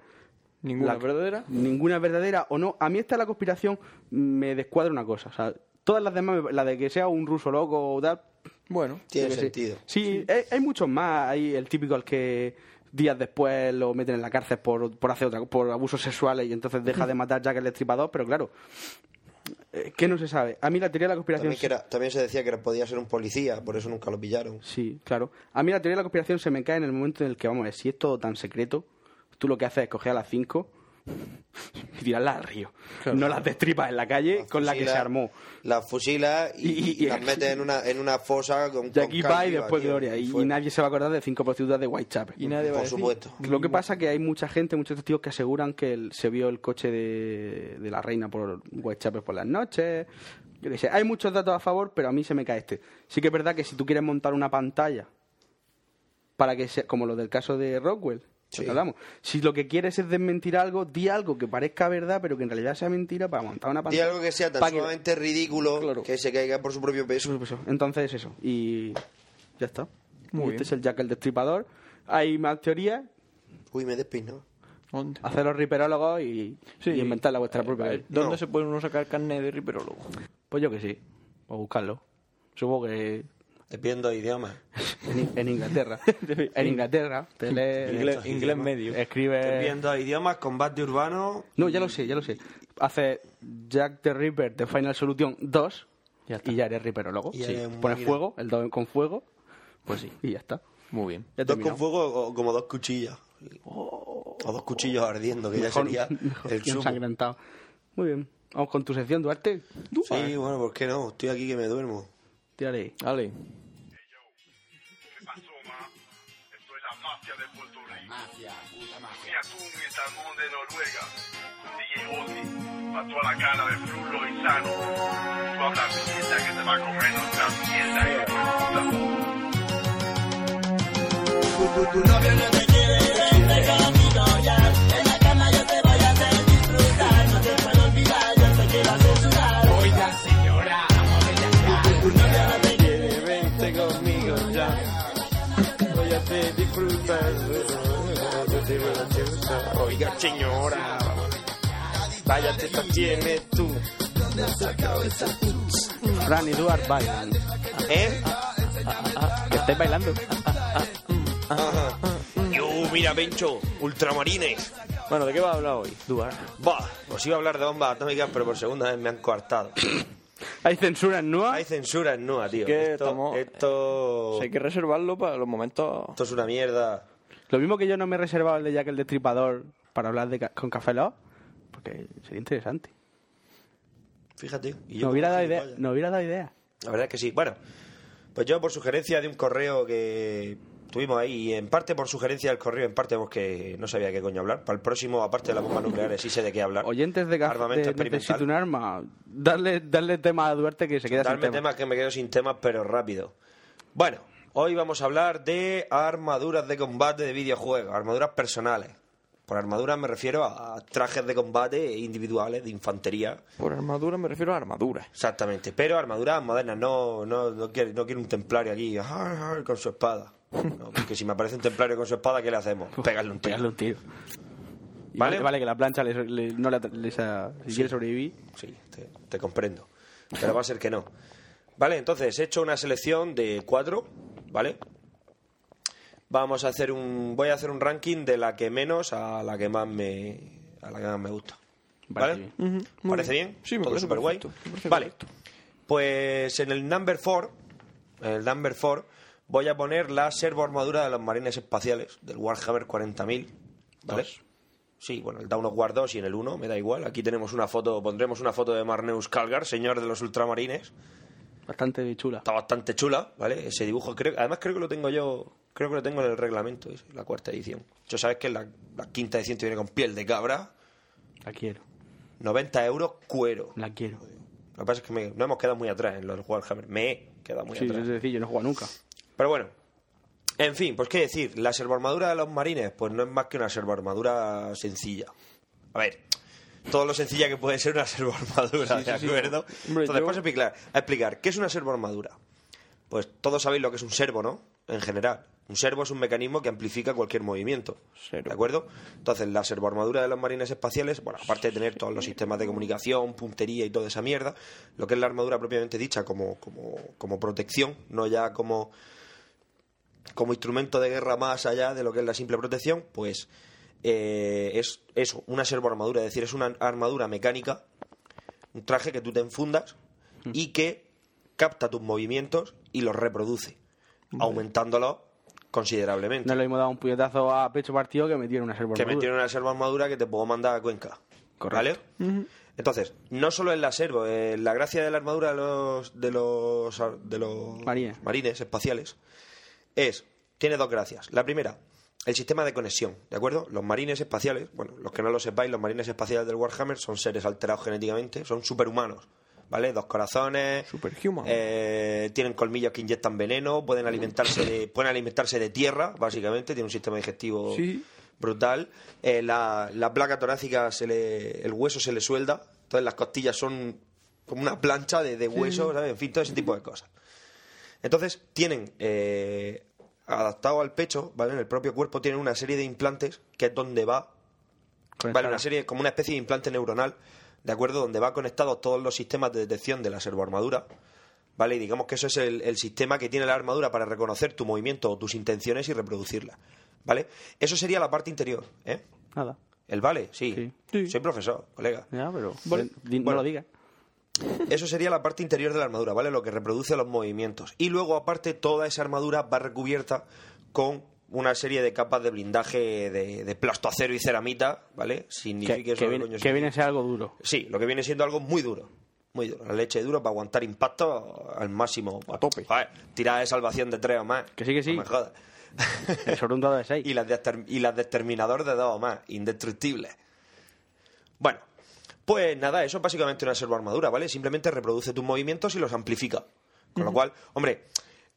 Ninguna La- verdadera. Ninguna verdadera o no. A mí esta la conspiración me descuadra una cosa. O sea, todas las demás, me- la de que sea un ruso loco o tal. Bueno, Tiene yo qué sé. sentido. Sí, Hay, hay muchos más. Hay el típico al que días después lo meten en la cárcel por, por hacer otra, por abusos sexuales y entonces deja de matar Jack el Destripador, pero claro, eh, ¿qué no se sabe? A mí la teoría de la conspiración... También, que era- también se decía que era- podía ser un policía, por eso nunca lo pillaron. Sí, claro. A mí la teoría de la conspiración se me cae en el momento en el que, vamos a ver, si es todo tan secreto, tú lo que haces es coger a las 5 y tirarlas al río. Claro. No las destripas en la calle Las con la que fusila- se armó. Las fusila y, Y- y- las mete en una, en una fosa con. Y con aquí cal va y viva, después tío, Gloria. Y, y fue. nadie se va a acordar de cinco prostitutas de Whitechapel. y nadie va Por a decir. supuesto. Pues Lo que pasa es que hay mucha gente, muchos testigos que aseguran que el- se vio el coche de, de la reina por Whitechapel por las noches. Yo qué sé. Hay muchos datos a favor, pero a mí se me cae este. Sí que es verdad que si tú quieres montar una pantalla para que sea como lo del caso de Rockwell, lo que hablamos. Si lo que quieres es desmentir algo, di algo que parezca verdad, pero que en realidad sea mentira para montar una Di pantalla. algo que sea tan para que- sumamente ridículo Claro. que se caiga por su propio peso. pues eso. Entonces eso. Y ya está. Muy Y bien. este es el Jack el Destripador. Hay más teorías, Uy, me despino. ¿Dónde? Ah, hacer los riperólogos y, Sí. y inventar la vuestra propia. Eh, ¿Dónde No. se puede uno sacar carne de riperólogo? Pues yo que sí, o buscarlo. Supongo que Despiendo de idiomas. en, In- en Inglaterra. en Inglaterra, te lees- Inglés, inglés medio. escribe. a idiomas, combate urbano. No, ya lo sé, ya lo sé. Hace Jack the Ripper de Final Solution 2 Ya está. y ya eres riperólogo. Y ya Sí. eres un Pones máquina. fuego, el 2 con fuego, pues sí, y ya está. Muy bien. Ya he Dos terminado. Oh. con fuego o como dos cuchillas. o dos cuchillos ardiendo, que Mejor- ya sería mejor el que sumo. ensangrentado. Muy bien. Vamos con tu sección, Duarte. Sí, bueno, ¿por qué no? Estoy aquí que me duermo. Tírale. Ale. Oiga, señora, vaya teta tiene tú. Fran y Duarte bailan. ¿Eh? Que estáis bailando. Yo, mira, Bencho, ultramarines. Bueno, ¿de qué va a hablar hoy, Duar? Bah, os iba a hablar de bombas atómicas, pero por segunda vez me han coartado. Hay censura en Nua. Hay censura en NUA, tío. que esto, estamos- eh, esto, hay que reservarlo para los momentos. esto es una mierda. Lo mismo que yo no me he reservado el de Jack el Destripador para hablar de ca- con Café Lock, porque sería interesante. Fíjate. Y yo Nos como hubiera, dado idea, gilipollas. nos hubiera dado idea. La verdad es que sí. Bueno, pues yo por sugerencia de un correo que tuvimos ahí, y en parte por sugerencia del correo, en parte porque no sabía qué coño hablar. Para el próximo, aparte de las bombas nucleares, sí sé de qué hablar. Oyentes de Café Armamento de Necesito un experimental. arma. Darle, darle tema a Duarte que se queda Darme sin tema. temas que me quedo sin temas, pero rápido. Bueno, hoy vamos a hablar de armaduras de combate de videojuegos, armaduras personales. Por armaduras me refiero a trajes de combate individuales, de infantería, Por armadura me refiero a armaduras. Exactamente, pero armaduras modernas, no, no, no, quiero, no quiero un templario aquí ah, ah, con su espada. No, porque si me aparece un templario con su espada, ¿qué le hacemos? Pegarle un tiro. Pegarle un tiro. Y ¿Vale? Vale, vale que la plancha le- le- no la, les ha- si quiere sobrevivir. Sí, te, te comprendo. Pero va a ser que no. Vale, entonces he hecho una selección de cuatro, ¿vale? Vamos a hacer un, voy a hacer un ranking de la que menos a la que más me, a la que más me gusta. ¿Vale? Vale, muy ¿Parece bien. bien? Sí, me Todo parece súper guay. perfecto, me parece Vale. correcto. Pues en el number 4, el number 4, voy a poner la servoarmadura de los marines espaciales del Warhammer 40.000. ¿Vale? Sí, bueno, el Dawn of War 2 y en el 1, me da igual. Aquí tenemos una foto, pondremos una foto de Marneus Calgar, señor de los ultramarines. Bastante chula. Está bastante chula, ¿vale? Ese dibujo, creo, además creo que lo tengo yo, creo que lo tengo en el reglamento, es la cuarta edición. Yo sabes que la, la quinta edición te viene con piel de cabra, La quiero. 90 euros cuero. La quiero. Lo que pasa es que me- no hemos quedado muy atrás en los Warhammer. Me he quedado muy Sí, atrás. es decir, yo no he jugado nunca. Pero bueno. En fin, pues qué decir. La servoarmadura de los marines, pues no es más que una servoarmadura sencilla. A ver, todo lo sencilla que puede ser una servoarmadura, ¿de acuerdo? Hombre, Entonces, yo- vamos a explicar, a explicar. ¿Qué es una servoarmadura? Pues todos sabéis lo que es un servo, ¿no? En general. Un servo es un mecanismo que amplifica cualquier movimiento. Servo. ¿De acuerdo? Entonces, la servoarmadura de los marines espaciales, bueno, aparte de tener todos los sistemas de comunicación, puntería y toda esa mierda, lo que es la armadura propiamente dicha como, como, como protección, no ya como, como instrumento de guerra más allá de lo que es la simple protección, pues eh, es eso, una servoarmadura, es decir, es una armadura mecánica, un traje que tú te enfundas y que capta tus movimientos y los reproduce, aumentándolos considerablemente. No le hemos dado un puñetazo a pecho partido que me tiene una servo que me tiene una servoarmadura que te puedo mandar a Cuenca. Correcto. ¿Vale? Entonces, no solo es la servo, eh, la gracia de la armadura de los, de los, de los Marines. marines espaciales es, tiene dos gracias. La primera, el sistema de conexión, ¿de acuerdo? Los marines espaciales, bueno, los que no lo sepáis, los marines espaciales del Warhammer son seres alterados genéticamente, son superhumanos, ¿vale? Dos corazones, Superhuman. eh, tienen colmillos que inyectan veneno, pueden alimentarse de, pueden alimentarse de tierra, básicamente, tienen un sistema digestivo Sí. brutal. Eh, la, la placa torácica, se le, el hueso se le suelda, entonces las costillas son como una plancha de, de hueso, ¿sabes? En fin, todo ese tipo de cosas. Entonces tienen eh, adaptado al pecho, ¿vale? En el propio cuerpo tienen una serie de implantes que es donde va, vale, una serie como una especie de implante neuronal, ¿de acuerdo? Donde va conectados todos los sistemas de detección de la servoarmadura, ¿vale? Y digamos que eso es el, el sistema que tiene la armadura para reconocer tu movimiento o tus intenciones y reproducirlas, ¿vale? Eso sería la parte interior, ¿eh? Nada. El vale, sí. Sí. Sí. Soy profesor, colega. Ya, pero. eh, Vale. di- No Bueno. lo digas. Eso sería la parte interior de la armadura, ¿vale? Lo que reproduce los movimientos. Y luego, aparte, toda esa armadura va recubierta con una serie de capas de blindaje de, de plastoacero y ceramita, ¿vale? Que, Significa que viene, que viene a ser algo duro. Sí, lo que viene siendo algo muy duro. Muy dura. La leche dura para aguantar impacto al máximo. A tope. Tirada de salvación de tres o más. Que sí, que sí. No me jodas. Sobre un dado de 6. y las de, Exter- y las de Exterminador de dos o más, indestructibles. Bueno, pues nada, eso es básicamente una servoarmadura, ¿vale? Simplemente reproduce tus movimientos y los amplifica. Con lo cual, hombre,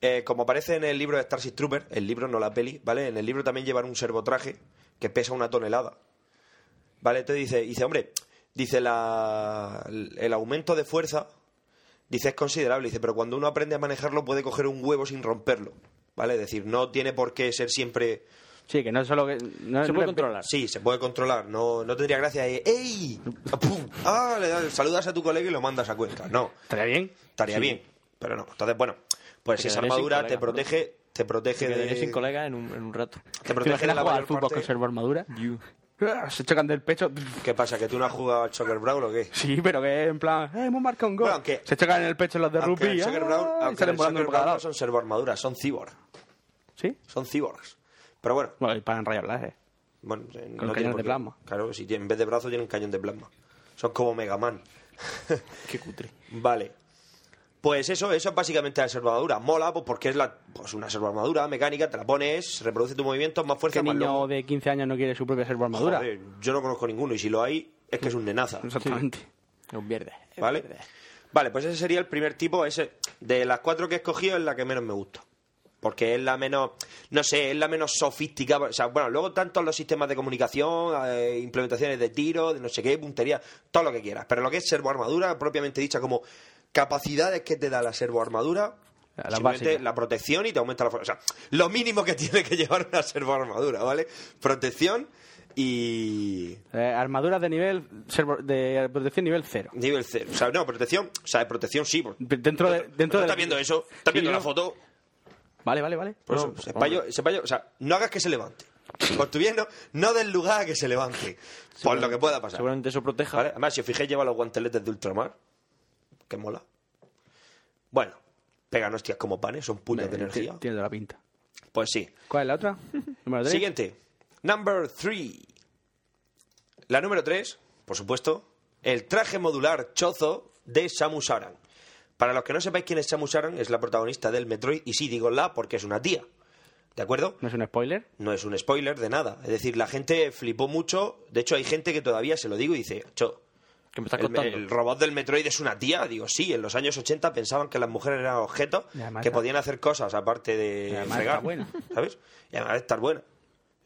eh, como aparece en el libro de Starship Trooper, el libro no la peli, ¿vale? En el libro también llevan un servotraje que pesa una tonelada. ¿Vale? Te dice, dice, hombre, dice la, el aumento de fuerza, dice es considerable, dice, pero cuando uno aprende a manejarlo puede coger un huevo sin romperlo. ¿Vale? Es decir, no tiene por qué ser siempre. Sí, que no es solo que. No, Se no puede es- controlar. Sí, se puede controlar. No, no tendría gracia de. ¡Ey! ¡Pum! ¡Ah! Le das- saludas a tu colega y lo mandas a Cuenca. No, ¿Estaría bien? estaría Sí. bien. Pero no. Entonces, bueno, pues Te esa quedarías sin armadura colega, te protege. Te protege Que de. quedaría sin colegas en un, en un rato. te ¿Te protege de imaginas la jugar al mayor fútbol con parte. servo armadura? Se chocan del pecho. ¿Qué pasa? ¿Que tú no has jugado al Choker Brawl o qué? Sí, pero que en plan, ¡eh, hemos marcado un gol! Bueno, aunque- se chocan en el pecho los de Aunque en rugby. el Shocker Brawl, ¡ah! y aunque en salen el volando Shocker por cada Brawl no lado. son servoarmaduras, son cyborg. ¿Sí? Son cyborgs. Pero bueno, Bueno, y para rayos láser. Bueno, eh, no cañones tiene de por qué. plasma. Claro, si tiene- en vez de brazo tienen cañón de plasma. Son como Mega Man. Qué cutre. Vale. Pues eso, eso es básicamente la servoarmadura. Mola pues porque es la, pues una servoarmadura mecánica, te la pones, reproduce tus movimientos, más fuerza, ¿Qué más niño lomo. de 15 años no quiere su propia servo armadura? Joder, yo no conozco ninguno y si lo hay es que es un nenaza. Exactamente. No pierdes. es ¿Vale? verdad. Vale, pues ese sería el primer tipo. Ese de las cuatro que he escogido es la que menos me gusta. Porque es la menos, no sé, es la menos sofisticada. O sea, bueno, luego tanto los sistemas de comunicación, eh, implementaciones de tiro, de no sé qué, puntería, todo lo que quieras. Pero lo que es servoarmadura, propiamente dicha, como capacidades que te da la servoarmadura, La- la simplemente básica. la protección y te aumenta la fuerza. O sea, lo mínimo que tiene que llevar una servoarmadura, ¿vale? Protección y, Eh, armaduras de nivel. servo- de protección nivel 0. Nivel cero. O sea, no, protección. O sea, de protección sí. por- Dentro de. Dentro ¿No de ¿Estás viendo eso? ¿Estás Sí, viendo la yo- foto? Vale, vale, vale. Por eso, No, pues, Sepallo, Sepallo, o sea, no hagas que se levante. Por tu bien, no, no des lugar a que se levante. Por lo que pueda pasar. Seguramente eso proteja. ¿Vale? Además, si os fijáis, lleva los guanteletes de ultramar. Que mola. Bueno, pegan hostias como panes, son puños de hombre, energía. Tiene toda la pinta. Pues sí. ¿Cuál es la otra? Número 3. Siguiente. Number 3. La número 3, por supuesto, el traje modular chozo de Samus Aran. Para los que no sepáis quién es Samus Aran, es la protagonista del Metroid, y sí digo la porque es una tía. ¿De acuerdo? ¿No es un spoiler? No es un spoiler de nada. Es decir, la gente flipó mucho. De hecho, hay gente que todavía se lo digo y dice, cho, Que me estás el, contando. el robot del Metroid es una tía. Digo, sí, en los años 80 pensaban que las mujeres eran objetos Y además que está- podían hacer cosas aparte de Y además fregar. está buena. ¿Sabes? Y además de estar buena.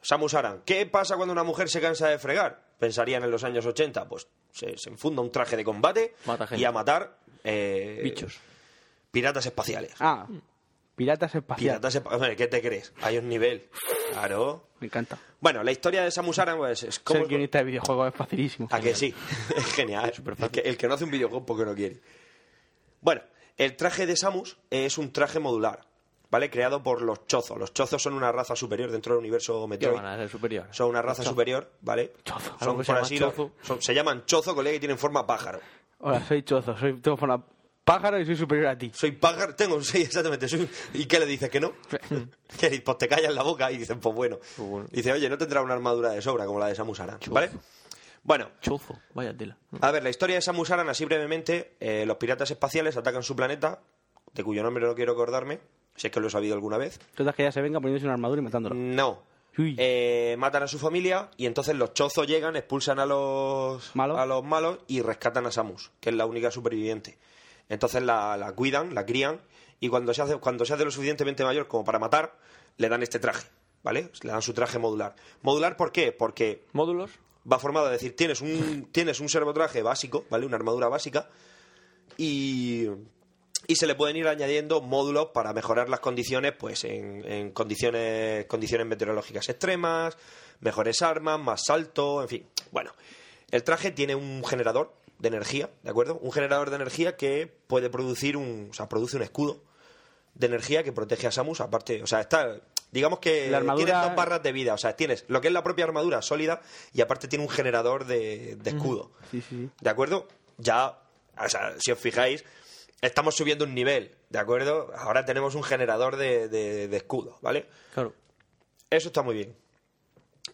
Samus Aran, ¿qué pasa cuando una mujer se cansa de fregar? Pensarían en los años 80. Pues se, se enfunda un traje de combate Mata gente. y a matar eh, Bichos. piratas espaciales. Ah, piratas espaciales. Piratas espa- Hombre, ¿Qué te crees? Hay un nivel. Claro. Me encanta. Bueno, la historia de Samus Aran pues, es como... Ser guionista de videojuegos es facilísimo. ¿A que sí? es genial. El que, el que no hace un videojuego porque no quiere. Bueno, el traje de Samus es un traje modular, ¿vale? Creado por los chozos. Los chozos son una raza superior dentro del universo ¿Qué Metroid. van a ser superior? Son una raza superior, ¿vale? Chozo. Son, Algo que se por llama así lo- chozo. son- se llaman chozo, colega, y tienen forma pájaro. Hola, soy Chozo, soy tengo forma pájaro y soy superior a ti. Soy pájaro, tengo un 6 exactamente. soy un- ¿Y qué le dices que no? que pues te callas la boca y dicen, pues bueno. bueno. Dice, oye, no tendrá una armadura de sobra como la de Samus Aran, ¿vale? Bueno, Chozo. Vaya tela. A ver, la historia de Samus Aran, así brevemente, eh, los piratas espaciales atacan su planeta, de cuyo nombre no quiero acordarme, si es que lo he sabido alguna vez. Entonces que ya se venga poniéndose una armadura y matándola. No. Uy. Eh, matan a su familia y entonces los chozos llegan, expulsan a los ¿Malos? a los malos y rescatan a Samus, que es la única superviviente. Entonces la, la cuidan, la crían y cuando se hace cuando se hace lo suficientemente mayor como para matar, le dan este traje, ¿vale? Le dan su traje modular. Modular ¿por qué? Porque Módulos. va formado, es decir, tienes un, tienes un servotraje básico, ¿vale? Una armadura básica y, y se le pueden ir añadiendo módulos para mejorar las condiciones, pues en, en condiciones, condiciones meteorológicas extremas, mejores armas, más salto, en fin. Bueno, el traje tiene un generador de energía, ¿de acuerdo? Un generador de energía que puede producir un, o sea, produce un escudo de energía que protege a Samus, aparte, o sea, está, digamos que La armadura- tienes dos barras de vida, o sea, tienes lo que es la propia armadura sólida y aparte tiene un generador de, de escudo. Sí, sí, sí. ¿De acuerdo? Ya, o sea, si os fijáis, estamos subiendo un nivel, ¿de acuerdo? Ahora tenemos un generador de, de, de escudo, ¿vale? Claro. Eso está muy bien.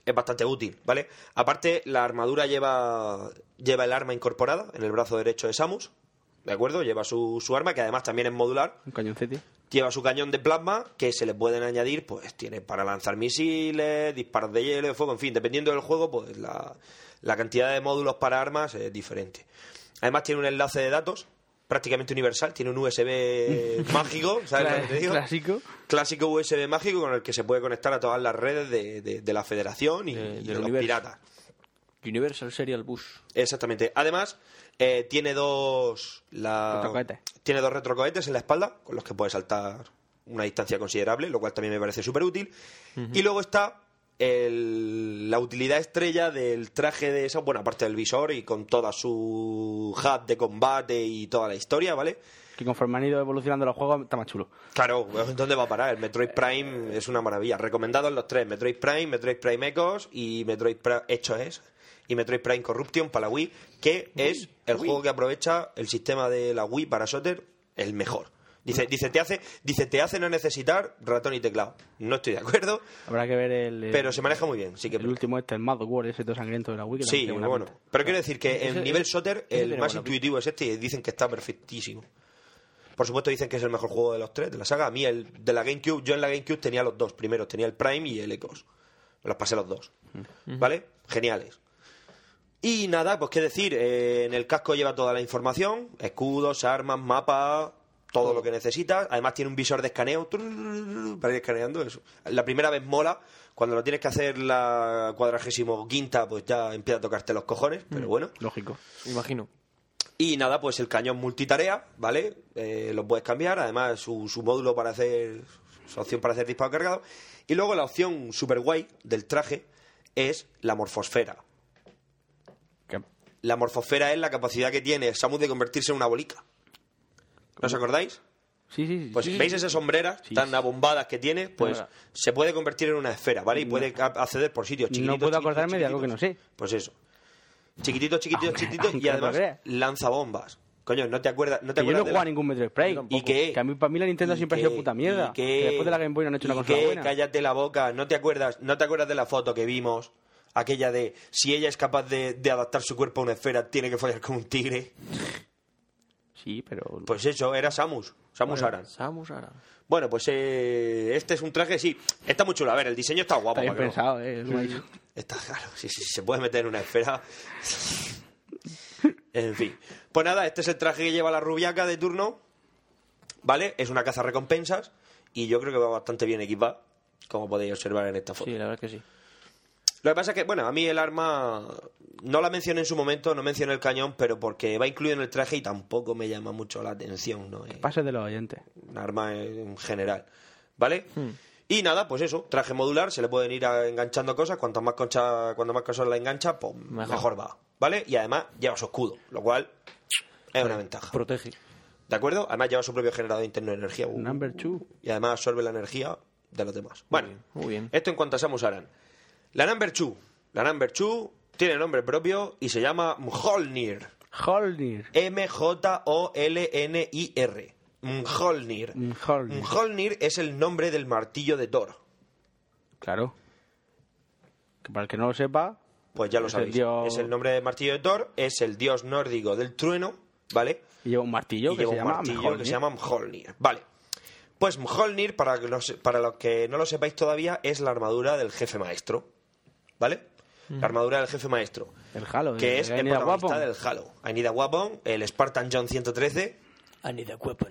Es bastante útil, ¿vale? Aparte, la armadura lleva, lleva el arma incorporada en el brazo derecho de Samus, ¿de acuerdo? Lleva su, su arma, que además también es modular. Un cañoncete. Lleva su cañón de plasma, que se le pueden añadir, pues tiene para lanzar misiles, disparos de hielo, de fuego, en fin, dependiendo del juego, pues la, la cantidad de módulos para armas es diferente. Además tiene un enlace de datos prácticamente universal, tiene un USB mágico, ¿sabes lo que te digo? Clásico. Clásico USB mágico con el que se puede conectar a todas las redes de, de- de la Federación y, De- y del de los universo. piratas. Universal Serial Bus. Exactamente. Además, eh, tiene dos. la- Retrocohetes. Tiene dos retrocohetes en la espalda, con los que puede saltar una distancia considerable, lo cual también me parece súper útil. Y luego está el- la utilidad estrella del traje de esa, bueno, aparte del visor y con toda su hat de combate y toda la historia, ¿vale? Que conforme han ido evolucionando los juegos, está más chulo. Claro, pues, ¿dónde va a parar? El Metroid Prime es una maravilla. Recomendados los tres: Metroid Prime, Metroid Prime Echoes y Metroid Prime Hecho es. Y Metroid Prime Corruption para la Wii, que es el juego que aprovecha el sistema de la Wii para Soter el mejor. Dice, dice, te hace, dice, te hace no necesitar ratón y teclado. No estoy de acuerdo, Habrá que ver el. eh, pero se maneja muy bien. Sí, que El último este, el Mad War, ese todo sangriento de la Wii. que Sí, también tiene muy bueno. buena pinta. Pero quiero decir que en Ese- nivel ese- Soter ese el tiene más buena pinta. intuitivo es este y dicen que está perfectísimo. Por supuesto dicen que es el mejor juego de los tres de la saga. A mí el de la GameCube, yo en la GameCube tenía los dos primeros, tenía el Prime y el Echoes. Me los pasé los dos. ¿Vale? Geniales. Y nada, pues qué decir, eh, en el casco lleva toda la información, escudos, armas, mapas, todo lo que necesitas. Además tiene un visor de escaneo trrrrrrr, para ir escaneando eso. La primera vez mola, cuando lo tienes que hacer la cuadragésimo quinta, pues ya empieza a tocarte los cojones, pero bueno. Lógico. Me imagino. Y nada, pues el cañón multitarea, ¿vale? Eh, lo puedes cambiar, además su, su módulo para hacer, su opción para hacer disparo cargado. Y luego la opción super guay del traje es la morfosfera. Que- La morfosfera es la capacidad que tiene Samus de convertirse en una bolica. ¿No os acordáis? Sí, sí, sí. Pues sí, sí, veis sí. esas sombreras Sí, tan sí. abombadas que tiene, pues verdad. se puede convertir en una esfera, ¿vale? Y puede a- acceder por sitios chiquititos. puedo chiquititos, acordarme de algo que no sé. chiquititos. Pues eso. Chiquititos, chiquititos, Aunque- chiquititos aunque y no además lo creas. lanza bombas. Coño, no te acuerdas, no te Que yo no acuerdas he de jugado a la- ningún Metroid Prime. ¿Y qué? Que a mí, para mí la Nintendo siempre ha sido puta mierda. ¿Y qué? Que después de la Game Boy no han hecho una ¿Y consola qué? buena. Cállate la boca, ¿no te acuerdas? ¿No te acuerdas de la foto que vimos? Aquella de si ella es capaz de, de adaptar su cuerpo a una esfera, tiene que follar con un tigre. Sí, pero. Pues eso, era Samus, Samus Aran. Samus Aran. Bueno, pues eh, este es un traje, sí, está muy chulo. A ver, el diseño está guapo. Está bien para que no- pensado, eh. lo ha dicho. Está claro, sí, sí, sí, se puede meter en una esfera. en fin. Pues nada, este es el traje que lleva la rubiaca de turno. ¿Vale? Es una caza recompensas. Y yo creo que va bastante bien equipada, como podéis observar en esta foto. Sí, la verdad es que sí. Lo que pasa es que, bueno, a mí el arma no la mencioné en su momento, no mencioné el cañón, pero porque va incluido en el traje y tampoco me llama mucho la atención, ¿no? Eh, Pases de los oyentes. un arma en general. ¿Vale? Hmm. Y nada, pues eso, traje modular, se le pueden ir a- enganchando cosas, cuantas más concha, cuanto más cosas la engancha, pues mejor. va. ¿Vale? Y además lleva su escudo, lo cual es una ventaja. Protege. ¿De acuerdo? Además lleva su propio generador interno de energía. Uh, Number two. y además absorbe la energía de los demás. Bueno, muy bien. Eh. esto en cuanto a Samus Aran. La Number Chu. La Number Chu tiene nombre propio y se llama Mjolnir. Holnir. M-J-O-L-N-I-R. Mjolnir. Mm. Mjolnir. Mjolnir es el nombre del martillo de Thor. Claro. Que para el que no lo sepa, Pues ya lo Es el sabéis. dios- Es el nombre del martillo de Thor, es el dios nórdico del trueno, ¿vale? lleva un martillo y que lleva se un llama. martillo Mjolnir. que se llama Mjolnir. Vale. Pues Mjolnir, para, que los- para los que no lo sepáis todavía, es la armadura del jefe maestro. ¿Vale? Mm. La armadura del jefe maestro. El Halo. Que es el Gainer protagonista Weapon. del Halo. Anida Weapon, el Spartan John 113. I need a weapon.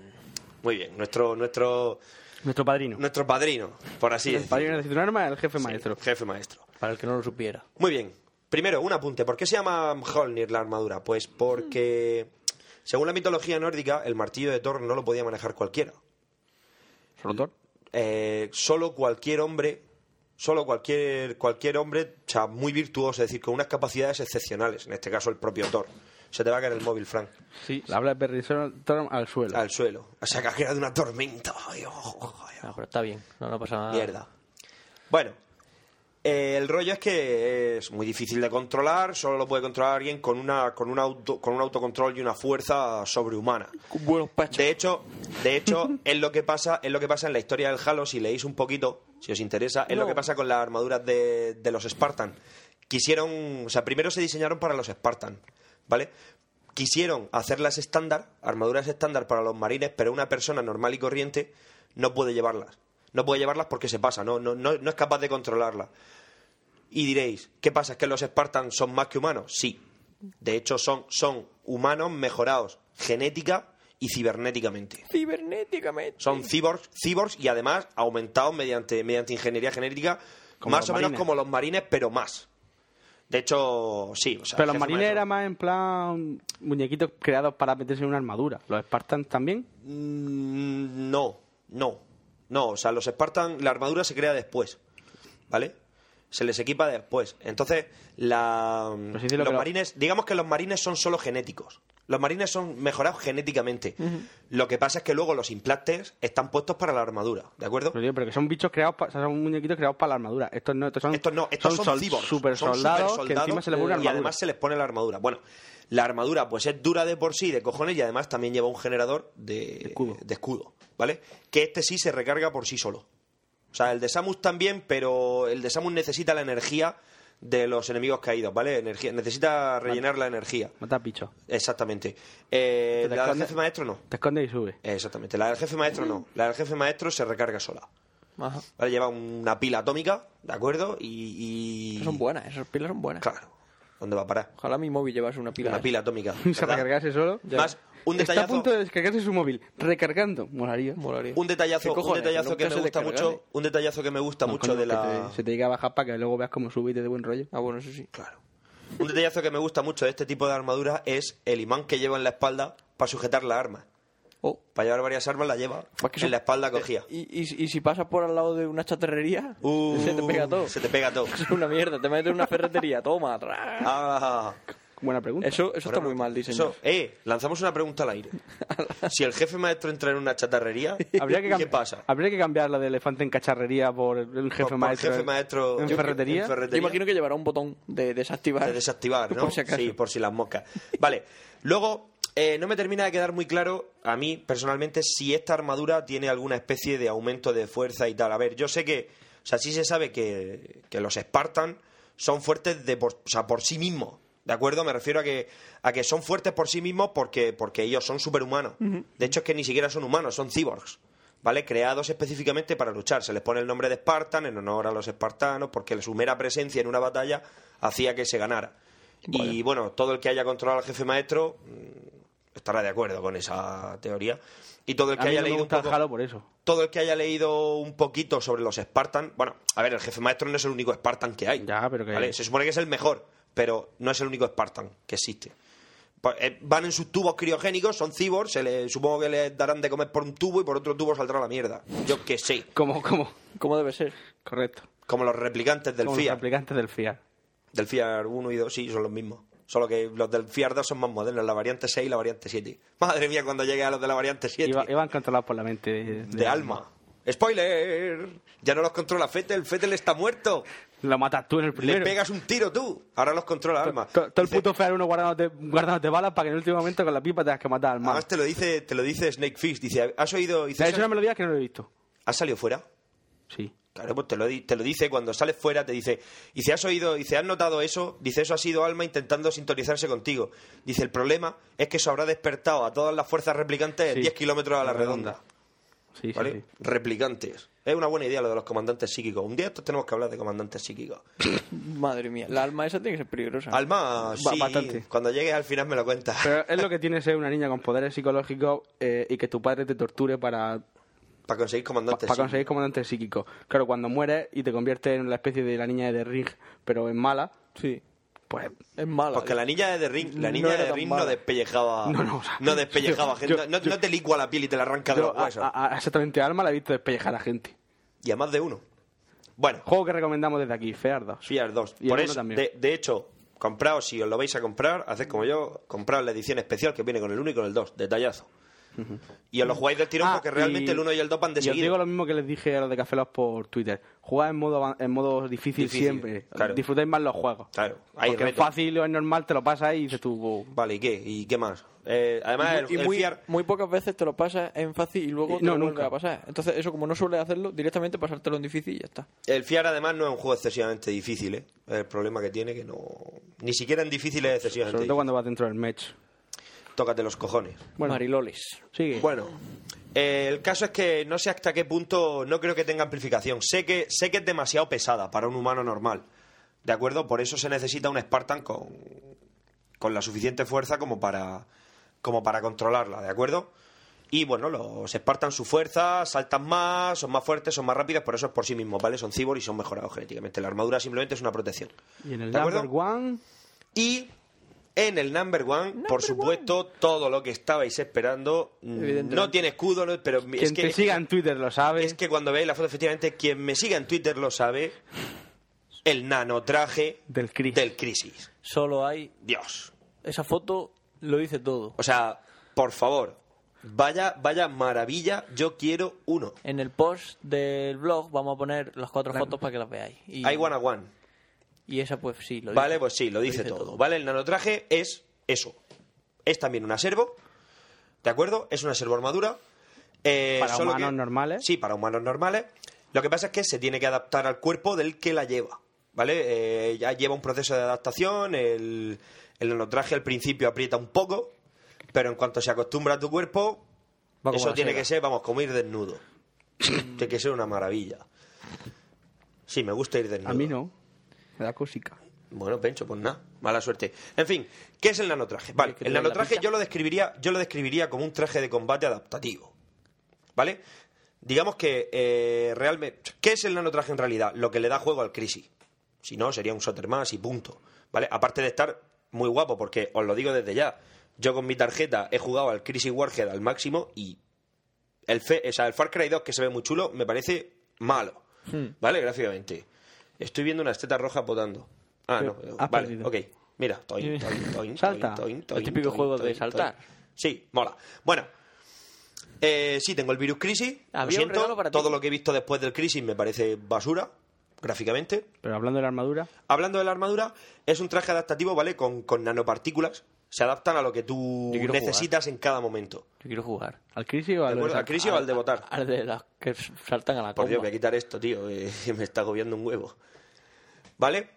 Muy bien, nuestro, nuestro, Nuestro padrino. nuestro padrino, por así el decirlo. padrino necesita un arma, el jefe Sí, maestro. Jefe maestro. Para el que no lo supiera. Muy bien. Primero, un apunte. ¿Por qué se llama Mjolnir la armadura? Pues porque, según la mitología nórdica, el martillo de Thor no lo podía manejar cualquiera. Rotor. Eh, solo cualquier hombre, solo cualquier, cualquier hombre, o sea, muy virtuoso, es decir, con unas capacidades excepcionales. En este caso, el propio Thor. Se te va a caer el móvil, Frank, Sí. La habla de Perry Storm al suelo. al suelo. O sea, que ha creado una tormenta. Ay, oh, ojo, ojo, Ah, pero está bien. No, no pasa nada. Mierda. Bueno, eh, el rollo es que es muy difícil de controlar, solo lo puede controlar alguien con, una, con, un, auto, con un autocontrol y una fuerza sobrehumana. Con buenos pechos. De hecho, de hecho es, lo que pasa, es lo que pasa en la historia del Halo, si leéis un poquito, si os interesa, es lo que pasa con las armaduras de, de los Spartan. Quisieron, o sea, primero se diseñaron para los Spartan, ¿vale? quisieron hacerlas estándar, armaduras estándar para los marines, pero una persona normal y corriente no puede llevarlas. No puede llevarlas porque se pasa, no, no, no, no es capaz de controlarlas. Y diréis, ¿qué pasa? ¿Es que los Spartans son más que humanos? Sí. De hecho, son, son humanos mejorados genética y cibernéticamente. Cibernéticamente. Son cyborgs, cyborgs y además aumentados mediante, mediante ingeniería genética, Como más los o menos marines. como los marines, pero más. De hecho, sí. o sea, Pero el los jefe marines maestro- era más en plan muñequitos creados para meterse en una armadura. ¿Los Spartans también? Mm, No, no, no. O sea, los Spartans, la armadura se crea después, ¿vale? Se les equipa después. Entonces, la, Pues sí, sí, lo los que lo- marines, digamos que los marines son solo genéticos. Los marines son mejorados genéticamente. Lo que pasa es que luego los implantes están puestos para la armadura, ¿de acuerdo? Pero, tío, pero que son bichos creados, pa- o sea, son muñequitos creados para la armadura. Estos no, estos son, Estos no, estos son, sol- cyborgs, super son soldados que supersoldados encima se les pone una y armadura. además se les pone la armadura. Bueno, la armadura pues es dura de por sí, de cojones, y además también lleva un generador de Escudo. de escudo, ¿vale? Que este sí se recarga por sí solo. O sea, el de Samus también, pero el de Samus necesita la energía de los enemigos caídos, ¿vale? Energía, necesita rellenar la energía. Matas bichos. Exactamente. Eh, Te la del esconde- jefe maestro no. Te escondes y subes. Exactamente. La del jefe maestro no. La del jefe maestro se recarga sola. Ajá. ¿Vale? Lleva una pila atómica, ¿de acuerdo? Y. y- Son buenas, esas pilas son buenas. Claro. ¿Dónde va a parar? Ojalá mi móvil llevase una pila. ¿eh? Una de pila atómica. Se ¿verdad? recargase solo. Más, un Está a detallazo, punto de descargarse su móvil. Recargando. Molaría. esas. Molaría. un detallazo, ¿Qué un cojones? detallazo que Nunca me se gusta descargan, mucho, ¿eh? un detallazo que me gusta No, mucho coño, de que la te- se te llega a bajar para que luego veas cómo sube y te dé buen rollo. Ah, bueno, eso sí. Claro. Un detallazo que me gusta mucho de este tipo de armadura es el imán que lleva en la espalda para sujetar la arma. Oh. Para llevar varias armas la lleva Pues que en son- la espalda cogía. Y, y, y si pasas por al lado de una chatarrería, Uh, se te pega todo. Se te pega todo. Es una mierda, te metes en una ferretería, toma, atrás. Ah, Buena pregunta. Eso, eso está muy mal diseñado. eso, eh, lanzamos una pregunta al aire. Si el jefe maestro entra en una chatarrería, Habría que ¿qué cambi- pasa? Habría que cambiar la de elefante en cacharrería por el jefe Por- por maestro. jefe maestro en yo- ferretería. en Yo imagino que llevará un botón de desactivar. de desactivar, ¿no? Por si acaso. Sí, por si las moscas. Vale. Luego, eh, no me termina de quedar muy claro, a mí personalmente, si esta armadura tiene alguna especie de aumento de fuerza y tal. A ver, yo sé que, o sea, sí se sabe que, que los Spartan son fuertes de por, o sea, por sí mismos. ¿De acuerdo? Me refiero a que, a que son fuertes por sí mismos porque, porque ellos son superhumanos. De hecho, es que ni siquiera son humanos, son cyborgs. ¿Vale? Creados específicamente para luchar. Se les pone el nombre de Spartan en honor a los espartanos porque su mera presencia en una batalla hacía que se ganara. Y bueno, todo el que haya controlado al jefe maestro mm, estará de acuerdo con esa teoría. Y todo el A que mí haya no me leído un gusta el poco- Halo por eso. todo el que haya leído un poquito sobre los Spartan, bueno, a ver, el jefe maestro no es el único Spartan que hay. Ya, pero que- ¿vale? Se supone que es el mejor, pero no es el único Spartan que existe. Pa- eh, Van en sus tubos criogénicos, son cyborgs, se le- supongo que les darán de comer por un tubo y por otro tubo saldrá la mierda. Yo que sé, Como, como. ¿Cómo debe ser? Correcto. como los replicantes del como los FIAR. aplicantes del FIAR. Del FIAR 1 y 2, sí, son los mismos. Solo que los del FIAR 2 son más modernos, la variante 6 y la variante 7. Madre mía, cuando llegue a los de la variante 7. Iba- Iban controlados por la mente de, de alma. ¡Spoiler! Ya no los controla Fettel, Fettel está muerto. Lo matas tú en el primero. Le pegas un tiro tú. Ahora los controla Alma. To- Todo el Dice- puto FEAR uno guardándote, guardándote balas para que en el último momento con la pipa tengas que matar al mal. Además te lo dice, te lo dice Snakefish. Dice, ¿has oído? Dice, De hecho, una melodía que no lo he visto. ¿Has salido fuera? Sí. Claro, pues te lo, di- te lo dice cuando sales fuera, te dice, dice, has oído, dice, has notado eso, dice, eso ha sido Alma intentando sintonizarse contigo. Dice, el problema es que eso habrá despertado a todas las fuerzas replicantes en Sí. 10 kilómetros a la La redonda. redonda. Sí, sí, ¿vale? sí. Replicantes. Es una buena idea lo de los comandantes psíquicos. Un día estos tenemos que hablar de comandantes psíquicos. Madre mía, la alma esa tiene que ser peligrosa. Alma, Ba- sí, bastante. cuando llegues al final me lo cuentas. Pero es lo que tiene ser una niña con poderes psicológicos eh, y que tu padre te torture para, Para conseguir comandantes. para sí. conseguir comandante psíquico. Claro, cuando mueres y te conviertes en la especie de la niña de The Ring, pero en mala, Sí, pues es mala. Porque la niña de The Ring, la No niña era de The tan Ring no mala. despellejaba. No, no, o sea, despellejaba yo- gente. yo- no, yo- no te licua la piel y te la arranca de yo los a- huesos. a- a- exactamente a Alma la he visto despellejar a gente. Y a más de uno. Bueno, Juego que recomendamos desde aquí, Fear 2. Fear 2. Y Por alguno eso, también. de, de hecho, compraos, si os lo vais a comprar, haced como yo, comprad la edición especial que viene con el 1 y con el 2. Detallazo. Y os lo jugáis del tirón Ah, porque realmente y- el 1 y el 2 van de y os digo seguido. lo mismo que les dije a los de Café Lock por Twitter. Jugad en modo, avan- en modo difícil, Difícil, siempre. claro. Disfrutáis más los juegos. Claro, hay Porque es retos. fácil o es normal, te lo pasas y dices tú... "Oh". Vale, ¿y qué? ¿Y qué más? Eh, además, y, el, muy, el Fear- muy pocas veces te lo pasas en fácil y luego Eh, te no, lo vuelve nunca. a pasar. Entonces, eso como no suele hacerlo, directamente pasártelo en difícil y ya está. El FIAR además no es un juego excesivamente difícil, ¿eh? El problema que tiene que no... Ni siquiera en difícil es excesivamente Sobre todo difícil. cuando vas dentro del match. Tócate los cojones. Mariloles. Sigue. Bueno, eh, el caso es que no sé hasta qué punto no creo que tenga amplificación. Sé que, sé que es demasiado pesada para un humano normal. ¿De acuerdo? Por eso se necesita un Spartan con, con la suficiente fuerza como para, como para controlarla, ¿de acuerdo? Y bueno, los Spartan su fuerza, saltan más, son más fuertes, son más rápidos, por eso es por sí mismos, ¿vale? Son cibor y son mejorados genéticamente. La armadura simplemente es una protección. Y en el ¿De acuerdo? number one, Y en el number one, por supuesto, todo lo que estabais esperando. mm, Evidentemente. No tiene escudo, no- pero quien es que, te siga en Twitter lo sabe. es que cuando veáis la foto, efectivamente, quien me siga en Twitter lo sabe. El nanotraje Del Chris. Del crisis. Solo hay. Dios. Esa foto lo dice todo. O sea, por favor, vaya, vaya maravilla, yo quiero uno. En el post del blog vamos a poner las cuatro fotos para que las veáis. Y, Hay one a one. y esa, pues sí, lo dice. Vale, pues sí, lo dice, todo. Vale, el nanotraje es eso. Es también un acervo, ¿de acuerdo? Es una acervo armadura. eh, Para solo humanos que- normales. Sí, para humanos normales. Lo que pasa es que se tiene que adaptar al cuerpo del que la lleva, ¿vale? Eh, ya lleva un proceso de adaptación, el, el nanotraje al principio aprieta un poco, pero en cuanto se acostumbra a tu cuerpo, Va como eso la tiene seda. que ser, vamos, como ir desnudo. tiene que ser una maravilla. Sí, me gusta ir desnudo. A mí no. Me da cosica. Bueno, Pencho, pues nada, mala suerte. En fin, ¿qué es el nanotraje? Vale, ¿Quieres que te el dé la nanotraje pista? yo lo describiría, yo lo describiría como un traje de combate adaptativo. ¿Vale? Digamos que realmente. ¿Qué es el nanotraje en realidad? Lo que le da juego al crisis. Si no, sería un soter más y punto. ¿Vale? Aparte de estar muy guapo, porque os lo digo desde ya. Yo con mi tarjeta he jugado al Crisis Warhead al máximo y el, Fe- o sea, el Far Cry 2, que se ve muy chulo, me parece malo. Hmm. ¿Vale? Gráficamente. Estoy viendo unas tetas rojas potando. Ah, no. Pero eh, has vale, perdido. ok. Mira. Toin, toin, toin, Salta. toin, toin, Los toin, típicos toin, juegos de toin, toin. saltar. Sí, mola. Bueno. eh, sí, tengo el virus crisis. Había Lo un siento. regalo para ti. Todo lo que he visto después del crisis me parece basura, gráficamente. Pero hablando de la armadura, Hablando de la armadura, es un traje adaptativo, ¿vale? Con, con nanopartículas. Se adaptan a lo que tú Yo quiero necesitas en cada momento. Yo quiero jugar. ¿al crisis o ¿De al acuerdo? ¿Al crisis o al de votar? Al de las que saltan a la Por Dios, voy comba. a quitar esto, tío. eh, que me está agobiando un huevo. ¿Vale?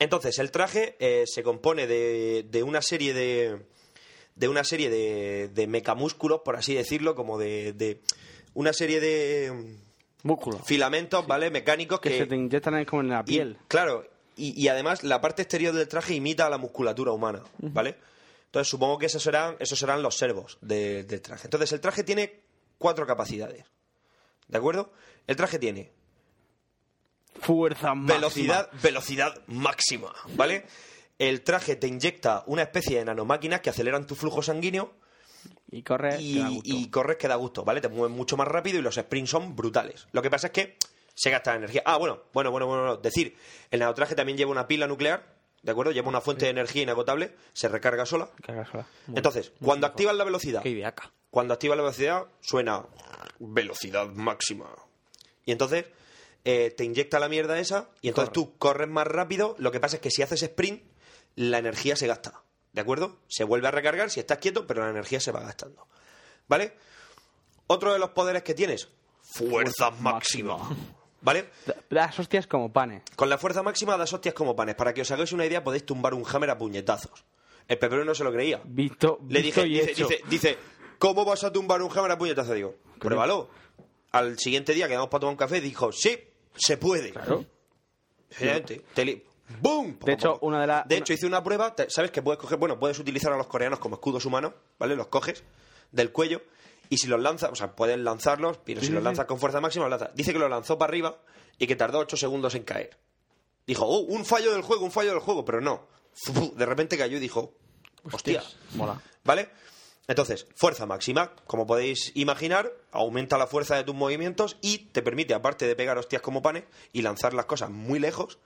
Entonces, el traje eh, se compone de, de una serie de. de una serie de, de mecamúsculos, por así decirlo, como de. de una serie de Músculo. filamentos, ¿vale? Mecánicos que que. se te inyectan en- como en la y- piel? claro, y, y además la parte exterior del traje imita a la musculatura humana, ¿vale? Entonces supongo que esos serán, esos serán los servos de- del traje. Entonces el traje tiene cuatro capacidades, ¿de acuerdo? El traje tiene Fuerza máxima. velocidad, velocidad máxima, ¿vale? El traje te inyecta una especie de nanomáquinas que aceleran tu flujo sanguíneo Y corre. te da y, gusto. y corres que da gusto, ¿vale? Te mueven mucho más rápido y los sprints son brutales. Lo que pasa es que se gasta energía. Ah, bueno, bueno, bueno, bueno, bueno. Decir, el nanotraje también lleva una pila nuclear, ¿de acuerdo? Lleva una fuente de energía inagotable, se recarga sola. Carga sola. Entonces, cuando activas la velocidad, Qué ideaca. cuando activas la velocidad, suena velocidad máxima. Y entonces eh, te inyecta la mierda esa y entonces tú corres más rápido. Lo que pasa es que si haces sprint, la energía se gasta. ¿De acuerdo? Se vuelve a recargar si estás quieto, pero la energía se va gastando. ¿Vale? Otro de los poderes que tienes, fuerza, Fuerza máxima. máxima. ¿Vale? Da- Das hostias como panes. Con la fuerza máxima das hostias como panes. Para que os hagáis una idea, podéis tumbar un hammer a puñetazos. El Pepe no se lo creía. Visto, Le visto dije, y dice, hecho. dice, dice, ¿cómo vas a tumbar un hammer a puñetazo? Digo, pruébalo. Al siguiente día quedamos para tomar un café, dijo, sí, se puede. Claro. Efectivamente. Te li- ¡Bum! De hecho, una de las- De una- hecho, hice una prueba, te- ¿sabes que puedes coger? Bueno, puedes utilizar a los coreanos como escudos humanos, ¿vale? Los coges del cuello y si los lanzas, o sea, puedes lanzarlos, pero si Sí, los sí, lanzas con fuerza máxima, los lanzas. Dice que lo lanzó para arriba y que tardó 8 segundos en caer. Dijo, oh, un fallo del juego, un fallo del juego, pero no. De repente cayó y dijo, hostia. Mola. ¿Vale? Entonces, fuerza máxima, como podéis imaginar, aumenta la fuerza de tus movimientos y te permite, aparte de pegar hostias como panes y lanzar las cosas muy lejos,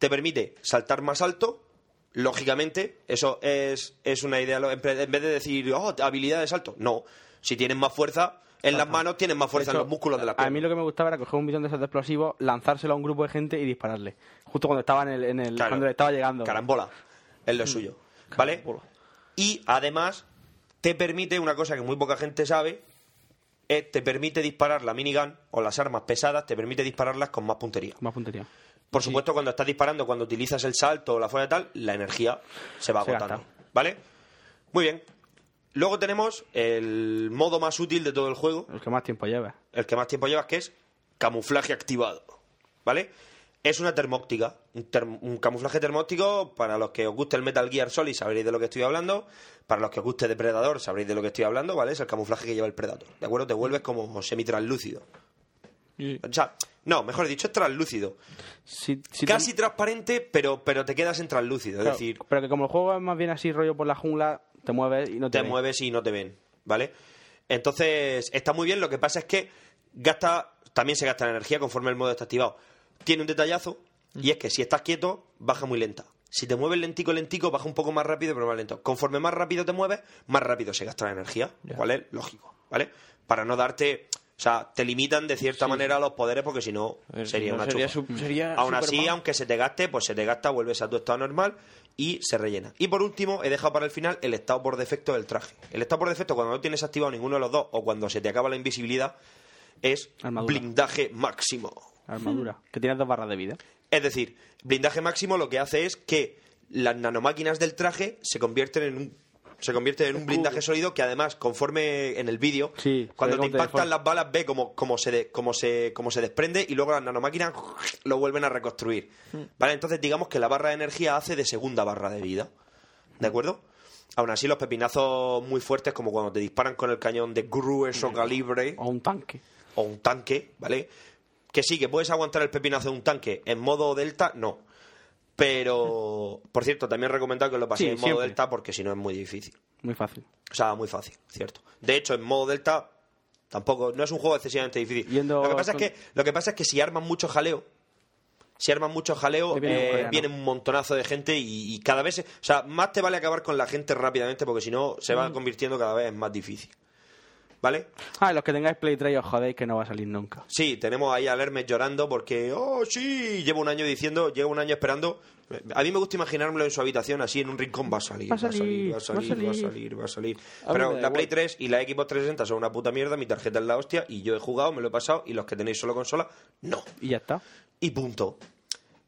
te permite saltar más alto. Lógicamente, eso es, es una idea. lo- En pre- en vez de decir, oh, habilidad de salto, no. Si tienes más fuerza en las manos, tienes más fuerza en hecho, los músculos de la A pierna. mí lo que me gustaba era coger un millón de esos de explosivos, lanzárselo a un grupo de gente y dispararle. Justo cuando estaba en el, en el Claro. cuando le estaba llegando. Mm. Carambola. Es lo suyo. ¿Vale? Y además, te permite una cosa que muy poca gente sabe. Es, te permite disparar la minigun o las armas pesadas, te permite dispararlas con más puntería. Más puntería. Por supuesto, cuando estás disparando, cuando utilizas el salto o la fuerza y tal, la energía se va Se agotando. gasta. ¿Vale? Muy bien. Luego tenemos el modo más útil de todo el juego, El que más tiempo lleva. el que más tiempo llevas, que es camuflaje activado. ¿Vale? Es una termóptica, un, term- un camuflaje termóptico para los que os guste el Metal Gear Solid sabréis de lo que estoy hablando, para los que os guste Depredador sabréis de lo que estoy hablando, ¿vale? Es el camuflaje que lleva el Predator, ¿de acuerdo? Te vuelves como semi-translúcido. Y- O sea, no, mejor dicho, es translúcido. Si- si te- Casi transparente, pero, pero te quedas en translúcido, es Claro, decir, Pero que como el juego es más bien así, rollo por la jungla, te mueves y no te, te ven. mueves y no te ven, ¿vale? Entonces, está muy bien, lo que pasa es que gasta, también se gasta la energía conforme el modo está activado. Tiene un detallazo, Mm. y es que si estás quieto, baja muy lenta. Si te mueves lentico, lentico, baja un poco más rápido, pero más lento. Conforme más rápido te mueves, más rápido se gasta la energía, Ya. ¿cuál es? Lógico, ¿vale? Para no darte... O sea, te limitan de cierta manera los poderes porque si no A ver, sería Eh, no una sería chufa. su- sería Aún así, Superman. aunque se te gaste, pues se te gasta, vuelves a tu estado normal y se rellena. Y por último, he dejado para el final el estado por defecto del traje. El estado por defecto, cuando no tienes activado ninguno de los dos o cuando se te acaba la invisibilidad, es Armadura. blindaje máximo. Armadura. Que tienes dos barras de vida. Es decir, blindaje máximo lo que hace es que las nanomáquinas del traje se convierten en un se convierte en un blindaje sólido que además conforme en el vídeo Sí, se cuando te ve cómo te impactan deforma. las balas ve como, como se de- como se como se desprende y luego las nanomáquinas lo vuelven a reconstruir vale entonces digamos que la barra de energía hace de segunda barra de vida de acuerdo aún así los pepinazos muy fuertes como cuando te disparan con el cañón de grueso calibre O un tanque. o un tanque, ¿vale? Que sí, que puedes aguantar el pepinazo de un tanque. En modo delta, no. Pero, por cierto, también he recomendado que lo paséis Sí, en modo siempre. delta porque si no es muy difícil. Muy fácil. O sea, muy fácil, cierto. De hecho, en modo delta tampoco, no es un juego excesivamente difícil. Yendo lo, que pasa con- es que, lo que pasa es que si arman mucho jaleo, si arman mucho jaleo, Te viene un eh, coreano. viene un montonazo de gente y, y cada vez, se- o sea, más te vale acabar con la gente rápidamente porque si no se Mm. va convirtiendo cada vez en más difícil. ¿Vale? Ah, y los que tengáis Play 3 os jodéis que no va a salir nunca. Sí, tenemos ahí al Hermes llorando porque, oh, sí, llevo un año diciendo, llevo un año esperando. A mí me gusta imaginármelo en su habitación, así en un rincón, va a salir, va a salir, va a salir, va a salir, va a salir. A mí me Pero da la Play igual. 3 y la Xbox 360 son una puta mierda, mi tarjeta es la hostia y yo he jugado, me lo he pasado y los que tenéis solo consola, no. Y ya está. Y punto.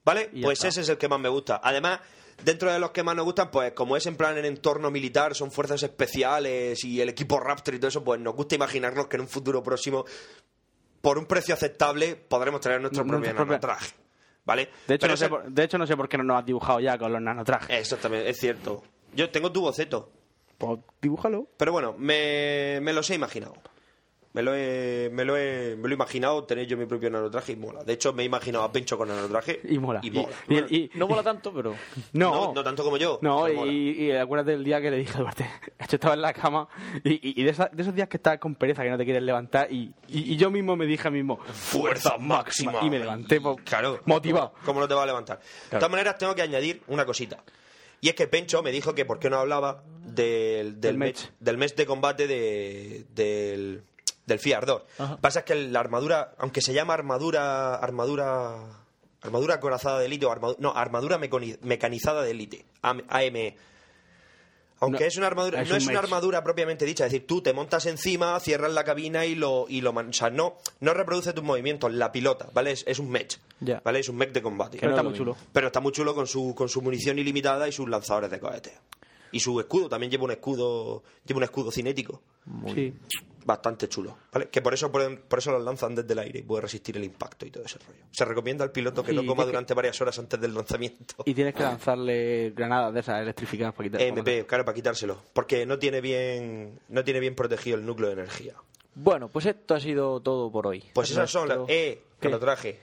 ¿Vale? Y ya pues está. ese es el que más me gusta. Además, dentro de los que más nos gustan, pues como es en plan en entorno militar, son fuerzas especiales y el equipo Raptor y todo eso, pues nos gusta imaginarnos que en un futuro próximo, por un precio aceptable, podremos tener nuestro Nuestro propio propio- nanotraje. ¿Vale? De hecho, Pero Eh. no sé ese- por, de hecho, no sé por qué no nos has dibujado ya con los nanotrajes. Eso también es cierto. Yo tengo tu boceto. Pues dibújalo. Pero bueno, me, me los he imaginado. Me lo he, me lo he, me lo he imaginado tener yo mi propio nanotraje y mola. De hecho, me he imaginado a Pencho con nanotraje Y mola. Y mola. Y- y- No mola tanto, pero. no, No, no tanto como yo. No, pero y, mola. y acuérdate del día que le dije a Duarte, yo estaba en la cama y, y- y de, esa- de esos días que estás con pereza, que no te quieres levantar y, y- y yo mismo me dije a mí mismo, fuerza máxima. Y me levanté, pues, Claro. motivado. ¿Cómo no te va a levantar? De todas maneras, tengo que añadir una cosita. Y es que Pencho me dijo que por qué no hablaba del, del, Del mes, match. del mes de combate de, del, del Fiardor. Lo que pasa es que la armadura, aunque se llama armadura. Armadura. Armadura acorazada de élite o armadura. No, armadura meconi- mecanizada de élite. AM- AME. Aunque No, es una armadura, es no un es una mech. armadura propiamente dicha, es decir, tú te montas encima, cierras la cabina y lo, y lo man- o sea, no, no reproduce tus movimientos, la pilota, ¿vale? Es, es un mech, Ya. ¿vale? Es un mech de combate. Pero está muy chulo. Pero está muy chulo con su, con su munición ilimitada y sus lanzadores de cohetes. Y su escudo, también lleva un escudo, lleva un escudo cinético, Sí. bastante chulo, ¿vale? Que por eso pueden- por eso los lanzan desde el aire y puede resistir el impacto y todo ese rollo. Se recomienda al piloto que Y lo coma tiene que- durante varias horas antes del lanzamiento. Y tienes que lanzarle granadas de esas electrificadas para quitar. MP, claro, para quitárselo, porque no tiene bien no tiene bien protegido el núcleo de energía. Bueno, pues esto ha sido todo por hoy. Pues esas son las. Nuestro- Eh, que lo traje.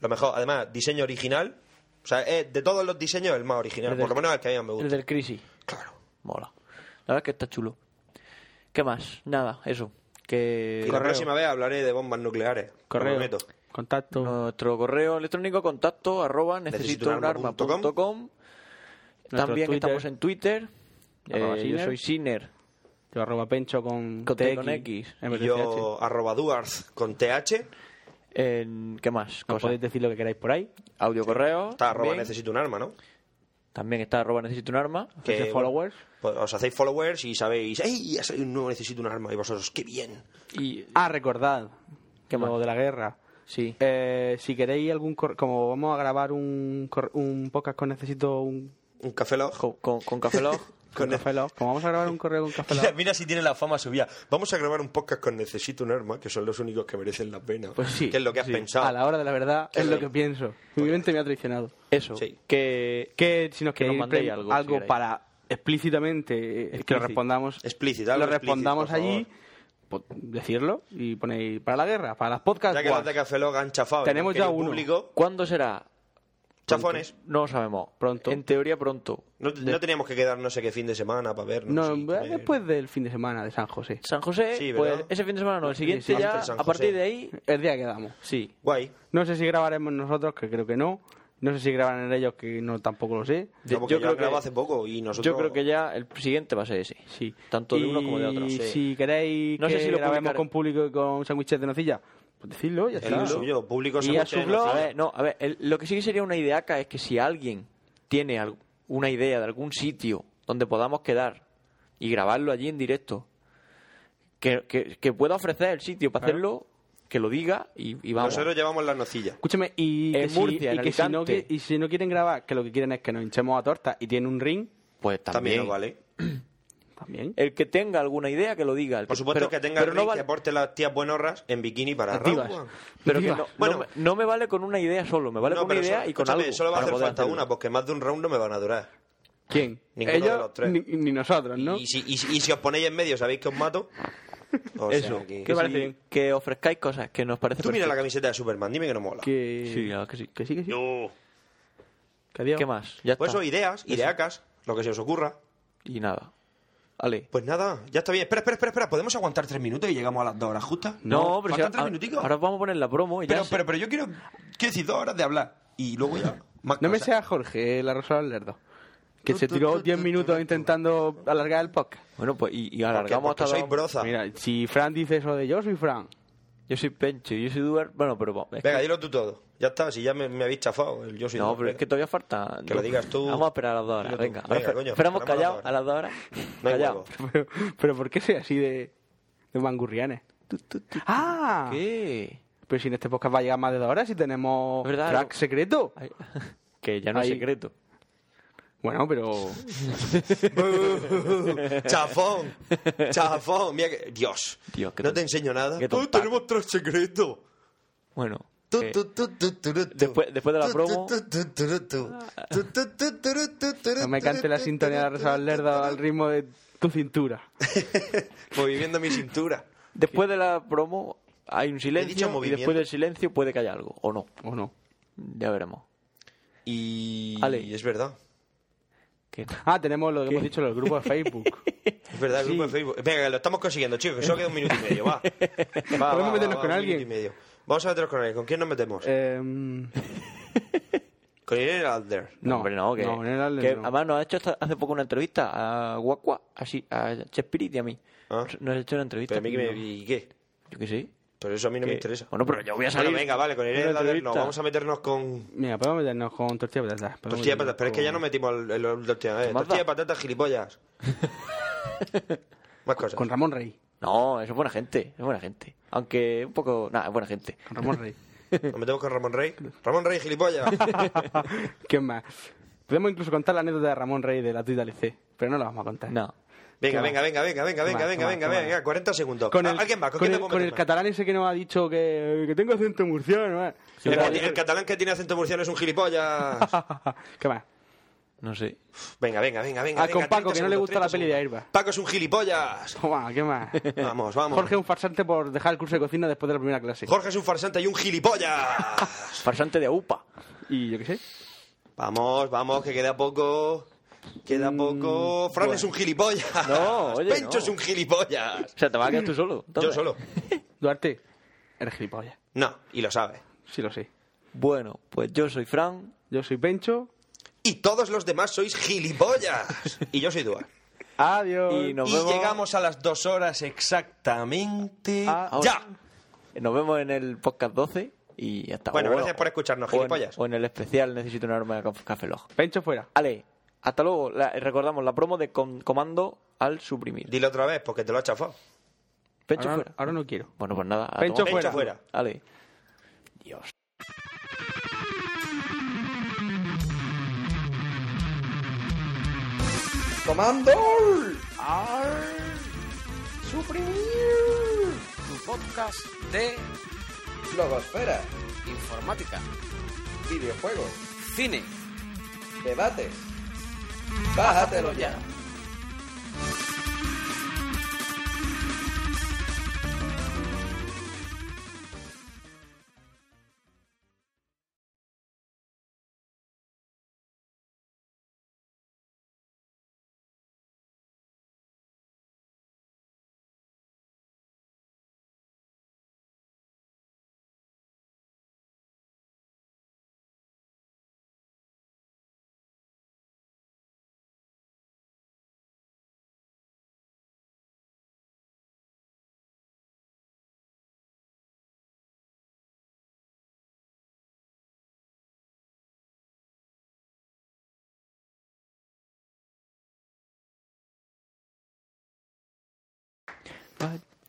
Lo mejor. Además, diseño original. O sea, eh, de todos los diseños, el más original. El Por del- lo menos el que a mí más me El gusta. del Crisis. Claro. Mola. La verdad es que está chulo. ¿Qué más? Nada, eso. Que Y la próxima vez hablaré de bombas nucleares. lo Eh, Correo. prometo. Contacto. nuestro correo electrónico contacto arroba necesito un arma punto com. También Twitter. estamos en Twitter. Arroba Eh, yo Siner. soy Siner. Yo arroba pencho con, Con T, TX, con X. en vez Y de yo, arroba duarz con TH. En, ¿Qué más? TH. Nos Cosas. podéis decir lo que queráis por ahí. Audio correo. Está arroba también. necesito un arma, ¿no? También está arroba necesito un arma. Que, Hacéis bueno, followers. pues os hacéis followers y sabéis, ¡Ey! Ya soy un nuevo necesito un arma. Y vosotros, ¡qué bien! Y Ah, recordad. ¿Qué lo más? de la guerra. sí. Eh, si queréis algún correo, como vamos a grabar un, cor- un podcast con necesito un Un café log. Con, con, con Café Lock. Con Café Lock. Como vamos a grabar un correo con Café Mira, Lock. mira si tiene la fama subida. Vamos a grabar un podcast con Necesito un arma, que son los únicos que merecen la pena. Pues sí. Que es lo que has sí. pensado. A la hora de la verdad Qué es lo bien. que pienso. Mi mente me ha traicionado. Eso, Sí. que, Que si nos Que nos queréis mandéis pre- algo, si queréis. para explícitamente eh, que lo respondamos, Explícito, algo lo respondamos explícito, por allí, po- Pues, decirlo y ponéis para la guerra, para las Ya podcasts. que los de Café Lock han chafado. Tenemos ya querido uno. Público, ¿cuándo será? chafones. No lo sabemos. Pronto. En teoría pronto. No, no teníamos que quedar no sé qué fin de semana para vernos. no, y eh, comer. después del fin de semana de San José. San José, Sí, ¿verdad? pues ese fin de semana no, el siguiente sí, ya, antes San a partir José. de ahí, El día que damos. sí. Guay. No sé si grabaremos nosotros, que creo que no. No sé si grabarán ellos, que no tampoco lo sé. No, porque yo yo, creo que- grabé hace poco y nosotros. Yo creo que ya el siguiente va a ser ese. Sí. Tanto de uno como de otro. Y Sí. si queréis No sé que si lo grabemos publicaré. con público y con sándwiches de nocilla, pues decidlo, ya Es está. lo suyo. Público Y sándwiches a su de blog- A nocilla. ver, no, a ver, el- lo que sí que sería una idea acá es que si alguien tiene al- una idea de algún sitio donde podamos quedar y grabarlo allí en directo, que, que- que pueda ofrecer el sitio para hacerlo, que lo diga y, y vamos. Nosotros llevamos las nocillas. Escúchame, y, En que si- Murcia, y en que si no, Alicante. qui- y si no quieren grabar, que lo que quieren es que nos hinchemos a torta y tienen un ring, Pues También, también. nos vale. también. El que tenga alguna idea que lo diga. el Por supuesto pero- que tenga pero el no ring vale- que aporte las tías buenorras en bikini para Activas. Raw. Pero que Diga. no, no Bueno. me- no me vale con una idea solo, me vale No, con una pero idea solo- y con escúchame, algo. Solo va a para hacer poder falta hacerlo. una, porque más de un round no me van a durar. ¿Quién? Ninguno de Ellos, los tres. Ni, ni nosotros, ¿no? Y, si, y si- y si os ponéis en medio, ¿sabéis que os mato? O Eso, sea que- que, sí. parece- que ofrezcáis cosas que nos parece Tú mira la perfecto. camiseta de Superman, dime que no mola. Que... Sí, claro Eh, que sí. que sí, que sí. Yo- Que adiós. ¿Qué más? Ya Pues está. eso, ideas, ideacas, lo que se os ocurra. Y nada. Ale. Pues nada, ya está bien. Espera, espera, espera, espera. ¿Podemos aguantar tres minutos y llegamos a las dos horas justas? No, pero si ¿Faltan tres ahora, minuticos? ahora vamos a poner la promo y ya pero, se- pero, pero yo quiero, quiero decir dos horas de hablar. Y luego ya... más No me cosas. sea Jorge, la Rosa del Lerdo. Que Tú, se tú, tiró tú, 10 tú, minutos tú, intentando alargar el podcast. Bueno, pues y, y Porque, alargamos porque hasta sois la- broza. Mira, si Fran dice eso de yo, soy Fran. Yo soy Pencho, yo soy Duer. Bueno, pero vamos, es que- Venga, dilo tú todo. Ya está, si ya me, me habéis chafado. el Yo soy No, Dios, pero es que venga. todavía falta. Que lo digas tú. Vamos a esperar a las Dilo dos horas. tú. Venga, Venga, Ahora esper- coño, esperamos esperamos callados a a las dos horas. No hay Callados. huevo. Pero, pero ¿por qué soy así de, de mangurrianes? ¡Ah! ¿Qué? Pero si en este podcast va a llegar más de dos horas y tenemos ¿Verdad? track secreto. Ay, que ya no Ahí. es secreto. Bueno, pero... Uh, Chafón, chafón, mira que... Dios, Dios, qué no ton- te enseño nada. qué No tontaco. tenemos tres secretos. Bueno. Tu, eh, tu, tu, tu, tu, tu, tu. después- después de la Tu, promo- tu, tu, tu, tu, tu. Tu, tu, tu, tu, tu, tu, tu, No me cante la tu, sintonía de la tu, tu, Rosa tu, Lerdo tu, al ritmo de tu cintura. Moviendo mi cintura. después de la promo hay un silencio y movimiento. después del silencio puede que haya algo. O no. ¿O no? Ya veremos. Y... Ale. y es verdad. Que- Ah, tenemos lo que hemos dicho en el grupo de Facebook. Es verdad, el grupo de Facebook. Venga, que lo estamos consiguiendo, chicos, que solo queda un minuto y medio, va. Va, va, Podemos va, meternos va, con un alguien. minuto y medio. Vamos a meternos con alguien. ¿Con quién nos metemos? Em, Con Irene Alder. no, hombre, no, que, en el Allen que no. además nos ha hecho hasta hace poco una entrevista a Guacua, así, a Chespirit y a mí. Ah. Nos ha hecho una entrevista. Pero a mí que me... No, ¿Y qué? Yo qué sé. Pero eso a mí no me que- interesa. Bueno, pero yo voy a salir. Bueno, venga, vale, con Irene Una Alder no. entrevista. Vamos a meternos con... Mira, podemos meternos con tortilla de patatas. podemos Tortilla de patatas, meternos pero es que con- ya no metimos el, el, el tortilla, eh. Mazda. tortilla de patatas, gilipollas. Más cosas. Con Ramón Rey. No, eso es buena gente, es buena gente. Aunque un poco. Nada, es buena gente. Con Ramón Rey. Nos metemos con Ramón Rey. Ramón Rey, gilipollas. ¿Quién más? Podemos incluso contar la anécdota de Ramón Rey de la tuita LC, pero no la vamos a contar. No. Venga, Toma. venga, venga, venga, venga, venga, Toma, venga, toma, venga, toma. venga, 40 segundos. Con Ah, el, ¿Alguien más? ¿Con, con quién el- te con el catalán ese que nos ha dicho que, que tengo acento murciano. ¿eh? el, que ti- el catalán que tiene acento murciano es un gilipollas. ¿Qué más? No sé. Venga, venga, venga, venga. Ah, venga, con 30 Paco, que no le segundos, gusta la 30 peli de segundos. Airbag. Paco es un gilipollas. Toma, ¿qué más? Vamos, vamos. Jorge, un farsante por dejar el curso de cocina después de la primera clase. Jorge es un farsante y un gilipollas. Farsante de AUPA. Y yo qué sé. vamos, vamos, que queda poco. Mm, Queda poco. Fran es un gilipollas. No, oye, Pencho no. es un gilipollas. O sea, te vas a quedar tú solo. Yo entonces. solo. Duarte, eres gilipollas. No, y lo sabe. Sí lo sé. Bueno, pues yo soy Fran. Yo soy Pencho. Y todos los demás sois gilipollas. Y yo soy Duar. Adiós. Y nos y vemos. llegamos a las dos horas exactamente. Ah, ahora. ¡Ya! Nos vemos en el podcast 12 y hasta Bueno, o gracias por escucharnos, o en- gilipollas. O en, el especial Necesito una arma de Caf- Café Log. Pencho fuera. Ale, hasta luego. La- recordamos la promo de com- comando al suprimir. Dilo otra vez, porque te lo has chafado. Pencho Ahora, fuera. ahora no quiero. Bueno, pues nada. a Pencho tomar- Pencho fuera. fuera. Ale. Dios. ¡Comando! ¡Al suprimir! Tu podcast de blogosfera, informática, videojuegos, cine, debates. Bájatelo ya.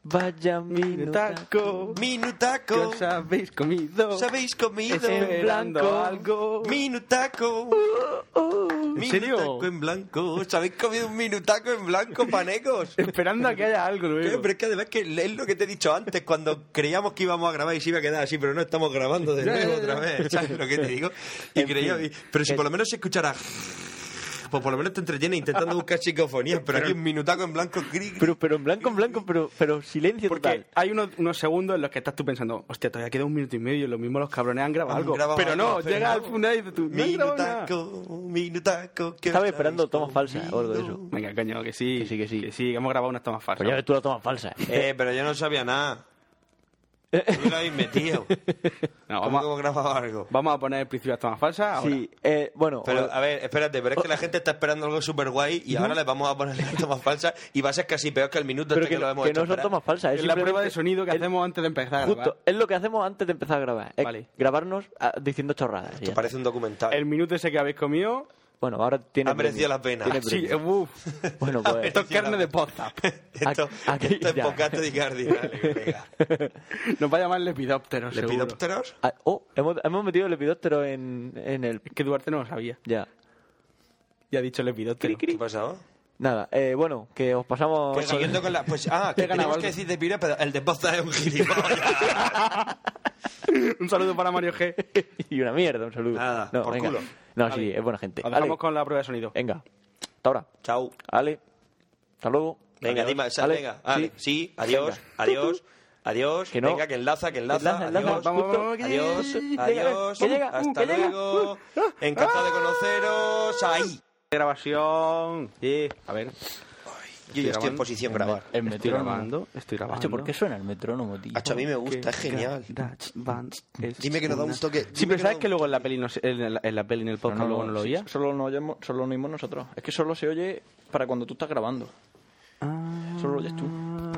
Vaya minutaco, minutaco, que os habéis comido, os habéis comido en blanco algo, minutaco, uh, uh, ¿En serio? minutaco en blanco, os habéis comido un minutaco en blanco, panecos. Esperando a que haya algo, luego. ¿Qué? pues. Pero es que además que es lo que te he dicho antes, cuando creíamos que íbamos a grabar y se iba a quedar así, pero no estamos grabando de nuevo otra vez, ¿sabes lo que te digo? Y creíamos, pero si por lo menos se escuchara pues por lo menos te entretiene intentando buscar psicofonías, pero, pero, aquí un minutaco en blanco, gris, gris. Pero, pero en blanco, en blanco, pero, pero silencio Porque total. hay unos, unos, segundos en los que estás tú pensando, hostia, todavía queda un minuto y medio, lo mismo los cabrones han grabado han algo. Grabado pero algo, no, llega no. al final y dices tú, minutaco, no minutaco. Que Estaba esperando tomas falsas o algo de eso. Venga, coño, que sí. Que sí, que sí. Pues Que sí, que hemos grabado unas tomas falsas. Pero ya tú las tomas falsas. Eh, pero yo no sabía nada. Tú lo habéis metido. No, vamos, a, grabado algo? vamos a poner el principio de las tomas falsas. Ahora. Sí, eh, bueno. Pero, a ver, espérate, pero es que la gente está esperando algo súper guay y ¿No? ahora les vamos a poner las tomas falsas y va a ser casi peor que el minuto pero este que, que, lo hemos que hecho. no son esperar. tomas falsas, es, es la prueba de sonido que es, hacemos antes de empezar. Justo, es lo que hacemos antes de empezar a grabar. Es vale. Grabarnos a, diciendo chorradas. Esto parece un documental. El minuto ese que habéis comido. Bueno, ahora tiene. Ha merecido la pena. Sí, uff. Bueno, pues. esto es carne de posta. esto, aquí, esto es pocato y cardinal. Nos va a llamar lepidópteros. ¿Lepidópteros? Ah, oh, hemos, hemos metido lepidóptero en, en el. Es que Duarte no lo sabía. Ya. Ya ha dicho lepidóptero. ¿Qué pasaba? Nada, eh, bueno, que os pasamos. Pues siguiendo con la. Pues, ah, que tenemos que decir de piro, pero el de posta es un gilipollas. un saludo para Mario G. y una mierda, un saludo. Nada, no, por venga. culo. No, Ale. sí, es buena gente. Vamos con la prueba de sonido. Venga. Hasta ahora. Chao. Ale. Hasta luego. Venga, Dima, venga. Ale. Sí, adiós, adiós. Adiós, que no. venga, que enlaza, que enlaza, enlaza, enlaza. adiós, Vamos, Justo. vamos, que adiós, llega, adiós, que llega, hasta que llega. luego, Uh, ah, encantado de conoceros, ahí. Grabación. Sí. A ver. Yo ya estoy en posición grabar. El Estoy metrónomo. grabando, estoy grabando. Macho, ¿por qué suena el metrónomo, tío? Hacho, a mí me gusta, es genial. Dutch Vance es Dime que nos da un una- toque. Sí, dime pero ¿sabes nos- que luego en la peli, no se- en, la, en la peli, en el podcast, luego no lo oía? Solo nos oímos, solo nos oímos nosotros. Es que solo se oye para cuando tú estás grabando. Ah. Solo lo oyes tú.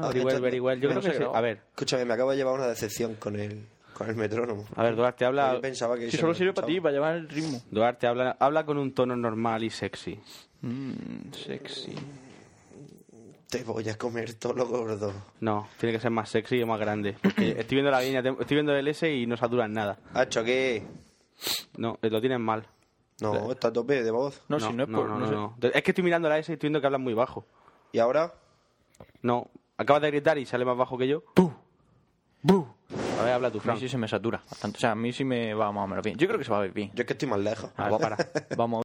Ah, Very well, very well. Yo No creo que se sí. graba. A ver, Escúchame, me acabo de llevar una decepción con el, con el metrónomo. a ver, Duarte habla. Yo pensaba que eso Si solo lo sirve para ti, escuchaba. para llevar el ritmo. Duarte habla, habla con un tono normal y sexy. Mm, Sexy. Te voy a comer todo lo gordo. No, tiene que ser más sexy y más grande. Porque estoy viendo la línea, tem- estoy viendo el S y no saturan nada. Hacho, ¿qué? No, eh, lo tienen mal. No, está a tope de voz. No, si no es por... no, no sé. no. Es que estoy mirando la S y estoy viendo que hablan muy bajo. ¿Y ahora? No, acabas de gritar y sale más bajo que yo. A ver, habla tú, A Fran. mí sí se me satura bastante. O sea, a mí sí me va más o menos bien. Yo creo que se va a ver bien. Ah, Yo es que estoy más lejos. Ah, A ver, para. Vamos a